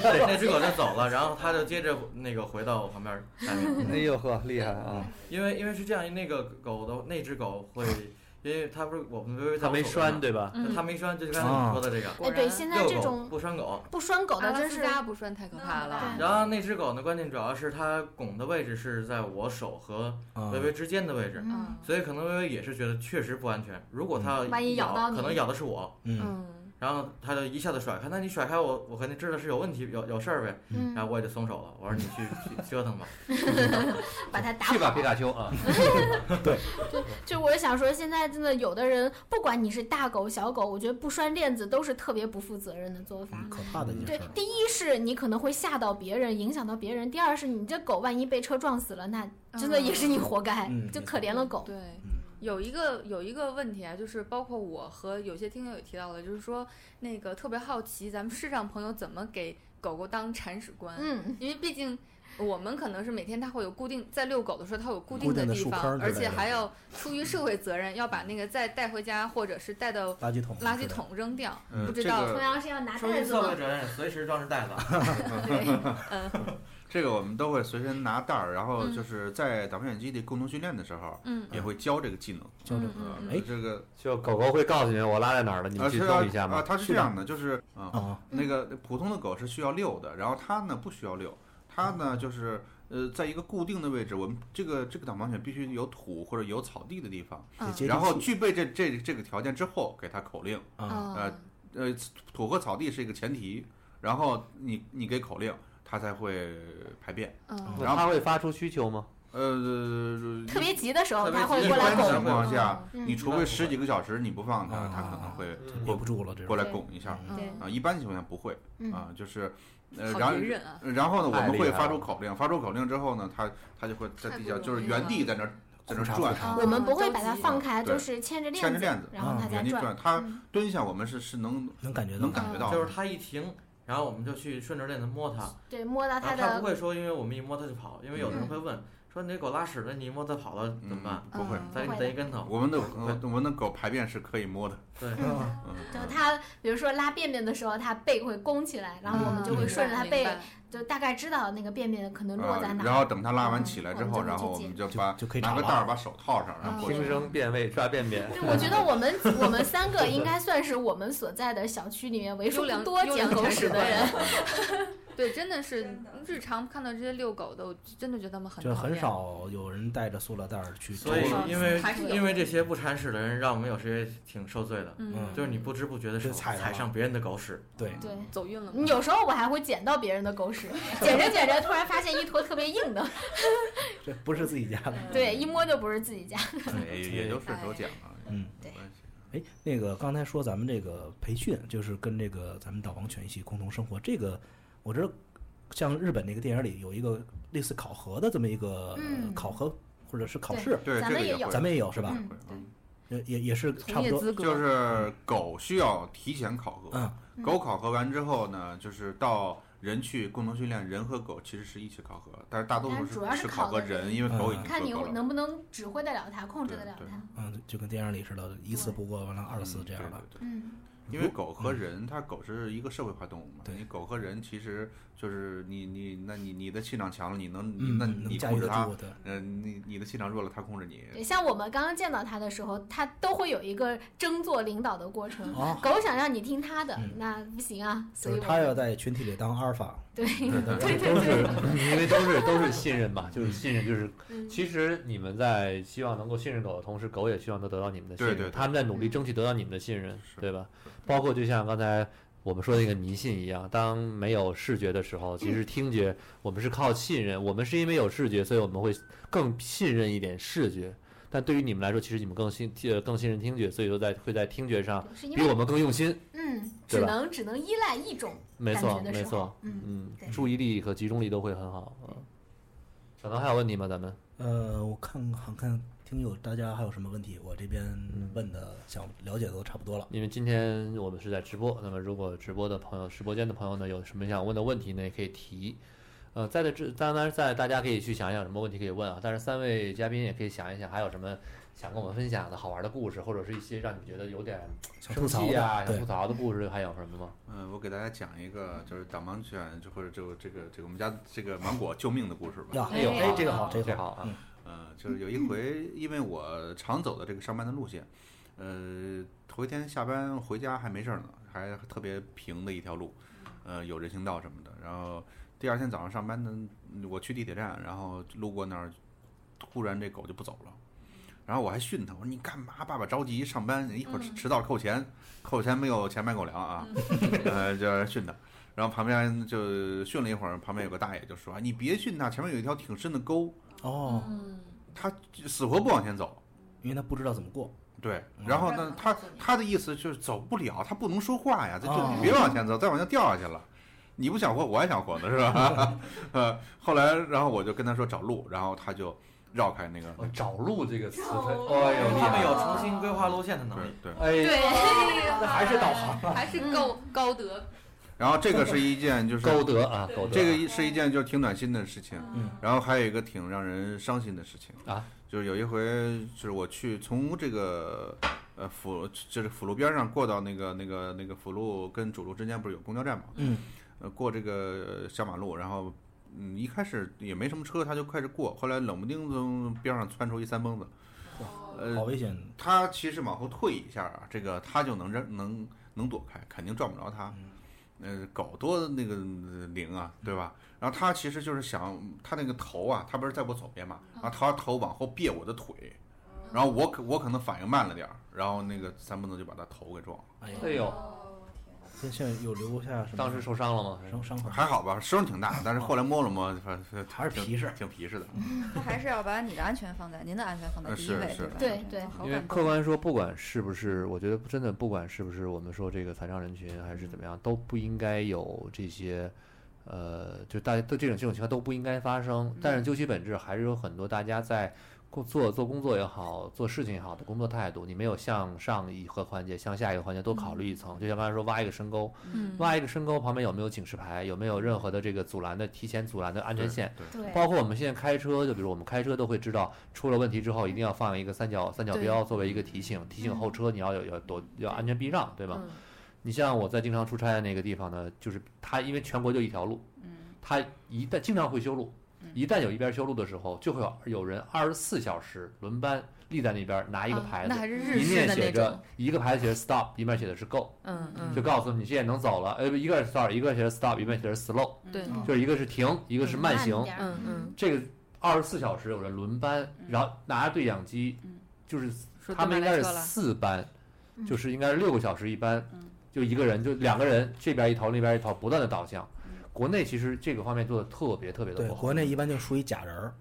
S4: 那只狗就走了，然后他就接着那个回到我旁边儿待着，
S1: 哎呦呵，厉害啊！
S4: 因为因为是这样，那个狗的那只狗会，因为它不是我们微微在
S1: 他
S4: 我
S1: 没
S4: 手
S1: 拴
S4: 上，
S1: 对吧？
S4: 它没拴，就刚才你说的这个。
S5: 哎，对，现在
S4: 遛
S5: 这
S4: 狗
S5: 种
S4: 不拴狗，
S5: 不拴狗
S7: 阿
S5: 的
S7: 拉
S5: 真
S7: 斯
S5: 是，
S7: 加不算太可怕了。啊
S4: 然后那只狗呢，关键主要是它拱的位置是在我手和
S2: 啊
S4: 微微之间的位置，
S7: 嗯
S4: 所以可能微微也是觉得确实不安全。如果它
S5: 嗯万一咬到你
S4: 可能咬的是我，
S2: 嗯，
S7: 嗯，
S4: 然后它就一下子甩开，那你甩开我，我肯定知道是有问题，有有事儿呗。
S5: 嗯
S4: 然，后我也就松手了，我说你去去折腾吧。
S5: 把它打
S1: 去吧，
S5: 跑
S1: 皮。卡丘啊！
S5: 就我想说，现在真的有的人，不管你是大狗小狗，我觉得不拴链子都是特别不负责任的做法。
S2: 嗯可怕的一件
S5: 对
S2: 事儿，。
S5: 第一是你可能会吓到别人，影响到别人；第二是你这狗万一被车撞死了，那真的也是你活该，
S2: 嗯
S5: 就可怜了狗。
S7: 对。有一个有一个问题啊，就是包括我和有些听友也提到了，就是说那个特别好奇，咱们视障朋友怎么给狗狗当铲屎官？
S5: 嗯，
S7: 因为毕竟我们可能是每天它会有固定，在遛狗的时候它有固定
S2: 固定的
S7: 地
S2: 树坑
S7: 方，
S2: 儿之
S7: 而
S2: 类的
S7: 且还要出于社会责任，要把那个再带回家或者是带到
S2: 垃圾桶，
S7: 垃圾，桶扔掉。
S6: 嗯
S7: 不知
S6: 这
S7: 道
S6: 个
S5: 同样是要拿
S4: 出于
S5: 袋子
S4: 社
S5: 嘛
S4: 会，责任，随时装着袋子。
S6: 这个我们都会随身拿袋儿，然后
S5: 嗯
S6: 就是在导片基地共同训练的时候，
S7: 嗯，
S6: 也会教这个技能。呃
S2: 教这
S7: 嗯嗯
S2: 哎
S6: 这个
S1: 就狗狗会告诉你我拉在哪儿了，你
S6: 啊，
S1: 们去
S6: 是
S1: 动一下
S6: 啊，啊
S1: 吗？
S6: 它是这样的，就是
S7: 嗯
S6: 啊，
S2: 啊，
S5: 嗯
S6: 那个普通的狗是需要遛的，然后它呢不需要遛，它呢就是呃，在一个固定的位置，我们这个这个导盲犬必须有土或者有草地的地方，
S7: 嗯
S2: 得接地
S6: 然后
S2: 气
S6: 具备这这这个条件之后，给它口令，
S7: 嗯
S2: 啊，
S6: 呃呃，土和草地是一个前提，然后你你给口令，它才会排便，
S3: 哦
S7: 嗯
S1: 那它会发出需求吗？
S6: 呃，
S5: 特别急的时候，它会
S6: 一
S5: 哦过来
S6: 般
S5: 拱。
S6: 情况下，
S5: 嗯
S6: 你除非十几个小时你不放它，
S2: 啊
S6: 它可能会
S2: 憋不住了，这
S6: 过
S2: 种
S6: 来拱一下
S2: 嗯
S7: 对
S6: 啊。一般情况下不会
S5: 嗯
S6: 啊，就是呃，然
S7: 好
S6: 后
S7: 隐忍啊，
S6: 然后呢，我
S1: 太
S6: 们
S1: 厉
S6: 会
S1: 害
S6: 发
S1: 了
S6: 出口令，发出口令之后呢，它它就会在
S7: 太
S6: 地
S7: 不
S6: 下就是
S7: 容易
S6: 原
S7: 了
S6: 地在那儿
S5: 嗯
S6: 在那儿
S2: 裤衩
S6: 嗯转
S2: 裤，
S5: 我们不会把它
S7: 着急
S5: 放开，
S6: 对
S5: 就是牵着链
S6: 牵着链子
S5: 然后它
S6: 原
S5: 再
S6: 地
S5: 转。
S6: 转。它
S5: 嗯
S6: 蹲下，我们是是能
S2: 能感觉到
S6: 嗯能，感觉 到
S4: 就是
S6: 的，
S4: 它一停，然后我们就去顺着链子摸它，
S5: 对，摸到
S6: 啊
S4: 然后它
S5: 它
S4: 不
S5: 的
S4: 会说，因为我们一摸它就跑，因为有的人会问说你这狗拉屎了，你一摸它跑了怎么办？
S6: 嗯？不会，
S7: 嗯
S4: 再给你蹬一跟头。
S6: 我们的呃我们的狗排便是可以摸的，
S4: 对，
S2: 啊
S6: 嗯，
S5: 就嗯它，比如说拉便便的时候，它背会弓起来，然后我们就会
S7: 嗯
S5: 顺着它
S7: 明白
S5: 背
S7: 明，白
S5: 就大概知道那个便便可能呃落在
S6: 啊
S5: 哪
S6: 然
S5: 儿。
S6: 后等它拉完起来之
S5: 嗯
S6: 后，
S5: 我们就
S6: 然
S5: 去嗯
S6: 后我
S5: 接
S6: 们就
S2: 就
S6: 把
S2: 就可以
S6: 拿
S2: 查
S6: 个
S2: 了
S6: 袋儿把手套上，然后过
S1: 听
S6: 去。
S1: 声辨位抓便便，
S5: 对，我觉得我们我们三个应该算是我们所在的小区里面为数
S7: 优良
S5: 不多
S7: 优
S5: 捡
S7: 良
S5: 狗
S7: 铲
S5: 屎
S7: 屎
S5: 的人。
S7: 对，真的是
S3: 真的
S7: 日常看到这些遛狗的，我真的觉得他们很
S2: 就
S7: 讨
S2: 很
S7: 厌。
S2: 少有人带着塑料袋儿去抽
S4: 所以
S2: 了，
S4: 因为
S7: 还是有
S4: 因为这些不铲屎的人，让我们有时也挺受罪的。
S7: 嗯，
S4: 就是你不知不觉的手
S2: 就踩了
S4: 踩上别人的狗屎，
S2: 对，
S5: 对，
S7: 走运了嘛。
S5: 有时候我还会捡到别人的狗屎，捡着捡着突然发现一坨特别硬 的，
S2: 这不是自己家的，
S5: 对，一摸就不是自己家。
S6: 也也就顺手捡了。
S2: 嗯，
S5: 对
S6: 没关系。
S2: 哎，那个刚才说咱们这个培训，就是跟这个咱们导盲犬一起共同生活，这个我知道，像日本那个电影里有一个类似考核的这么一个
S5: 嗯
S2: 考核或者是考
S5: 对
S2: 试，
S6: 对，
S5: 咱
S6: 这
S5: 们
S6: 个
S5: 也有
S6: 会，
S2: 咱们也有是吧？
S6: 也
S5: 嗯
S6: 会嗯
S2: 也也也是差
S7: 从
S2: 不
S7: 业
S2: 多，
S7: 资格
S6: 就是狗需要提前考核，
S2: 嗯
S6: 狗考核完之后呢，就是到人去共同训练，人和狗其实是一起考核，但是大多数
S5: 但主要是
S6: 是
S5: 考
S6: 考核
S5: 核人
S6: 人，因为狗已
S2: 嗯
S6: 经
S5: 看你
S6: 合格了。
S5: 能不能指挥得了它，控制得了
S6: 对对
S5: 它。
S2: 嗯，就跟电影里似的，一次不过完了二次这样的
S6: 嗯，对对
S5: 嗯，
S6: 对因为狗和人，它狗是一个社会化动物嘛，
S2: 对
S6: 你狗和人其实就是你你那你你的气场强了，你能你
S2: 嗯，
S6: 那
S2: 能
S6: 你
S2: 驾
S6: 控
S2: 驭
S6: 制
S2: 得
S6: 它
S2: 住，的，
S6: 呃，你你的气场弱了，它控制你。
S5: 对，像我们刚刚见到它的时候，它都会有一个争做领导的过程。
S2: 哦，
S5: 狗想让你听它的
S2: 嗯，
S5: 那不行啊，所
S2: 就
S5: 以
S2: 是
S5: 我
S2: 它要
S5: 们
S2: 在群体里当阿尔法，
S5: 对
S2: 对
S1: 都是因为都是都是信任嘛，就是信任，就是
S5: 嗯
S1: 其实你们在希望能够信任狗的同时，狗也希望能得到你们的信任，
S6: 对对对
S1: 他们在努力争取得到你们的信任，
S6: 是
S1: 对吧？包括就像刚才我们说的那个迷信一样，当没有视觉的时候，其实听觉我们是靠信任，我们是因为有视觉，所以我们会更信任一点视觉。但对于你们来说，其实你们更信呃更信任听觉，所以说在会在听觉上
S5: 是因
S1: 比我
S5: 为
S1: 们更用心。
S5: 嗯，
S1: 对
S5: 只
S1: 吧
S5: 能只能依赖一种
S1: 没错，
S5: 感觉的
S1: 没
S5: 时候
S1: 错，
S5: 嗯
S1: 嗯
S5: 对，
S1: 注意力和集中力都会很好。嗯，小唐还有问题吗？咱们
S2: 呃，我看看看听友大家还有什么问题，我这边
S1: 嗯
S2: 问的、想了解的都差不多了。
S1: 因为今天我们是在直播，那么如果直播的朋友、直播间的朋友呢，有什么想问的问题呢，也可以提。呃，在的这当然在大家可以去想一想什么问题可以问啊，但是三位嘉宾也可以想一想，还有什么想跟我们分享的好玩的故事，或者是一些让你觉得有点
S2: 想
S1: 生
S2: 吐槽
S1: 气
S2: 的
S1: 啊、想
S2: 对
S1: 吐槽的故事，还有什么吗？
S6: 嗯，我给大家讲一个，就是导盲犬，就或者就这个这个我们家这个芒果救命的故事吧。
S2: 呀，哎呦，哎，这个好，
S1: 这
S2: 这个
S1: 好啊，
S6: 呃，就是有一回，因为我常走的这个上班的路线，呃，头一天下班回家还没事儿呢，还特别平的一条路，呃，有人行道什么的。然后第二天早上上班呢，我去地铁站，然后路过那儿，突然这狗就不走了。然后我还训它，我说你干嘛？爸爸着急上班，一会儿迟迟到了扣钱，扣钱没有钱买狗粮啊， 呃，就是训它。然后旁边就训了一会儿，旁边有个大爷就说：“哎你别训它，前面有一条挺深的沟，
S5: 嗯
S2: 哦，
S6: 他死活不往前走。
S2: 因为他不知道怎么过，
S6: 对，然后呢
S7: 嗯，
S6: 他他的意思就是走不了，他不能说话呀，这就
S2: 哦
S6: 你别往前走，再往前掉下去了。你不想活，我也想活呢，是吧？ 呃，后来，然后我就跟他说找路，然后他就绕开那个，
S1: 我找路这个词，哎
S3: 路
S1: 呦，厉
S4: 他们
S1: 害啊
S4: 有重新规划路线的能力
S6: 对。对。
S1: 哎呀，
S7: 对，
S2: 还是导 航
S7: 还
S3: 嗯
S7: 是高高德，
S6: 然后这个是一件就是
S1: 高德啊，高德，
S6: 这个一是一件就是挺暖心的事情，
S2: 嗯，
S6: 然后还有一个挺让人伤心的事情
S1: 啊，
S6: 就是有一回就是我去从这个呃辅就是辅路边上过到那个那个那个辅路跟主路之间不是有公交站嘛，
S2: 嗯，
S6: 呃过这个小马路，然后嗯一开始也没什么车，他就开始过，后来冷不丁从边上窜出一三蹦子，
S2: 好
S6: 呃，
S2: 危险，
S6: 他其实往后退一下啊，这个他就能让能能躲开，肯定撞不着他。
S2: 嗯
S6: 呃，狗多那个呃灵啊，对吧？然后他其实就是想，他那个头啊，他不是在我左边嘛，
S3: 嗯
S6: 然后他头往后别我的腿，然后我可我可能反应慢了点儿，然后那个三蹦子就把他头给撞了，
S2: 哎
S1: 哎
S2: 呀，
S1: 呦，
S5: 嗯
S2: 现现在有留下什么
S1: 当时受伤了吗？
S2: 伤伤口，
S6: 还好吧，声儿挺 大，但是后来摸了摸，反正
S2: 还是
S6: 挺
S2: 皮实
S6: 挺皮实的。
S7: 嗯
S3: 他还是要把你的安全放在您的安全放在
S6: 呃
S3: 第一
S6: 是
S3: 位，
S6: 是
S3: 对吧？嗯
S5: 对对
S3: 好
S1: 因为
S3: 感
S1: 客
S3: 动。
S1: 观说，不管是不是，我觉得真的不管是不是我们说这个残障人群还是
S3: 嗯
S1: 怎么样，都不应该有这些，呃，就大家都这种这种情况都不应该发生。但
S3: 嗯
S1: 是究其本质，还是有很多大家在工作做工作也好，做事情也好的工作态度，你没有向上一个环节，向下一个环节多考虑一
S3: 嗯
S1: 层。就像刚才说，挖一个深沟，
S7: 嗯，
S1: 挖一个深沟旁边有没有警示牌，有没有任何的这个阻拦的提前阻拦的安全线，
S5: 对，
S1: 包括我们现在开车，就比如我们开车都会知道，出了问题之后一定要放一个三角三角
S7: 对嗯
S1: 标作为一个提醒，提醒后车你要有有躲要安全避让，对
S5: 嗯
S1: 吧？你像我在经常出差的那个地方呢，就是它因为全国就一条路，
S3: 嗯，
S1: 它一旦经常会修路
S3: 嗯，
S1: 一旦有一边修路的时候，就会有有人二十四小时轮班立在那边拿一个牌
S7: 啊那
S1: 子，
S7: 还是日
S1: 一
S7: 式
S1: 面
S7: 的那
S1: 写着
S7: 种，
S1: 一个牌子写着 stop，一面写的是 go，
S7: 嗯嗯，
S1: 就告诉你现在能走了，呃，一个是 stop，一个写着 stop，一面写着 slow，
S7: 对，
S3: 嗯
S1: 就是一个是停，一个是慢行，
S5: 点儿
S7: 嗯嗯，
S1: 这个二十四小时有人轮班，
S3: 嗯
S1: 然后拿着对讲机，
S3: 嗯
S1: 就是
S7: 说
S1: 他
S7: 对
S1: 们应
S7: 面
S1: 该
S7: 来
S1: 是
S7: 车了，
S1: 四班，
S5: 嗯
S1: 就是应该是六个小时一班，
S3: 嗯
S1: 就一个人就两个人这边一头那边一头不断的导向
S3: 嗯。
S1: 国内其实这个方面做的特别特别的
S2: 对，
S1: 不好，
S2: 国内一般就属于假人儿，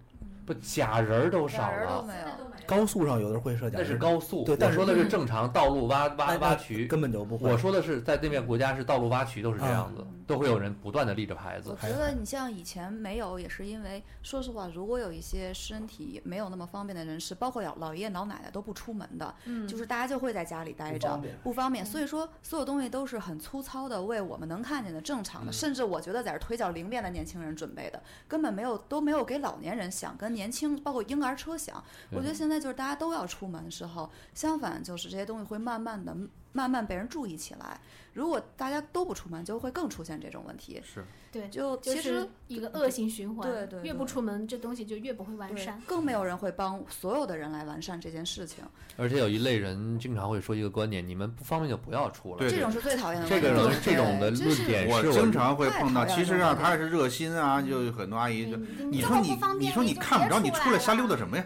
S1: 不假人儿都少
S3: 俩人都
S1: 了，
S3: 没有，
S5: 哦嗯
S2: 高速上有的会设假
S1: 那
S2: 人
S1: 是
S2: 儿，
S1: 高速，
S2: 对
S1: 我
S2: 但是
S1: 说的是正常道路挖挖
S2: 那
S1: 挖渠。
S2: 根本就不会啊
S1: 我。说的是，在那边国家是道路挖渠都是这样子，
S3: 嗯
S1: 都会有人不断的立着牌子
S3: 我。觉得你像以前没有，也是因为说实话，如果有一些身体没有那么方便的人士，包括老老爷爷老奶奶都不出门的，
S7: 嗯
S3: 就是大家就会在家里待
S2: 不
S3: 着
S2: 方便，
S3: 不方便。
S5: 嗯
S3: 所以说，所有东西都是很粗糙的，为我们能看见的、正
S1: 嗯
S3: 常的，甚至我觉得在这腿脚灵便的年轻人准备的，根本没有都没有给老年人想，跟年轻包括婴儿车想。我觉得现在就是大家都要出门的时候，相反就是这些东西会慢慢的、慢慢被人注意起来。如果大家都不出门，就会更出现这种问题。
S6: 是，
S3: 就
S5: 就
S3: 其实
S5: 是一个恶性循环，
S3: 对对
S5: 越
S3: 对
S5: 不出门，这东西就越不会完
S3: 对
S5: 善。
S3: 更没有人会帮所有的人来完善这件事情，
S1: 而且有一类人经常会说一个观点：你们不方便就不要出来。
S6: 对
S3: 这种是最讨厌的
S1: 这
S3: 问
S1: 个
S3: 题。
S1: 人
S3: 对
S1: 这种的
S3: 真
S1: 论
S3: 是
S1: 点
S6: 我
S1: 是我
S6: 经常会碰到，
S3: 太讨厌
S6: 其实
S3: 了嗯
S6: 啊，他还是热心啊，就有很多阿姨就。
S5: 嗯
S6: 你说你，你说你看不着，你出来瞎溜达什么呀？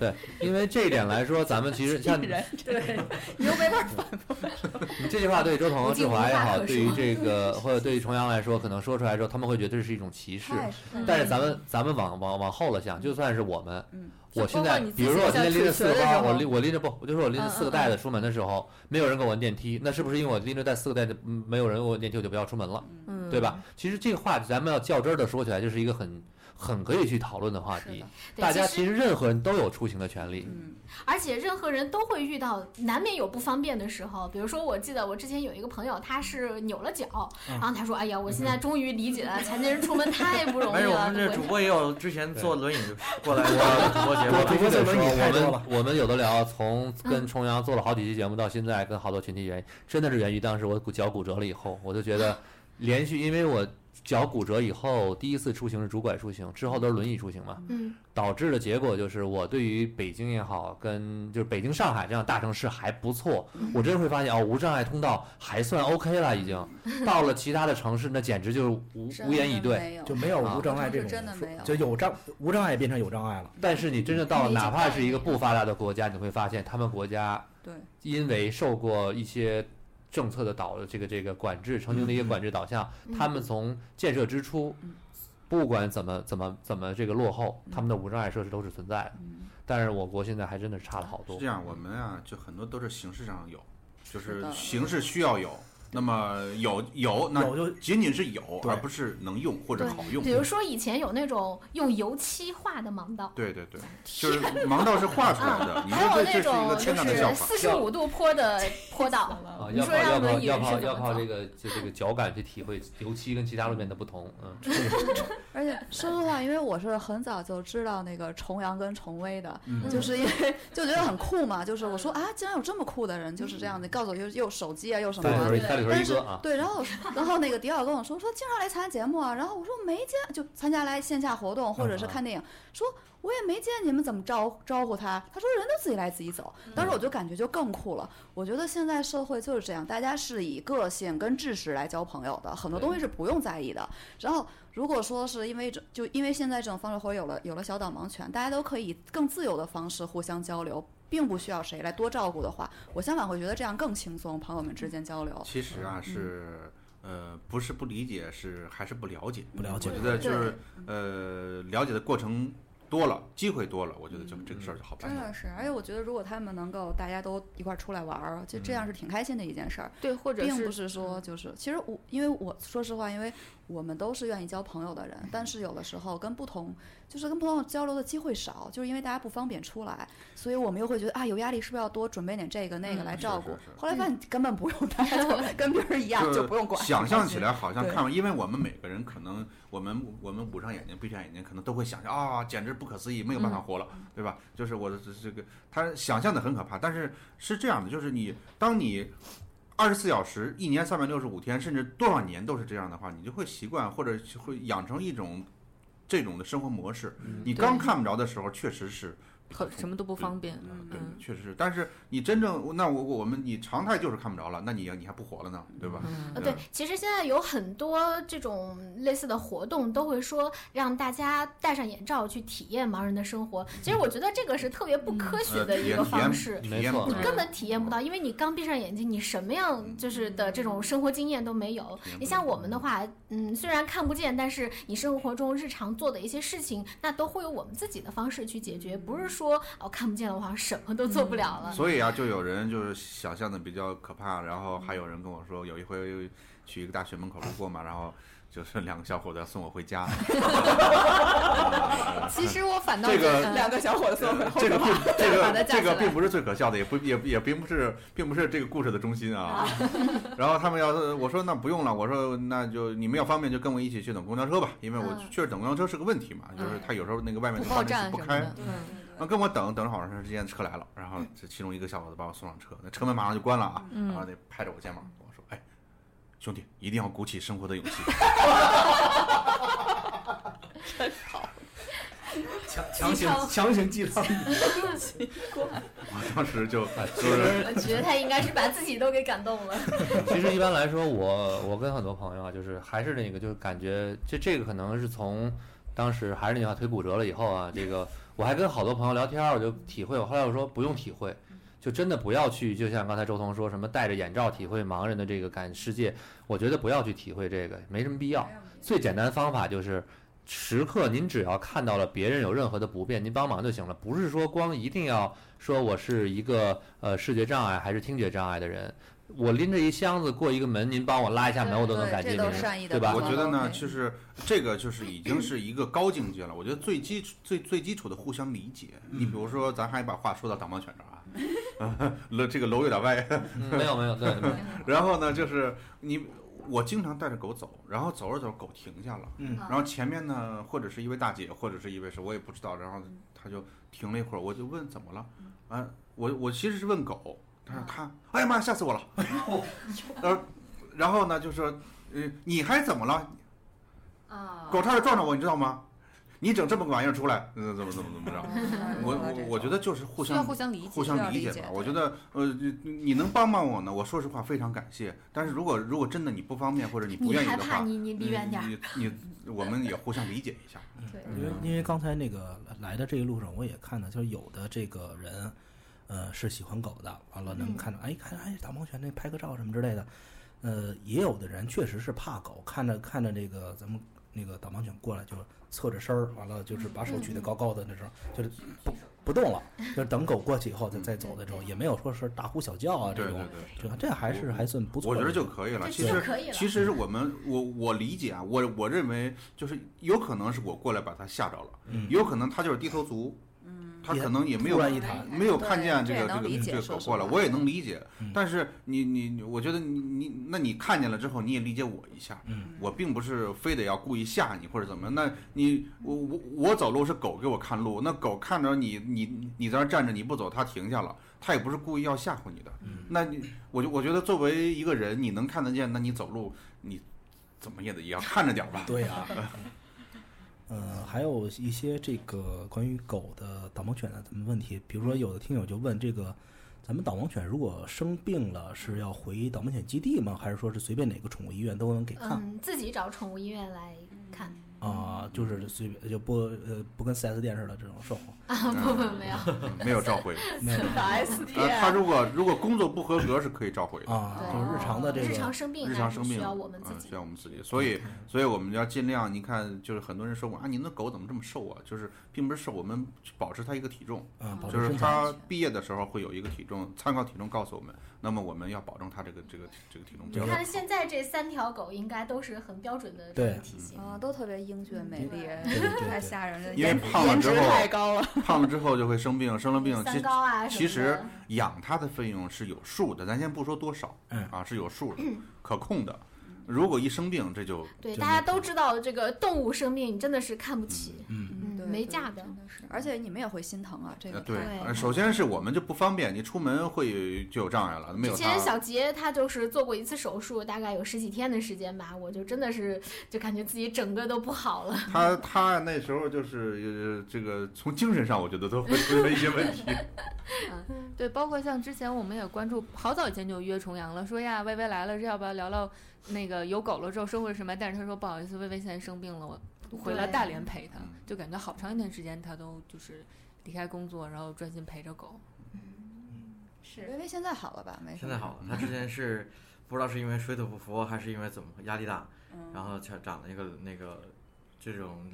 S1: 对，因为这一点来说，咱们 其实像
S3: 人
S7: 对，
S3: 你又没法反
S1: 你这句话对周
S7: 无
S1: 彤、
S7: 计
S1: 志华
S7: 无
S1: 也
S7: 话
S1: 好，
S7: 可
S1: 对于这个或者对于重阳来说，可能说出来之后，他们会觉得这是一种歧视。
S7: 嗯
S3: 派。
S1: 但是咱们咱们往往往后了想，就算是我们，
S3: 嗯
S1: 我
S7: 就
S1: 现
S7: 包
S1: 在
S7: 括你
S1: 比
S7: 自
S1: 如
S7: 己
S1: 说我
S7: 像
S1: 今天拎
S7: 去
S1: 着四
S7: 学
S1: 个
S7: 的
S1: 包，
S7: 时
S1: 我
S7: 候
S1: 拎我拎着不，我就说我拎着
S7: 嗯
S1: 四个
S7: 嗯
S1: 袋子出门的时候，没有人给我摁电梯，那是不是因为我拎着带四个袋子，嗯没有人给我摁电梯，我就不要出门了，
S3: 嗯
S7: 嗯，
S1: 对吧？？其实这个话咱们要较真儿的说起来，就是一个很很可以去讨论的话题。
S5: 对
S1: 大家
S5: 其
S1: 其实任何人都有出行的权利。
S5: 而且任何人都会遇到，难免有不方便的时候。比如说，我记得我之前有一个朋友，他是扭了脚，
S4: 嗯
S5: 然后他说：“哎呀，我现在终于理解 了，残疾人出门太不容易
S4: 没事，我
S5: 了。
S4: 们 这
S5: 我
S4: 主播也有之前坐轮椅过来过主播节
S1: 我
S4: 目，
S1: 必须得说，
S2: 轮椅太多
S1: 我
S2: 了
S1: 们我们有的聊，从跟重阳做了好几期节目到现在，跟好多群体原因，真的是源于当时我骨脚骨折了以后，我就觉得连续，因为我脚骨折以后第一次出行是拄拐出行，之后都是轮椅出行嘛，
S5: 嗯，
S1: 导致的结果就是我对于北京也好，跟就是北京、上海这样大城市还不错，我真会发现哦，无障碍通道还算 OK 了，已经到了其他的城市，那简直就是无无言以对。
S3: 没有
S2: 就没有
S1: 啊
S2: 无障碍这
S3: 我
S2: 种
S3: 是真的
S2: 说
S3: 没有
S2: 就有障无障碍变成有障碍了。
S1: 但是你真正到了
S5: 理解
S1: 哪怕是一个
S5: 概念
S1: 不发达的国家，你会发现他们国家
S3: 对
S1: 因为受过一些政策的导这个这个管制，曾经的一个管制导向，
S5: 嗯
S1: 他们从建设之初
S3: 嗯，
S1: 不管怎么怎么怎么这个落后，
S5: 嗯
S1: 他们的无障碍设施都是存在的。但是我国现在还真的是差了好
S6: 是
S1: 多
S2: 嗯
S6: 这。样，我们啊，就很多都是形式上有，就是是
S3: 的
S6: 形式需要有。那么有有，那
S2: 有就
S6: 仅仅是有，
S2: 对
S6: 而不是能用或者好用
S5: 比。如说以前有那种用油漆画的盲道，
S6: 对对对，就是盲道是画出来 的，你
S5: 还有
S6: 说
S5: 那
S6: 这这是一
S5: 种
S6: 个
S5: 就
S6: 天大的笑
S5: 是
S6: 话。
S5: 四十五度坡 的坡道，
S1: 啊，
S5: 你
S1: 要
S5: 说
S1: 靠
S5: 让
S1: 要靠
S5: 轮椅
S1: 要
S5: 人
S1: 靠
S5: 是怎
S1: 要
S5: 么
S1: 靠
S5: 走
S1: 这个就这个脚感去体会油漆跟其他路面的不同，嗯，
S3: 而且说实话，因为我是很早就知道那个重阳跟重威的，
S6: 嗯
S3: 就是因为就觉得很酷嘛，就是我说啊，竟然有这么酷的人，就是这样的，告诉我又又手机啊，又什么
S1: 三里屯三里
S3: 啊。
S1: 屯
S3: 但
S1: 一
S3: 是
S1: 哥啊，
S3: 对，然后我说然后那个迪奥跟我说说经常来参加节目啊，然后我说没见就参加来线下活动或者
S1: 嗯
S3: 是看电影，说我也没见你们怎么招招呼他，他说人都自己来自己走，当时我就感觉就更酷了。我觉得现在社会就是这样，大家是以个性跟知识来交朋友的，很多
S1: 对
S3: 东西是不用在意的。然后如果说是因为这就因为现在这种方式或者有了有了小导盲犬，大家都可以以更自由的方式互相交流。并不需要谁来多照顾的话，我相反会觉得这样更轻松，朋友们之间交流。
S6: 其实
S2: 嗯
S6: 啊是。呃，不是不理解，是还是不了解。
S2: 不了解
S6: 我觉得就是呃，了解的过程多了，机会多了，我觉得就
S2: 嗯
S6: 这个事儿就好办
S3: 真
S6: 了。
S3: 的是，而且我觉得，如果他们能够大家都一块儿出来玩儿，就这
S1: 嗯
S3: 样是挺开心的一件事儿，
S7: 对，或者
S3: 并不
S7: 是嗯
S3: 是说就是，其实我因为我说实话，因为我们都是愿意交朋友的人，但是有的时候跟不同，就是跟朋友交流的机会少，就是因为大家不方便出来，所以我们又会觉得啊有压力，是不是要多准备点这个那
S7: 嗯
S3: 个来
S6: 是
S3: 照
S6: 是
S3: 顾
S6: 是？
S3: 后来发现根本不用，大家就跟别人一样，就不用管。
S6: 想象起来好像
S3: 对
S6: 看完，因为我们每个人可能，我们我们捂上眼睛、闭上眼睛，可能都会想象啊，简直不可思议，没有
S7: 嗯
S6: 办法活了，对吧？就是我的这这个，他想象的很可怕，但是是这样的，就是你当你。二十四小时，一年三百六十五天，甚至多少年都是这样的话，你就会习惯或者会养成一种这种的生活模式。你刚看不着的时候，确实是
S7: 很什么都不方便。
S6: 嗯，对
S7: 嗯，
S6: 确实是。但是你真正那我我们你常态就是看不着了，那你你还不活了呢，对吧？
S7: 嗯
S5: 呃，对，其实现在有很多这种类似的活动，都会说让大家戴上眼罩去体验盲人的生活。其实我觉得这个是特别不科学
S6: 嗯呃，
S5: 的
S6: 体
S5: 一
S6: 验
S5: 个
S6: 体验
S5: 方式，
S6: 体
S1: 没
S6: 验
S1: 错
S6: 不嗯
S5: 你
S6: 到
S5: 根本体验不到，因为你刚闭上眼睛，你什么
S6: 嗯
S5: 样就是的这种生活经验都没有
S6: 体验。不
S5: 你
S6: 到
S5: 像我们的话，嗯，虽然看不见，但是你生活中日常做的一些事情，那都会有我们自己的方式去解决，不是说哦看不见了，我好像什么都做不了了。
S6: 所以啊，就有人就是想象的比较可怕，然后还有人跟我说，有一回去一个大学门口路过嘛，然后就是两个小伙子要送我回家。
S7: 其实我反倒
S6: 这
S7: 觉
S6: 个
S7: 得
S3: 两个小伙子坐会
S6: 这个并这
S7: 把它
S6: 个
S7: 架
S6: 这
S7: 起来
S6: 个并不是最可笑的，也不也也并不是并不是这个故事的中心啊。然后他们要是我说那不用了，我说那就你们要方便就跟我一起去等公交车吧，因为我
S5: 嗯
S6: 确实等公交车是个问题嘛，就是他有时候那个外面那个巴士不
S7: 嗯不报站
S6: 开
S7: 什么的，
S6: 那跟我等等了好长时间，车来了，然后这其中一个小伙子把我送上车，那车门马上就关了啊，
S3: 嗯
S6: 然后那拍着我肩膀跟我说：“哎，兄弟，一定要鼓起生活的勇气。”
S2: 强强行强行鸡汤，
S6: 我当时就就
S1: 就是
S6: 是
S5: 我觉得他应该是把自己都给感动了。
S1: 其实一般来说，我我跟很多朋友啊，就是还是那个，就是感觉这这个可能是从当时还是那句话，腿骨折了以后啊，这个我还跟好多朋友聊天儿，我就体会，我后来我说不用体会。就真的不要去，就像刚才周彤说什么戴着眼罩体会盲人的这个感世界，我觉得不要去体会这个，没什么必
S7: 嗯
S6: 啊
S1: 要。最简单的方法就是，时刻您只要看到了别人有任何的不便，您帮忙就行了，不是说光一定要说我是一个呃视觉障碍还是听觉障碍的人，我拎着一箱子过一个门，您帮我拉一下门，我都能感激
S3: 这
S1: 您
S3: 都是善意，的
S1: 对吧？
S3: 帮
S6: 我
S3: 忙
S6: 觉得呢，
S3: OK
S6: 其实这个就是已经是一个高境界了。我觉得最基础、最最基础的互相理解。你比如说，咱还把话说到导盲犬这儿啊 啊，楼这个楼有点歪。
S1: 嗯没有没有，对，
S6: 然后呢，就是你我经常带着狗走，然后走着走着狗停下了，
S2: 嗯
S6: 然后前面呢，或者是一位大姐，或者是一位是我也不知道，然后他就停了一会儿，我就问怎么了，啊，我我其实是问狗，但是他，哎呀妈呀，吓死我了，然后然后呢，就说，呃，你还怎么了？
S5: 哦
S7: 啊，
S6: 狗差点撞上我，你知道吗？你整这么个玩意儿出来，呃怎么怎么怎么
S3: 嗯
S6: 着？我我我觉得就是互
S7: 嗯需要
S6: 相
S7: 互相理解，
S6: 互相理解吧。我觉得，呃，你你能帮帮我呢，我说实话非常感谢。但是如果如果真的你不方便或者你不
S5: 你
S6: 愿意
S5: 害
S6: 的
S5: 怕
S6: 话，嗯
S5: 你你离远点儿。
S6: 你你你我们也互相理解一下。
S7: 对，
S2: 因为因为刚才那个来的这一路上，我也看到，就是有的这个人，呃，是喜欢狗的，完了能看到，哎，看哎导盲犬那拍个照什么之类的，呃，也有的人确实是怕狗，看着看着这个咱们那个导盲犬过来，就是侧着身儿，完了就是把手举得高高的那种，就是不不动了，就是等狗过去以后再再走的时候，也没有说是大呼小叫啊
S6: 对
S2: 这
S6: 对
S2: 种，
S6: 对。
S2: 这这还是还算不错
S6: 我
S2: 的。
S6: 觉得就可以了。
S5: 这
S6: 其
S5: 就
S6: 实
S5: 可以了
S6: 其实我们我我理解啊，我我认为就是有可能是我过来把他吓着了，
S2: 嗯
S6: 有可能他就是低头族，
S3: 嗯，
S6: 他可能也没有
S2: 突然一弹
S6: 没有看
S3: 对
S6: 见这
S3: 这也
S6: 个
S3: 能
S6: 这个
S3: 理解
S6: 这个
S3: 说
S6: 狗
S3: 实
S6: 过来，
S3: 话
S6: 我也能理解
S2: 嗯。
S6: 但是你你你，我觉得你你那你看见了之后，你也理解我一下。
S2: 嗯
S6: 我并不是非得要故意吓你或者怎么样。那你我我我走路是狗给我看路，那狗看着你你你在那儿站着你不走，它停下了，它也不是故意要吓唬你的。
S2: 嗯
S6: 那你我就我觉得作为一个人，你能看得见，那你走路你怎么也得也要看着点儿吧。
S2: 对 啊，呃，还有一些这个关于狗的导盲犬的咱们问题，比如说
S6: 嗯
S2: 有的听友就问这个，咱们导盲犬如果生病了是要回导盲犬基地吗？还是说是随便哪个宠物医院都能给看啊、
S5: 嗯，自己找宠物医院来
S6: 啊
S5: 看
S2: 就是随便就不呃不跟 4S 店似的这种售后，
S5: 啊？不不没有，
S6: 嗯没有召 回。
S2: 没有
S3: ，S
S6: 呃，他如果如果工作不合格是可以召回的。
S2: 啊，就是日常的这
S5: 日常
S2: 个
S5: 生病
S6: 日
S5: 那
S6: 常
S5: 是
S6: 生病
S5: 需要我们自
S6: 嗯，
S5: 己
S6: 需要我们自己，所以所以我们要尽量，你看，就是很多人说我啊，你那狗怎么这么瘦啊？就是并不是瘦，我们保持它一个体重，
S2: 啊，保
S6: 就
S2: 持
S6: 是
S2: 身材。
S6: 它毕业的时候会有一个体重，参考体重告诉我们，那么我们要保证它这个这个这个体重
S5: 你
S6: 不要。
S5: 看现在这三条狗应该都是很标准的这
S2: 对
S5: 个体
S6: 嗯
S5: 型，
S3: 啊，都特别英俊美丽
S2: 对对，对
S3: 太吓人了，
S6: 因为
S3: 颜
S6: 胖了
S3: 颜
S6: 之
S3: 值
S6: 后
S3: 太高了。
S6: 胖了之后就会生病， 生了病，
S5: 三
S6: 其
S5: 高啊
S6: 其
S5: 什么
S6: 实
S5: 的
S6: 养它的费用是有数的，咱先不说多少，
S2: 嗯
S6: 啊是有数的， 可控的。如果一生病，这就
S5: 对
S2: 就
S5: 大家都知道，这个动物生病你真的是看不起，
S2: 嗯，
S5: 嗯
S3: 对
S5: 没
S3: 对
S5: 价的
S3: 真的是，而且你们也会心疼啊，这
S6: 呃
S3: 个
S6: 对
S3: 太
S5: 对，
S6: 呃首先是我们就不方便，你出门会就有障碍了，没有
S5: 之前
S6: 它。
S5: 小杰他就是做过一次手术，大概有十几天的时间吧，我就真的是就感觉自己整个都不好了。
S6: 他他那时候就是呃这个从精神上，我觉得都会出了一些 问题。
S7: 对，包括像之前我们也关注，好早以前就约重阳了，说呀，薇薇来了，这要不要聊聊那个有狗了之后生活是什么？但是他说不好意思，薇薇现在生病了，我回了大连陪她
S6: 嗯，
S7: 就感觉好长一段时间她都就是离开工作，然后专心陪着狗。
S3: 嗯微微现在好了吧？没事。
S4: 现在好了，他之前是不知道是因为水土不服还是因为怎么压力大，
S3: 嗯，
S4: 然后长长了一个那个这种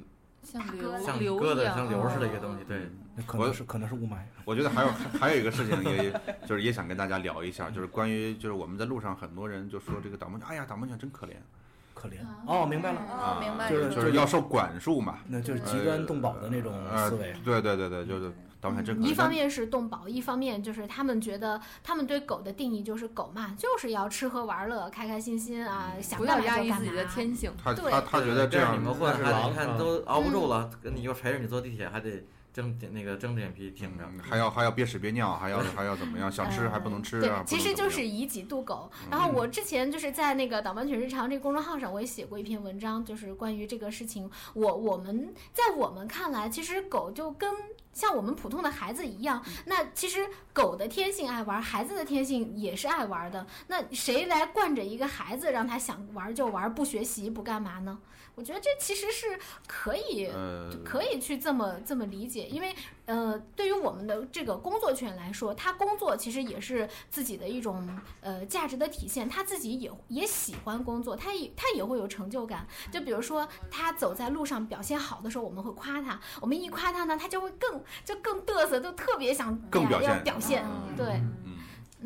S7: 像
S5: 大
S7: 瘤
S5: 疙
S4: 像啊
S7: 瘤
S4: 疙
S7: 一
S4: 瘩
S7: 样
S4: 像瘤似的一个东西，
S7: 嗯
S4: 对，
S2: 那可
S6: 我
S2: 能是可能是雾霾，
S6: 我觉得还有还有一个事情也，就是也想跟大家聊一下，就是关于就是我们在路上很多人就说这个导盲犬，哎呀，导盲犬真可怜啊
S2: 可怜哦，明白了，
S7: 啊
S3: 哦，明白，
S2: 就是
S3: 明白
S6: 就是要受管束嘛。
S2: 那就是极端动保的那种
S6: 呃
S2: 思维，，
S6: 对对对对，就是导盲犬真可怜。
S5: 嗯一方面是动保，一方面就是他们觉得他们对狗的定义就是狗嘛，就是要吃喝玩乐，开开心心啊，想
S7: 不
S5: 干
S7: 要压
S5: 嘛就
S7: 抑
S5: 干
S7: 自己
S5: 嘛。
S7: 的天性。
S6: 他
S5: 对
S6: 他他觉得
S4: 这
S6: 这样
S4: 你们混
S1: 是
S4: 还得
S1: 狼
S4: 你
S1: 嗯
S4: 看都熬不住了，跟你又陪着你坐地铁，还得睁那个睁着眼皮挺着，
S6: 嗯还要还要憋屎憋尿，还要还要怎么样？想吃还不能吃
S5: 嗯对
S6: 啊？，
S5: 其
S6: 不能
S5: 实
S6: 怎
S5: 就
S6: 么
S5: 是
S6: 样嗯
S5: 以己度狗。然后我之前就是在那个“导盲犬日常”这个公众号上，我也写过一篇文章，就是关于这个事情。我我们在我们看来，其实狗就跟像我们普通的孩子一样，
S6: 嗯
S5: 那其实狗的天性爱玩，孩子的天性也是爱玩的。那谁来惯着一个孩子，让他想玩就玩，不学习不干嘛呢？我觉得这其实是可以
S6: 呃
S5: 就可以去这么这么理解，因为呃，对于我们的这个工作犬来说，它工作其实也是自己的一种呃价值的体现，它自己也也喜欢工作，它也它也会有成就感。就比如说它走在路上表现好的时候，我们会夸它，我们一夸它呢，它就会更就更嘚瑟，就特别想
S6: 更
S5: 哎呀
S6: 表现
S5: 要表现，
S6: 嗯
S5: 对，
S6: 嗯。
S5: 嗯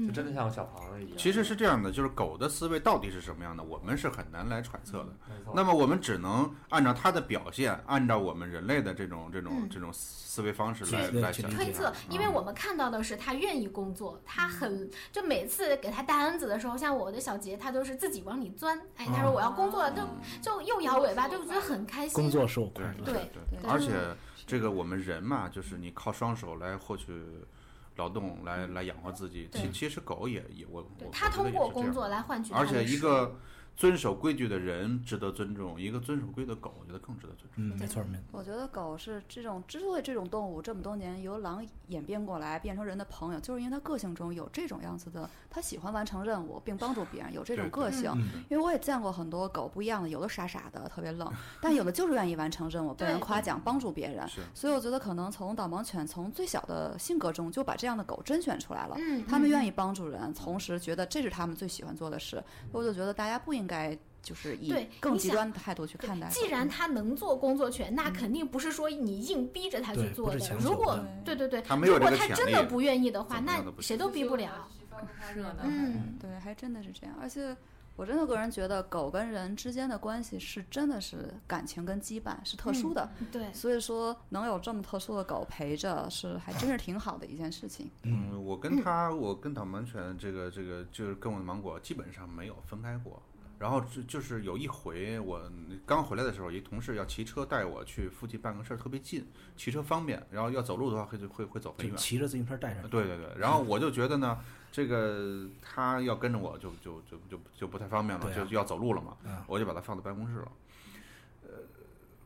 S1: 就真的像个小螃蟹一样。
S6: 其实是这样的，就是狗的思维到底是什么样的，我们是很难来揣测的。
S5: 嗯
S6: 那么我们只能按照它的表现，按照我们人类的这种这种
S5: 嗯
S6: 这种思维方式来
S2: 去
S6: 来想。
S5: 推测，因为
S6: 嗯
S5: 我们看到的是他愿意工作，他很就每次给他带案子的时候，像我的小杰，他都是自己往里钻，哎，他说我要工作了，就
S6: 嗯
S5: 就又摇尾巴，就觉得很开心。
S2: 工作使我快乐。
S6: 对
S5: 对
S6: 对，
S5: 对嗯
S6: 而且这个我们人嘛，就是你靠双手来获取劳动，来来养活自己。
S5: 嗯
S6: 其
S5: 对
S6: 其实狗也也我
S5: 对
S6: 我
S5: 他
S6: 我觉
S5: 通
S6: 得也
S5: 过
S6: 是这
S5: 工
S6: 样
S5: 作来换取他
S6: 而
S5: 的食物，
S6: 且一个遵守规矩的人值得尊重，一个遵守规矩的狗，我觉得更值得尊重。
S2: 嗯，没错没错。
S3: 我觉得狗是这种之所以这种动物这么多年由狼演变过来变成人的朋友，就是因为它个性中有这种样子的，它喜欢完成任务并帮助别人，有这种
S6: 对
S3: 个
S6: 对
S3: 性。
S2: 嗯
S3: 因为我也见过很多狗不一样的，有的傻傻的特别 愣，但有的就是愿意完成任务，被人
S5: 对
S3: 夸奖，帮助别人
S6: 是。
S3: 所以我觉得可能从导盲犬从最小的性格中就把这样的狗甄选出来了。
S5: 嗯，
S3: 他们愿意
S5: 意。
S3: 帮助人，同时觉得这是他们最喜欢做的事，我就觉得大家不应该就是以
S5: 对
S3: 更
S5: 你
S3: 极
S5: 想
S3: 端的态度去看待狗。嗯
S5: 既然他能做工作犬，
S6: 嗯
S5: 那肯定不是说你硬逼着他去
S2: 对
S5: 做
S2: 不
S5: 的
S2: 是强。
S5: 如
S2: 求
S5: 果
S2: 的
S5: 对对对，
S6: 他没有
S5: 如
S6: 这
S5: 果
S6: 个
S5: 他
S6: 潜
S5: 真
S6: 力
S5: 的不愿意的话，
S6: 怎么
S5: 那
S6: 样都不
S5: 谁
S6: 行
S5: 都逼不了。
S7: 去烧个花热闹。
S5: 嗯，
S3: 对，还真的是这样。而且我真的个人觉得，狗跟人之间的关系是真的是感情跟羁绊是
S7: 嗯
S3: 特殊的，
S5: 对，
S3: 所以说能有这么特殊的狗陪着，是还真是挺好的一件事情。
S6: 嗯，我跟他，我跟导盲犬这个这个就是跟我的芒果基本上没有分开过。然后就就是有一回我刚回来的时候，一同事要骑车带我去附近办个事儿，特别近，骑车方便。然后要走路的话会会会走很
S2: 就
S6: 远。
S2: 骑着自行车带上去。
S6: 对对对，然后我就觉得呢，这个他要跟着我就就就就就不太方便了，
S2: 对啊
S6: 就就要走路了嘛，
S2: 嗯
S6: 我就把他放到办公室了。呃，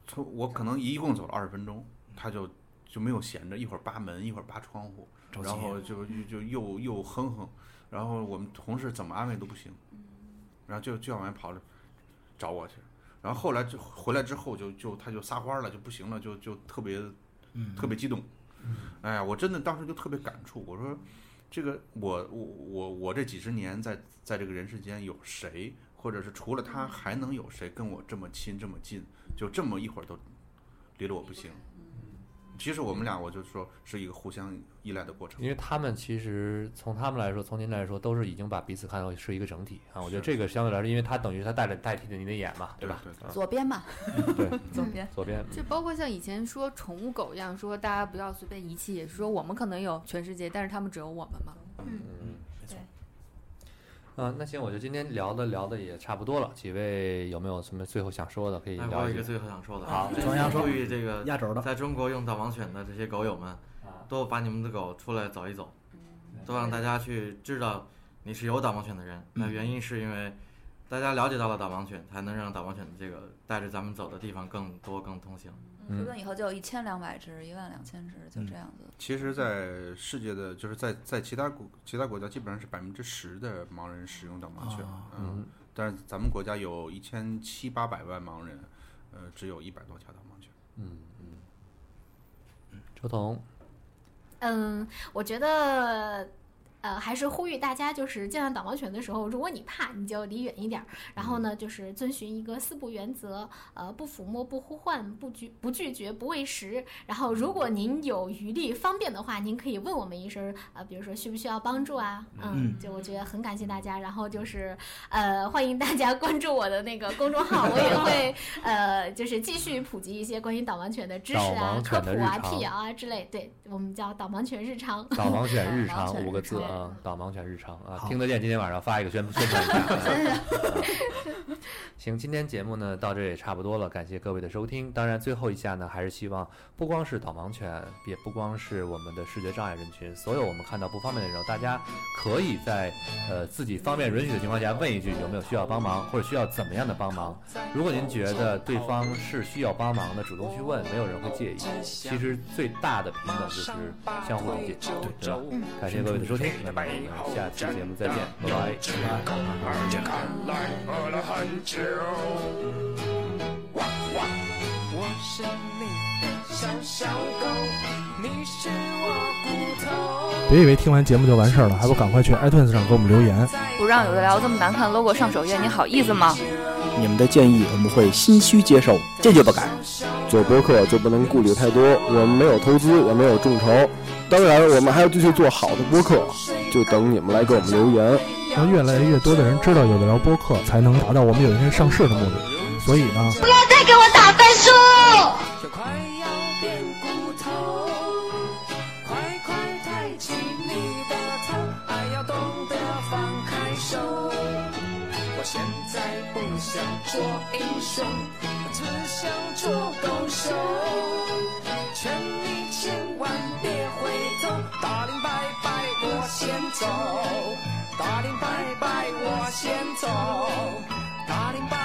S6: 从我可能一共走了二十分钟，他就就没有闲着，一会儿扒门，一会儿扒窗户，
S2: 着急
S6: 然后就就就又又哼哼，然后我们同事怎么安慰都不行，然后就就往外跑了找我去。然后后来就回来之后就就他就撒欢儿了，就不行了，就就特别
S2: 嗯
S6: 特别激动。哎呀，我真的当时就特别感触，我说这个我我我我这几十年在在这个人世间有谁，或者是除了他还能有谁跟我这么亲这么近，就这么一会儿都离了我不嗯行。其实我们俩，我就说是一个互相依赖的过程
S1: 因。为他们其实从他们来说，从您来说，都是已经把彼此看作是一个整体啊。我觉得
S6: 是
S1: 这个相对来说，因为他等于他带着代替着您的眼嘛，
S6: 对
S1: 吧？
S6: 对对
S1: 啊
S3: 左边嘛，
S1: 对，
S3: 左边。
S1: 左边
S7: 就包括像以前说宠物狗一样，说大家不要随便遗弃，也是说我们可能有全世界，但是他们只有我们嘛。
S1: 嗯，
S2: 没错
S5: 对。
S1: 嗯，那行，我觉得今天聊的聊的也差不多了，几位有没有什么最后想说的可以
S4: 哎，我
S1: 聊
S4: 有
S1: 一
S4: 一个
S1: 下？
S4: 最后想说的，
S1: 好
S4: 这
S2: 王阳说
S4: 呼吁这个
S2: 压轴的，
S4: 在中国用导盲犬的这些狗友们
S1: 啊，嗯
S4: 都把你们的狗出来走一走，都让大家去知道你是有导盲犬的人。
S1: 嗯
S4: 那原因是因为大家了解到了导盲犬，才能让导盲犬的这个带着咱们走的地方更多更通行。
S1: 嗯
S3: 说不定以后就有一千两百只、一万两千只，就这样子。
S6: 其实，在世界的，就是在在其他国其他国家，基本上是百分之十的盲人使用导盲犬。
S2: 哦
S6: 嗯，但是咱们国家有一千七八百万盲人，呃，只有一百多家导盲犬。
S1: 嗯嗯，周彤，
S5: 嗯，我觉得。呃，还是呼吁大家，就是见到导盲犬的时候，如果你怕，你就离远一点儿。然后呢，就是遵循一个四不原则，呃，不抚摸、不呼唤、不拒、不拒绝、不喂食。然后，如果您有余力、方便的话，您可以问我们一声，呃，比如说需不需要帮助啊？嗯，就我觉得很感谢大家。然后就是，呃，欢迎大家关注我的那个公众号，我也会呃，就是继续普及一些关于导盲犬的知识
S1: 导
S5: 啊
S1: 盲、
S5: 科
S1: 犬的
S5: 普啊、
S1: 日常
S5: 辟谣啊之类。对我们叫导盲犬日常。
S1: 导盲犬日
S3: 导盲
S1: 常
S3: 犬
S1: 五个
S3: 日
S1: 字
S3: 常
S1: 啊，导盲犬日常啊，
S2: 好
S1: 听得见，今天晚上发一个宣宣传 单。啊行，今天节目呢到这儿也差不多了，感谢各位的收听。当然，最后一下呢，还是希望不光是导盲犬，也不光是我们的视觉障碍人群，所有我们看到不方便的人，大家可以在呃自己方便允许的情况下问一句有没有需要帮忙，或者需要怎么样的帮忙。如果您觉得对方是需要帮忙的，主动去问，没有人会介意。其实最大的平等就是相互理解，对吧？感谢各位的收听，那么我们下期节目再见，拜拜。
S8: 而且看来饿了很久。汪汪，我是你的小小狗，你是我骨头。
S2: 别以为听完节目就完事儿了，还不赶快去 iTunes 上给我们留言。
S7: 不让有的聊这么难看 logo 上首页，你好意思吗？
S9: 你们的建议我们会心虚接受，坚决不改。做播客就不能顾虑太多。我们没有投资，也没有众筹，当然我们还要继续做好的播客，就等你们来给我们留言。
S10: 让越来越多的人知道有的聊播客，才能达到我们有一天上市的目的。所以呢，
S3: 不要再给我打分数。现在不想做英雄，我只想做狗熊。劝你千万别回头，打铃拜拜我先走，打铃拜拜我先走，打铃拜。